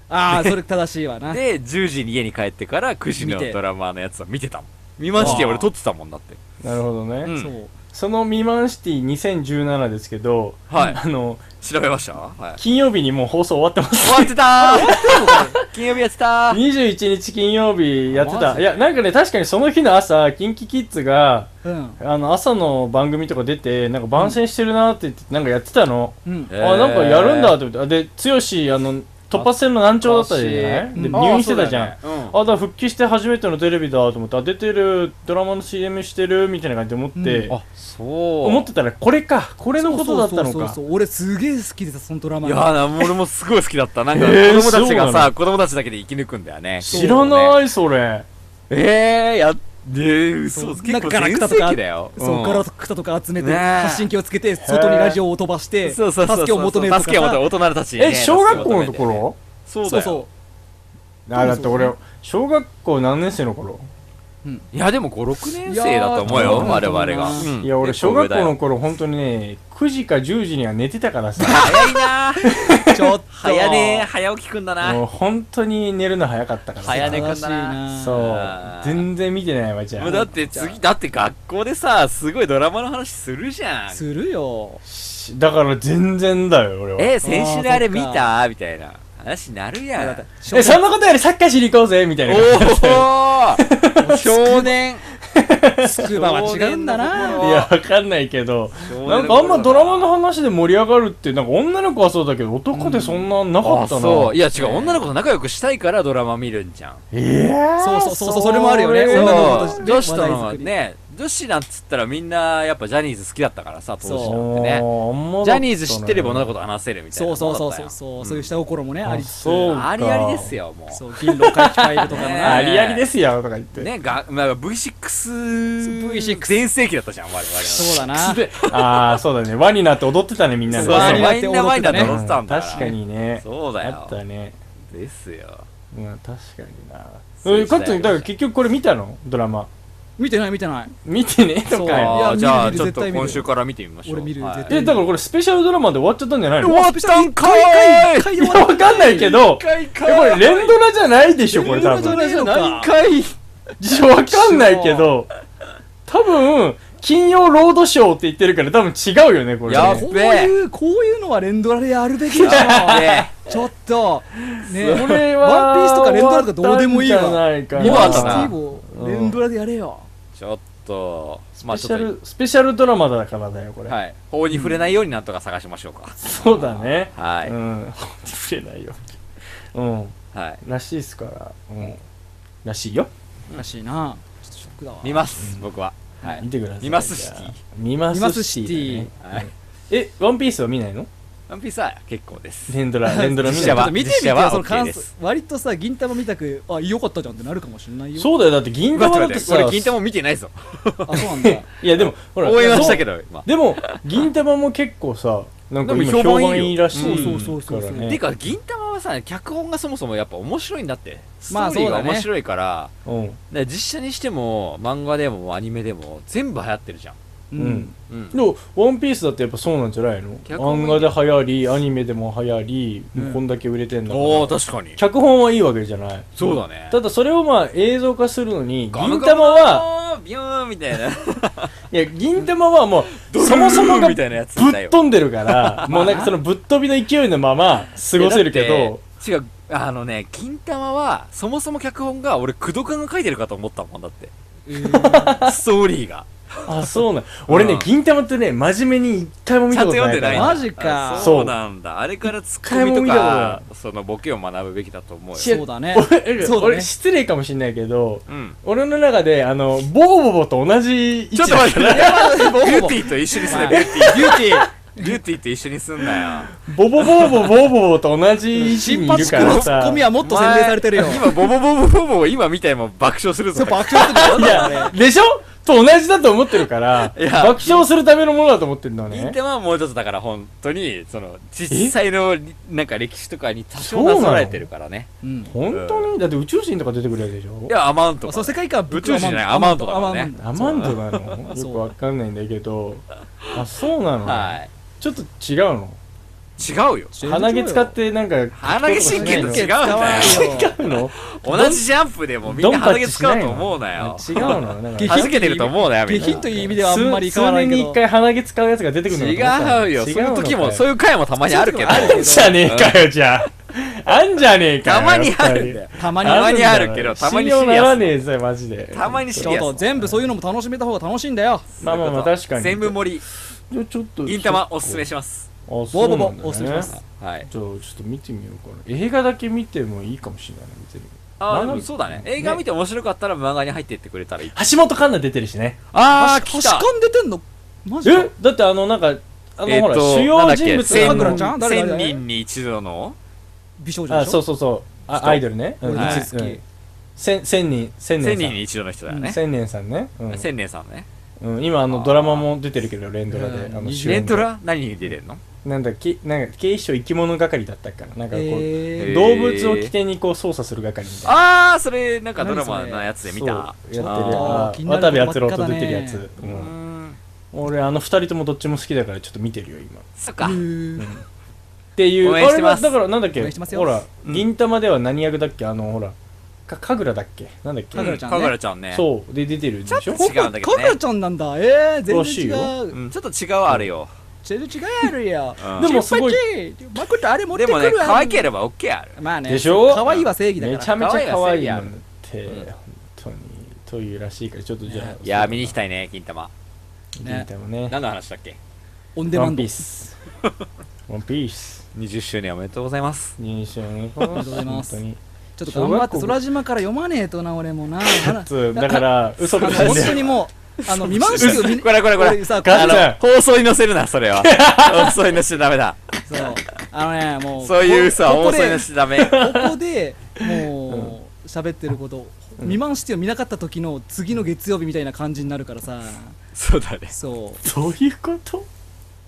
Speaker 1: ああそれ正しいわな
Speaker 2: で10時に家に帰ってから9時の
Speaker 1: 見て
Speaker 2: ドラマのやつは見てたもん見まして
Speaker 1: わあ
Speaker 2: 俺撮ってたもんだって
Speaker 6: なるほどね、
Speaker 2: うん
Speaker 1: そう
Speaker 6: そのミマンシティ2017ですけど、
Speaker 2: はい
Speaker 6: あの
Speaker 2: 調べまし たはい
Speaker 6: 金曜日にもう放送終わってます
Speaker 2: 終わってたー金曜日やってたー
Speaker 6: 21日金曜日やって
Speaker 1: マ
Speaker 6: た
Speaker 1: ジ
Speaker 6: いやなんかね確かにその日の朝キンキキッズが
Speaker 1: うん
Speaker 6: あの朝の番組とか出てなんか番宣してるなって言って、なんかやってたの、
Speaker 1: うん
Speaker 2: えー
Speaker 6: あなんかやるんだって思ってあで剛あの突発性の難聴だったじゃない
Speaker 1: うん
Speaker 6: で
Speaker 1: あ
Speaker 6: 入院してたじゃん、
Speaker 2: あそうだよね
Speaker 6: あだから復帰して初めてのテレビだと思ってあ出てるドラマの CM してるみたいな感じで思って、
Speaker 1: う
Speaker 2: うんあそう
Speaker 6: 思ってたらこれかこれのことだったの
Speaker 1: そうそうそう
Speaker 6: か
Speaker 1: そう俺すげえ好きでさそのドラマ
Speaker 2: いやーな俺もすごい好きだったなんか
Speaker 6: えー
Speaker 2: 子供たち
Speaker 6: そ
Speaker 2: が
Speaker 6: うな
Speaker 2: さ、
Speaker 6: の
Speaker 2: 子供たちだけで生き抜くんだよね
Speaker 6: 知ら
Speaker 2: い
Speaker 6: ないそれ
Speaker 2: えー、やっえー、嘘
Speaker 1: そう
Speaker 2: 結構
Speaker 1: なんかガラ
Speaker 2: 全
Speaker 1: クタ
Speaker 2: 盛
Speaker 1: とか
Speaker 2: 期だよ
Speaker 1: そう、
Speaker 2: ん
Speaker 1: ガラクタとか集めて、
Speaker 2: ねえ
Speaker 1: 発信機をつけて、外にラジオを飛ばして、
Speaker 2: そうそうそう
Speaker 1: 助けを求めるとかさ
Speaker 2: 助けを求める大人たちにね
Speaker 6: え小学校のところ
Speaker 2: そうだ
Speaker 1: そう
Speaker 2: よ
Speaker 1: そ
Speaker 6: あだって俺小学校何年生の頃
Speaker 2: いやでも56年生だと思うよ
Speaker 1: いやー
Speaker 2: 我々が、
Speaker 1: う
Speaker 6: いや俺
Speaker 2: 結構上
Speaker 6: 小学
Speaker 2: だ
Speaker 6: 校
Speaker 2: よ
Speaker 6: の頃本当にね9時か10時には寝てたからさ
Speaker 2: 早いなー
Speaker 1: う。ちょっと。
Speaker 2: 早ねー早起きくんだな
Speaker 6: もう本当に寝るの早かったから
Speaker 2: 早
Speaker 6: さ
Speaker 2: 寝くんだな
Speaker 1: 正しい
Speaker 6: そ
Speaker 2: あー
Speaker 6: う全然見てないわじゃ
Speaker 2: もうだ
Speaker 6: あ
Speaker 2: って次だって学校でさすごいドラマの話するじゃん
Speaker 1: するよ。
Speaker 6: しだから全然だよ俺は
Speaker 2: え先週のあれ見たみたいな話になるやん
Speaker 1: だって
Speaker 6: えそんなことよりサッカーしに行こうぜみたいな感じで
Speaker 2: お お少年
Speaker 1: スクーバは違うんだ
Speaker 2: 少年の
Speaker 1: な。
Speaker 2: 頃
Speaker 6: いやわかんないけど
Speaker 2: 少年の頃だ
Speaker 6: なんかあんまドラマの話で盛り上がるってなんか女の子はそうだけど男でそんななか
Speaker 2: あ
Speaker 6: ったな、
Speaker 2: そういや違う女の子と仲良くしたいからドラマ見るんじゃん
Speaker 6: えー
Speaker 1: そうそうそうそうそれもあるよね
Speaker 6: それ
Speaker 1: 女の子
Speaker 2: そ
Speaker 1: と
Speaker 2: う
Speaker 1: ね
Speaker 2: 女子
Speaker 1: 話
Speaker 2: と
Speaker 1: 題
Speaker 2: の
Speaker 1: 作り
Speaker 2: ね女子なんつったらみんなやっぱジャニーズ好きだったからさ当時なんてね
Speaker 6: おーあんまだったね
Speaker 2: ジャニーズ知ってれば女の子と話せるみたい
Speaker 1: そ
Speaker 2: な
Speaker 1: うそうそう
Speaker 2: だった
Speaker 1: そ
Speaker 2: よ
Speaker 1: う、そうそういう下心もね、
Speaker 6: うん
Speaker 1: ありつつ。
Speaker 6: そう
Speaker 2: うんありありですよも
Speaker 1: そう、銀狼回帰ファイルとかの
Speaker 2: ね
Speaker 1: な。
Speaker 6: ありありですよとか言って、
Speaker 2: うねが、まあ、V6
Speaker 1: V6
Speaker 2: 全盛期だったじゃん我々は
Speaker 1: そうだ な。
Speaker 6: ああそうだね輪になって踊ってたねみんな
Speaker 2: そうそう
Speaker 6: で
Speaker 1: 輪にな
Speaker 2: ワ
Speaker 1: って
Speaker 2: インナワインナって踊ってたんだら
Speaker 6: 確かにね
Speaker 2: そうだ
Speaker 6: あった
Speaker 2: よ
Speaker 6: ね
Speaker 2: ですよ
Speaker 6: うん確かにな
Speaker 2: そうい
Speaker 6: え
Speaker 2: う時代
Speaker 6: かつだから結局これ見たのドラマ
Speaker 1: 見てない見てない。
Speaker 6: 見てねとかよ
Speaker 1: や
Speaker 2: あーじゃあ
Speaker 1: 見
Speaker 2: ち
Speaker 1: る
Speaker 2: ょ
Speaker 1: 見
Speaker 2: っ
Speaker 1: る
Speaker 2: と今週から見てみましょう
Speaker 1: 俺見る
Speaker 2: はい
Speaker 1: 絶対
Speaker 6: えだからこれスペシャルドラマで終わっちゃったんじゃないの
Speaker 2: う
Speaker 6: い
Speaker 2: わったんか
Speaker 1: 一
Speaker 2: ー
Speaker 1: 回
Speaker 2: い
Speaker 1: 終
Speaker 6: やわかんないけどえ
Speaker 2: 回
Speaker 6: これ連ドラじゃないでしょこれ多分
Speaker 1: 連ドラじゃないのか
Speaker 6: 回いやわかんないけど多分金曜ロードショーって言ってるから多分違うよねこれ
Speaker 2: やっ
Speaker 6: ね
Speaker 1: こう
Speaker 2: べえ
Speaker 1: いう、こういうのは連ドラでやるべきでしょ。 ちょっと、ね
Speaker 6: これは
Speaker 1: ワンピースとか連ドラとかどうでもいい
Speaker 6: 終わ
Speaker 1: わ。
Speaker 6: ったんじゃない
Speaker 2: 今
Speaker 6: か
Speaker 2: は
Speaker 6: な
Speaker 2: だな
Speaker 1: スティーブを連ドラでやれよ。
Speaker 2: ちょっと
Speaker 6: ス
Speaker 2: まあ
Speaker 6: ペ
Speaker 2: ち
Speaker 6: シ
Speaker 2: ょっ
Speaker 6: ャ
Speaker 2: と
Speaker 6: ル、スペシャルドラマだからだよ、これ。
Speaker 2: はい、法に触れないようになんとか探しましょうか。
Speaker 6: そうだね。
Speaker 2: はい、
Speaker 6: うん。触れないよ。う
Speaker 2: はい。
Speaker 6: ん。らしいっすから。うん。らしいよ。
Speaker 1: らしいな。ちょっとショックだわ。
Speaker 2: 見ます、僕は。は
Speaker 6: 見
Speaker 2: い。
Speaker 6: てください。
Speaker 2: 見ますシティ
Speaker 6: じゃあ。見ま
Speaker 1: 見ますす
Speaker 6: シ
Speaker 1: シ
Speaker 6: テ
Speaker 1: テ
Speaker 6: ィだね
Speaker 1: ィ。
Speaker 2: はい。
Speaker 6: え、ワンピースは見ないの
Speaker 2: ワンピースは結構です。
Speaker 6: レンドラ、レンドラ見
Speaker 2: 実
Speaker 1: ちょ
Speaker 2: 写
Speaker 6: ない
Speaker 1: っ
Speaker 2: は
Speaker 1: と見てみて
Speaker 2: 実写は
Speaker 1: よ、その
Speaker 2: OK
Speaker 1: 感
Speaker 2: で
Speaker 1: 想
Speaker 2: す。
Speaker 1: 割とさ、銀玉見たく、あ、良かったじゃんってなるかもしれないよ。
Speaker 6: そうだよ、だって銀
Speaker 2: 待っ
Speaker 6: 玉
Speaker 2: て待っ
Speaker 6: だって
Speaker 2: て、
Speaker 6: さ。
Speaker 2: 俺銀玉見てないぞ。
Speaker 1: あ、そうなんだ。
Speaker 6: いや、でも、ほら。
Speaker 2: 応援はしたけ
Speaker 6: ど。
Speaker 2: ど、今。
Speaker 6: でも、銀玉も結構さ、なんか
Speaker 2: でも
Speaker 6: 今
Speaker 2: 評
Speaker 6: 評
Speaker 2: 判いいよ
Speaker 6: 判いいらしい
Speaker 1: うんそうそうそう
Speaker 6: か
Speaker 1: そ
Speaker 6: ら
Speaker 1: う
Speaker 2: て
Speaker 6: ね。
Speaker 2: か、銀玉はさ、脚本がそもそもやっぱ面白いんだって。スト
Speaker 1: まあ
Speaker 2: ーリーが
Speaker 1: そうだね
Speaker 2: 面白いから、
Speaker 6: うん。
Speaker 2: だから実写にしても、漫画でもアニメでも、全部流行ってるじゃん。
Speaker 1: う
Speaker 6: うん。。
Speaker 2: うん
Speaker 6: で。も、ワンピースだってやっぱそうなんじゃないの
Speaker 2: 脚本
Speaker 6: 漫
Speaker 2: もい
Speaker 6: 画
Speaker 2: い
Speaker 6: で流行り、アニメでも流行り、
Speaker 1: うん
Speaker 6: もうこんだけ売れてんだから。
Speaker 2: おお確かに。
Speaker 6: 脚本はいいわけじゃない。
Speaker 2: そうだね。
Speaker 6: ただそれをまあ映像化するのに、
Speaker 2: ガム
Speaker 6: 銀
Speaker 2: ガム
Speaker 6: 玉は、
Speaker 2: のビューンみた いな。
Speaker 6: いや、銀玉はもう、
Speaker 2: ルルル
Speaker 6: そもそもがぶ
Speaker 2: み
Speaker 6: った
Speaker 2: いなやつだよ
Speaker 6: 飛んでるから、もうなんかそのぶっ飛びの勢いのまま過ごせるけ
Speaker 2: いやだっ
Speaker 6: ど、
Speaker 2: て違うあのね金玉はそもそも脚本が俺工藤君が書いてるかと思ったもんだってストーリーが
Speaker 6: あそうなん俺ね
Speaker 2: うん
Speaker 6: 銀玉ってね真面目に一回も見たことないから
Speaker 2: ちゃんと
Speaker 1: マ
Speaker 2: 読んでない
Speaker 1: ジか
Speaker 2: あ
Speaker 6: そう
Speaker 2: そうなんだあれからツッコミ
Speaker 6: 一回も
Speaker 2: と
Speaker 6: 見たことな
Speaker 2: かそのボケを学ぶべきだと思うよ
Speaker 6: し
Speaker 1: そうだね
Speaker 6: 俺
Speaker 1: そうだね
Speaker 6: 俺失礼かもしれないけど
Speaker 2: うん
Speaker 6: 俺の中であのボーボボと同じ位置
Speaker 2: ちょっと
Speaker 6: だ
Speaker 2: 待っ
Speaker 6: か
Speaker 2: て
Speaker 6: ら
Speaker 2: ビューティーと一緒にすんな
Speaker 1: お
Speaker 2: ビュ
Speaker 1: 前
Speaker 2: ーティービューティービューティーと一緒にすんなよ
Speaker 6: ボボボーボボーボボと同じ位置
Speaker 1: 新
Speaker 6: にい
Speaker 1: 八
Speaker 6: る
Speaker 1: 地
Speaker 6: か
Speaker 1: 区の
Speaker 6: ら
Speaker 1: ツッコ
Speaker 6: さ
Speaker 1: ミはもっと洗練されてるよ
Speaker 2: お前今ボボボボボボを今見たいもん爆笑するぞ
Speaker 1: 爆笑するよ
Speaker 6: いやでしょと同じだと思ってるから
Speaker 2: いや
Speaker 6: 爆笑するためのものだと思ってるんだ
Speaker 2: イン
Speaker 6: ね
Speaker 2: テマはもうちょっとだから本当にその実際のりなんか歴史とかに多少
Speaker 6: そうな
Speaker 2: な
Speaker 6: の
Speaker 2: ぞらえてるからね
Speaker 1: うん
Speaker 6: 本当にだって宇宙人とか出てくるやつでしょ
Speaker 2: いやアマント
Speaker 1: そう
Speaker 2: か
Speaker 1: 世界観はぶっ
Speaker 2: 宇宙人じゃないアマントだからね
Speaker 6: アマンドなのよ
Speaker 1: そう
Speaker 6: くわかんないんだけどあそうなの、
Speaker 2: はい
Speaker 6: ちょっと違うの
Speaker 2: 違うよ
Speaker 6: 鼻毛使ってなんか
Speaker 2: 鼻毛神経と違うん
Speaker 1: 使わ
Speaker 2: だよ
Speaker 1: ないよ
Speaker 6: 違うの
Speaker 2: 同じジャンプでもみんな鼻毛使うと思うなよ
Speaker 6: 違うのなんか
Speaker 1: 下
Speaker 2: は
Speaker 1: 品
Speaker 2: じけてると思うなよみ
Speaker 1: 下
Speaker 2: んな
Speaker 1: 品という意味ではあんまり変わらないけ
Speaker 6: 数数年に
Speaker 1: ど
Speaker 6: 一回鼻毛使うやつが出てくるのかと思った
Speaker 2: 違うよそういう時もそう
Speaker 6: いう
Speaker 2: いう回もたまにあるけど
Speaker 6: あんじゃねえかよじゃああんじゃねえかよ
Speaker 2: たまにあるんだ
Speaker 6: やっ
Speaker 2: よ
Speaker 1: た
Speaker 6: ぱ
Speaker 1: ま
Speaker 6: り
Speaker 1: に
Speaker 2: た
Speaker 1: は
Speaker 2: まにあるけどたまにシリアス
Speaker 6: 信用ならねえぜマジで
Speaker 2: たまにシ
Speaker 1: ち
Speaker 2: リ
Speaker 1: ょっ
Speaker 2: ア
Speaker 1: と
Speaker 2: ス
Speaker 1: 全部そういうのも楽しめた方が楽しいんだよ
Speaker 6: まあまあまあ確かに
Speaker 2: 全部盛り
Speaker 6: じゃあちょっと
Speaker 2: インタマおすすめします
Speaker 6: あそ
Speaker 1: ボ
Speaker 6: うな
Speaker 1: ボ
Speaker 6: ん
Speaker 1: ボ
Speaker 6: だね
Speaker 1: おすすめします
Speaker 2: はい
Speaker 6: じゃあちょっと見てみようかな映画だけ見てもいいかもしれないな別に
Speaker 2: あ
Speaker 6: 漫
Speaker 2: ー
Speaker 6: 画
Speaker 2: でもそうだね映画見て面白かったら漫画に入っていってくれたらいい
Speaker 6: 橋本環奈出てるしね
Speaker 2: あー
Speaker 1: は
Speaker 2: 来
Speaker 1: したかんでてんのマジ
Speaker 6: え
Speaker 1: か
Speaker 6: だってあのなんかあの
Speaker 2: えっ
Speaker 6: ほら
Speaker 2: と
Speaker 6: 主
Speaker 2: なんだ
Speaker 6: 要
Speaker 2: っけ
Speaker 6: 人物
Speaker 2: 千
Speaker 1: 桜ちゃん誰
Speaker 2: 千
Speaker 1: 誰
Speaker 2: 人に一度の
Speaker 1: 美少女で
Speaker 6: あ
Speaker 1: しょ
Speaker 6: そうそうそうあ
Speaker 2: 人
Speaker 6: アイドルねうん
Speaker 1: 俺
Speaker 2: はい
Speaker 1: 大好
Speaker 6: うん
Speaker 1: き
Speaker 6: 千千人千
Speaker 2: 千
Speaker 6: 年
Speaker 2: 人に一度の人だよ
Speaker 6: さん
Speaker 2: ね
Speaker 6: 千年さんねうん
Speaker 2: 千年さんね
Speaker 6: うん今あのドラマも出てるけど連ドラ
Speaker 1: う
Speaker 6: で
Speaker 1: ん
Speaker 6: あの主演
Speaker 2: レント
Speaker 6: で
Speaker 2: ラ何に出てんの
Speaker 6: なんだっけなんか警視庁生き物係だったからなんかこう
Speaker 1: え
Speaker 2: ー
Speaker 6: 動物を起点にこう捜査する係みたいな
Speaker 2: ああそれなんかドラマのやつで見た
Speaker 6: そうやってる
Speaker 1: あー
Speaker 6: や
Speaker 1: 気
Speaker 6: つ
Speaker 1: にな
Speaker 6: 渡部
Speaker 1: るこ
Speaker 6: 篤
Speaker 1: とば
Speaker 6: 郎
Speaker 1: っか
Speaker 6: と
Speaker 1: だね
Speaker 6: 出てるやつう
Speaker 2: うんん
Speaker 6: 俺あの二人ともどっちも好きだからちょっと見てるよ今っ
Speaker 2: そっか
Speaker 1: ー
Speaker 6: ていう
Speaker 2: 応援してます
Speaker 6: あれはだからなんだっけ
Speaker 1: 応援してますよ
Speaker 6: ほら
Speaker 2: うん
Speaker 6: 銀玉では何役だっけあのほらか神楽だっけなんだっけ
Speaker 1: かぐらちゃんね
Speaker 2: かぐらちゃんね
Speaker 6: そうで出てるでしょ
Speaker 2: と違うんだけどね
Speaker 1: かぐらちゃんなんだえー、全
Speaker 6: らしい
Speaker 1: 然違う
Speaker 2: うんちょっと違うあるよ
Speaker 1: 全然違うやるよ
Speaker 2: うん
Speaker 6: でもすごい
Speaker 1: チッパチマコトあれ持って
Speaker 2: で
Speaker 1: くる
Speaker 2: も
Speaker 1: わ
Speaker 2: ね可愛ければ OK ある
Speaker 1: まあね
Speaker 6: でしょ
Speaker 1: 可愛いは正義だから
Speaker 6: めちゃめちゃ可愛い
Speaker 2: 可愛いや
Speaker 6: な
Speaker 2: つ
Speaker 6: んて
Speaker 2: うん
Speaker 6: 本当にというらしいからちょっとじゃあ
Speaker 2: いやー見に行きたいね金玉
Speaker 6: 銀玉ね
Speaker 2: 何の話だっけ
Speaker 1: オンデ
Speaker 6: ワ
Speaker 1: マ
Speaker 6: ン
Speaker 1: ンド
Speaker 6: ピースワンピース
Speaker 2: 20周年おめでとうございます
Speaker 6: 認証ね
Speaker 1: がとうございます
Speaker 6: 本当に
Speaker 1: ちょっと頑張って空島から読まねえとな俺もな
Speaker 6: ちょっとだから嘘
Speaker 1: あの
Speaker 6: と
Speaker 1: 本
Speaker 6: 感じ
Speaker 1: 当にもうあの未満式を見
Speaker 2: これこれこれ
Speaker 1: さ
Speaker 6: ガッツ
Speaker 2: あの放送に載せるなそ れは放送に載せちゃダメだ
Speaker 1: そうあのねもう
Speaker 2: そういう嘘は
Speaker 1: ここ
Speaker 2: 放送に
Speaker 1: で
Speaker 2: 載せちゃダメ
Speaker 1: ここ でもう喋ってること未満式を見なかった時の次の月曜日みたいな感じになるからさ
Speaker 2: そうだね
Speaker 1: そう
Speaker 6: どういうこと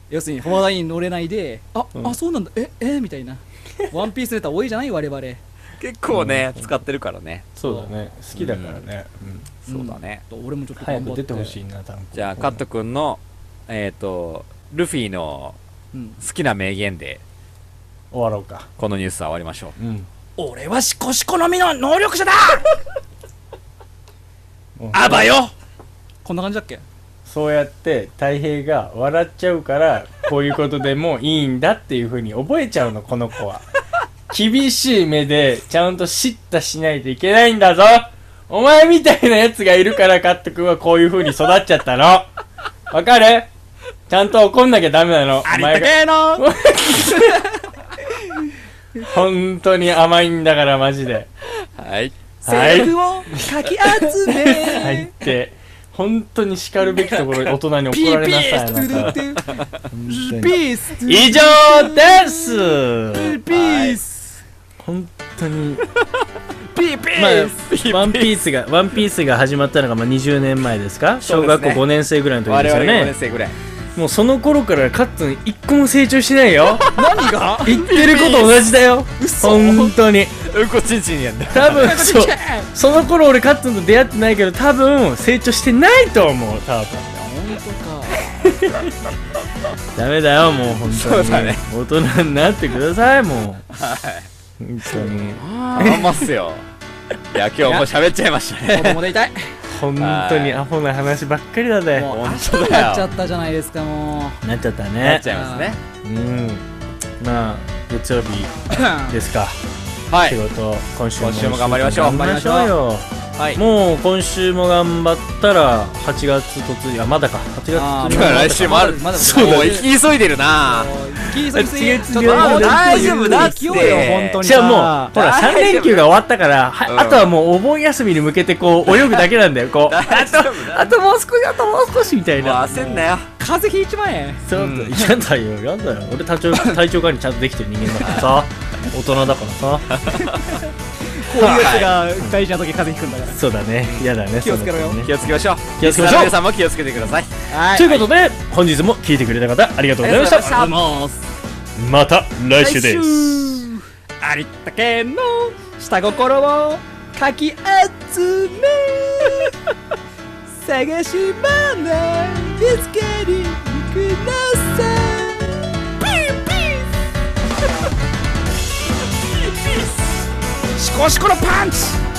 Speaker 1: 要するにフォワーダイン乗れないであ
Speaker 6: うん
Speaker 1: あそうなんだええみたい な「ワンピースネタ多いじゃない我々
Speaker 2: 結構ね使ってるからね
Speaker 6: そうだね好きだからねうん
Speaker 2: そうだね
Speaker 1: 俺もちょっと
Speaker 6: 早
Speaker 1: 頑張
Speaker 6: く
Speaker 1: っ
Speaker 6: 出
Speaker 1: て
Speaker 6: てほしいな単行
Speaker 2: じゃあカット君のえっとルフィの
Speaker 1: うん
Speaker 2: 好きな名言で
Speaker 6: 終わろうか
Speaker 2: このニュースは終わりましょう
Speaker 6: うん
Speaker 1: 俺はシコシコのみの能力者だ
Speaker 2: あばよ
Speaker 1: こんな感じだっけ
Speaker 6: そうやってたい平が笑っちゃうからこういうことでもいいんだっていうふうに覚えちゃうのこの 子は厳しい目でちゃんと叱咤しないといけないんだぞお前みたいなやつがいるからカット君はこういうふうに育っちゃったのわかるちゃんと怒んなきゃダメなのお前が
Speaker 2: えの
Speaker 6: 本当に甘いんだからマジで
Speaker 2: はい
Speaker 6: はい
Speaker 1: セリフをかき集
Speaker 6: 入っ
Speaker 1: め
Speaker 6: て本当に叱るべきところ大人に
Speaker 1: ピ
Speaker 6: 怒
Speaker 1: ー
Speaker 6: られ
Speaker 1: ピ
Speaker 6: なさい
Speaker 1: ー
Speaker 6: あ
Speaker 1: ス
Speaker 6: な
Speaker 1: トゥ
Speaker 6: た
Speaker 1: ル
Speaker 6: は
Speaker 1: トゥ
Speaker 6: 本
Speaker 1: ピ
Speaker 6: 当に
Speaker 1: ーストゥ
Speaker 6: 以上です
Speaker 1: ピース
Speaker 6: 本当 に
Speaker 1: ピーピ
Speaker 6: ま
Speaker 1: ース
Speaker 6: あ、ワンピースが、ワンピースが始まったのがまあ20年前ですか
Speaker 2: そう
Speaker 6: 小
Speaker 2: ですね
Speaker 6: 学校5年生ぐらいの時
Speaker 2: 我
Speaker 6: です
Speaker 2: 々
Speaker 6: よ
Speaker 2: 5年
Speaker 6: ね。
Speaker 2: 生ぐらい
Speaker 6: もうその頃からカッツン一個も成長してな いよ。何が言ってること同じだよ。本当に。
Speaker 2: うんこちんちんやんだ
Speaker 6: 多分、そう。その頃俺カッツンと出会ってないけど、多分成長してないと思う、多分。ダメだよ、もう本当に。
Speaker 2: そうだね
Speaker 6: 大人になってください、もう。本当に。
Speaker 2: 頼ますよいや今日もう喋っちゃいました
Speaker 1: 子
Speaker 2: ね
Speaker 1: 供でいたい
Speaker 6: 本当にアホな話ばっかりだぜ。
Speaker 1: もう
Speaker 2: 本
Speaker 1: 明
Speaker 2: 当
Speaker 1: 日
Speaker 2: だよ
Speaker 1: なっちゃったじゃないですかもう
Speaker 6: なっちゃったね。
Speaker 2: なっちゃいますね
Speaker 6: うんまあ月曜日ですか
Speaker 2: はい
Speaker 6: 仕事今週も
Speaker 2: 今週も頑張りましょう
Speaker 6: 頑張りましょうよ
Speaker 2: はい
Speaker 6: もう今週も頑張ったら8月突入あまだか8月
Speaker 1: あー
Speaker 6: 突入
Speaker 2: 今来週もある
Speaker 1: まだまだ
Speaker 2: そうだ行き急いでるな
Speaker 1: 急ぎすぎすぎ
Speaker 6: 違う違う
Speaker 1: ちょっと
Speaker 6: まあ
Speaker 2: 大丈夫だって
Speaker 1: 勢いよ本当に
Speaker 6: じゃあもうほら
Speaker 2: 大丈夫
Speaker 6: 3連休が終わったからは
Speaker 2: うん
Speaker 6: あとはもうお盆休みに向けてこ う泳ぐだけなんだよこうあ
Speaker 2: 大丈夫
Speaker 6: とあともう少しあともう少しみたい
Speaker 2: もう
Speaker 6: な
Speaker 2: 焦んなよ
Speaker 1: 風邪ひいちまえ
Speaker 6: そう
Speaker 2: うん
Speaker 6: やだよやだよ俺 体調体調管理ちゃんとできてる人間だからさ大人だからさ
Speaker 1: こういうやつが大事な時風邪ひくんだか
Speaker 6: そうだね嫌だね
Speaker 1: 気をつけろよ
Speaker 6: そうだね
Speaker 2: 気をつけましょう
Speaker 6: 気をつけま
Speaker 2: リスナー
Speaker 6: しょう
Speaker 2: の皆さんも気をつけてください
Speaker 1: らは
Speaker 6: ということで本日も聞いてくれた方ありがとうございました
Speaker 2: ありがとうございま
Speaker 6: また来週です
Speaker 1: ありったけの下心をかき集め探し物見つけにくださいピンピンシコシコのパンチ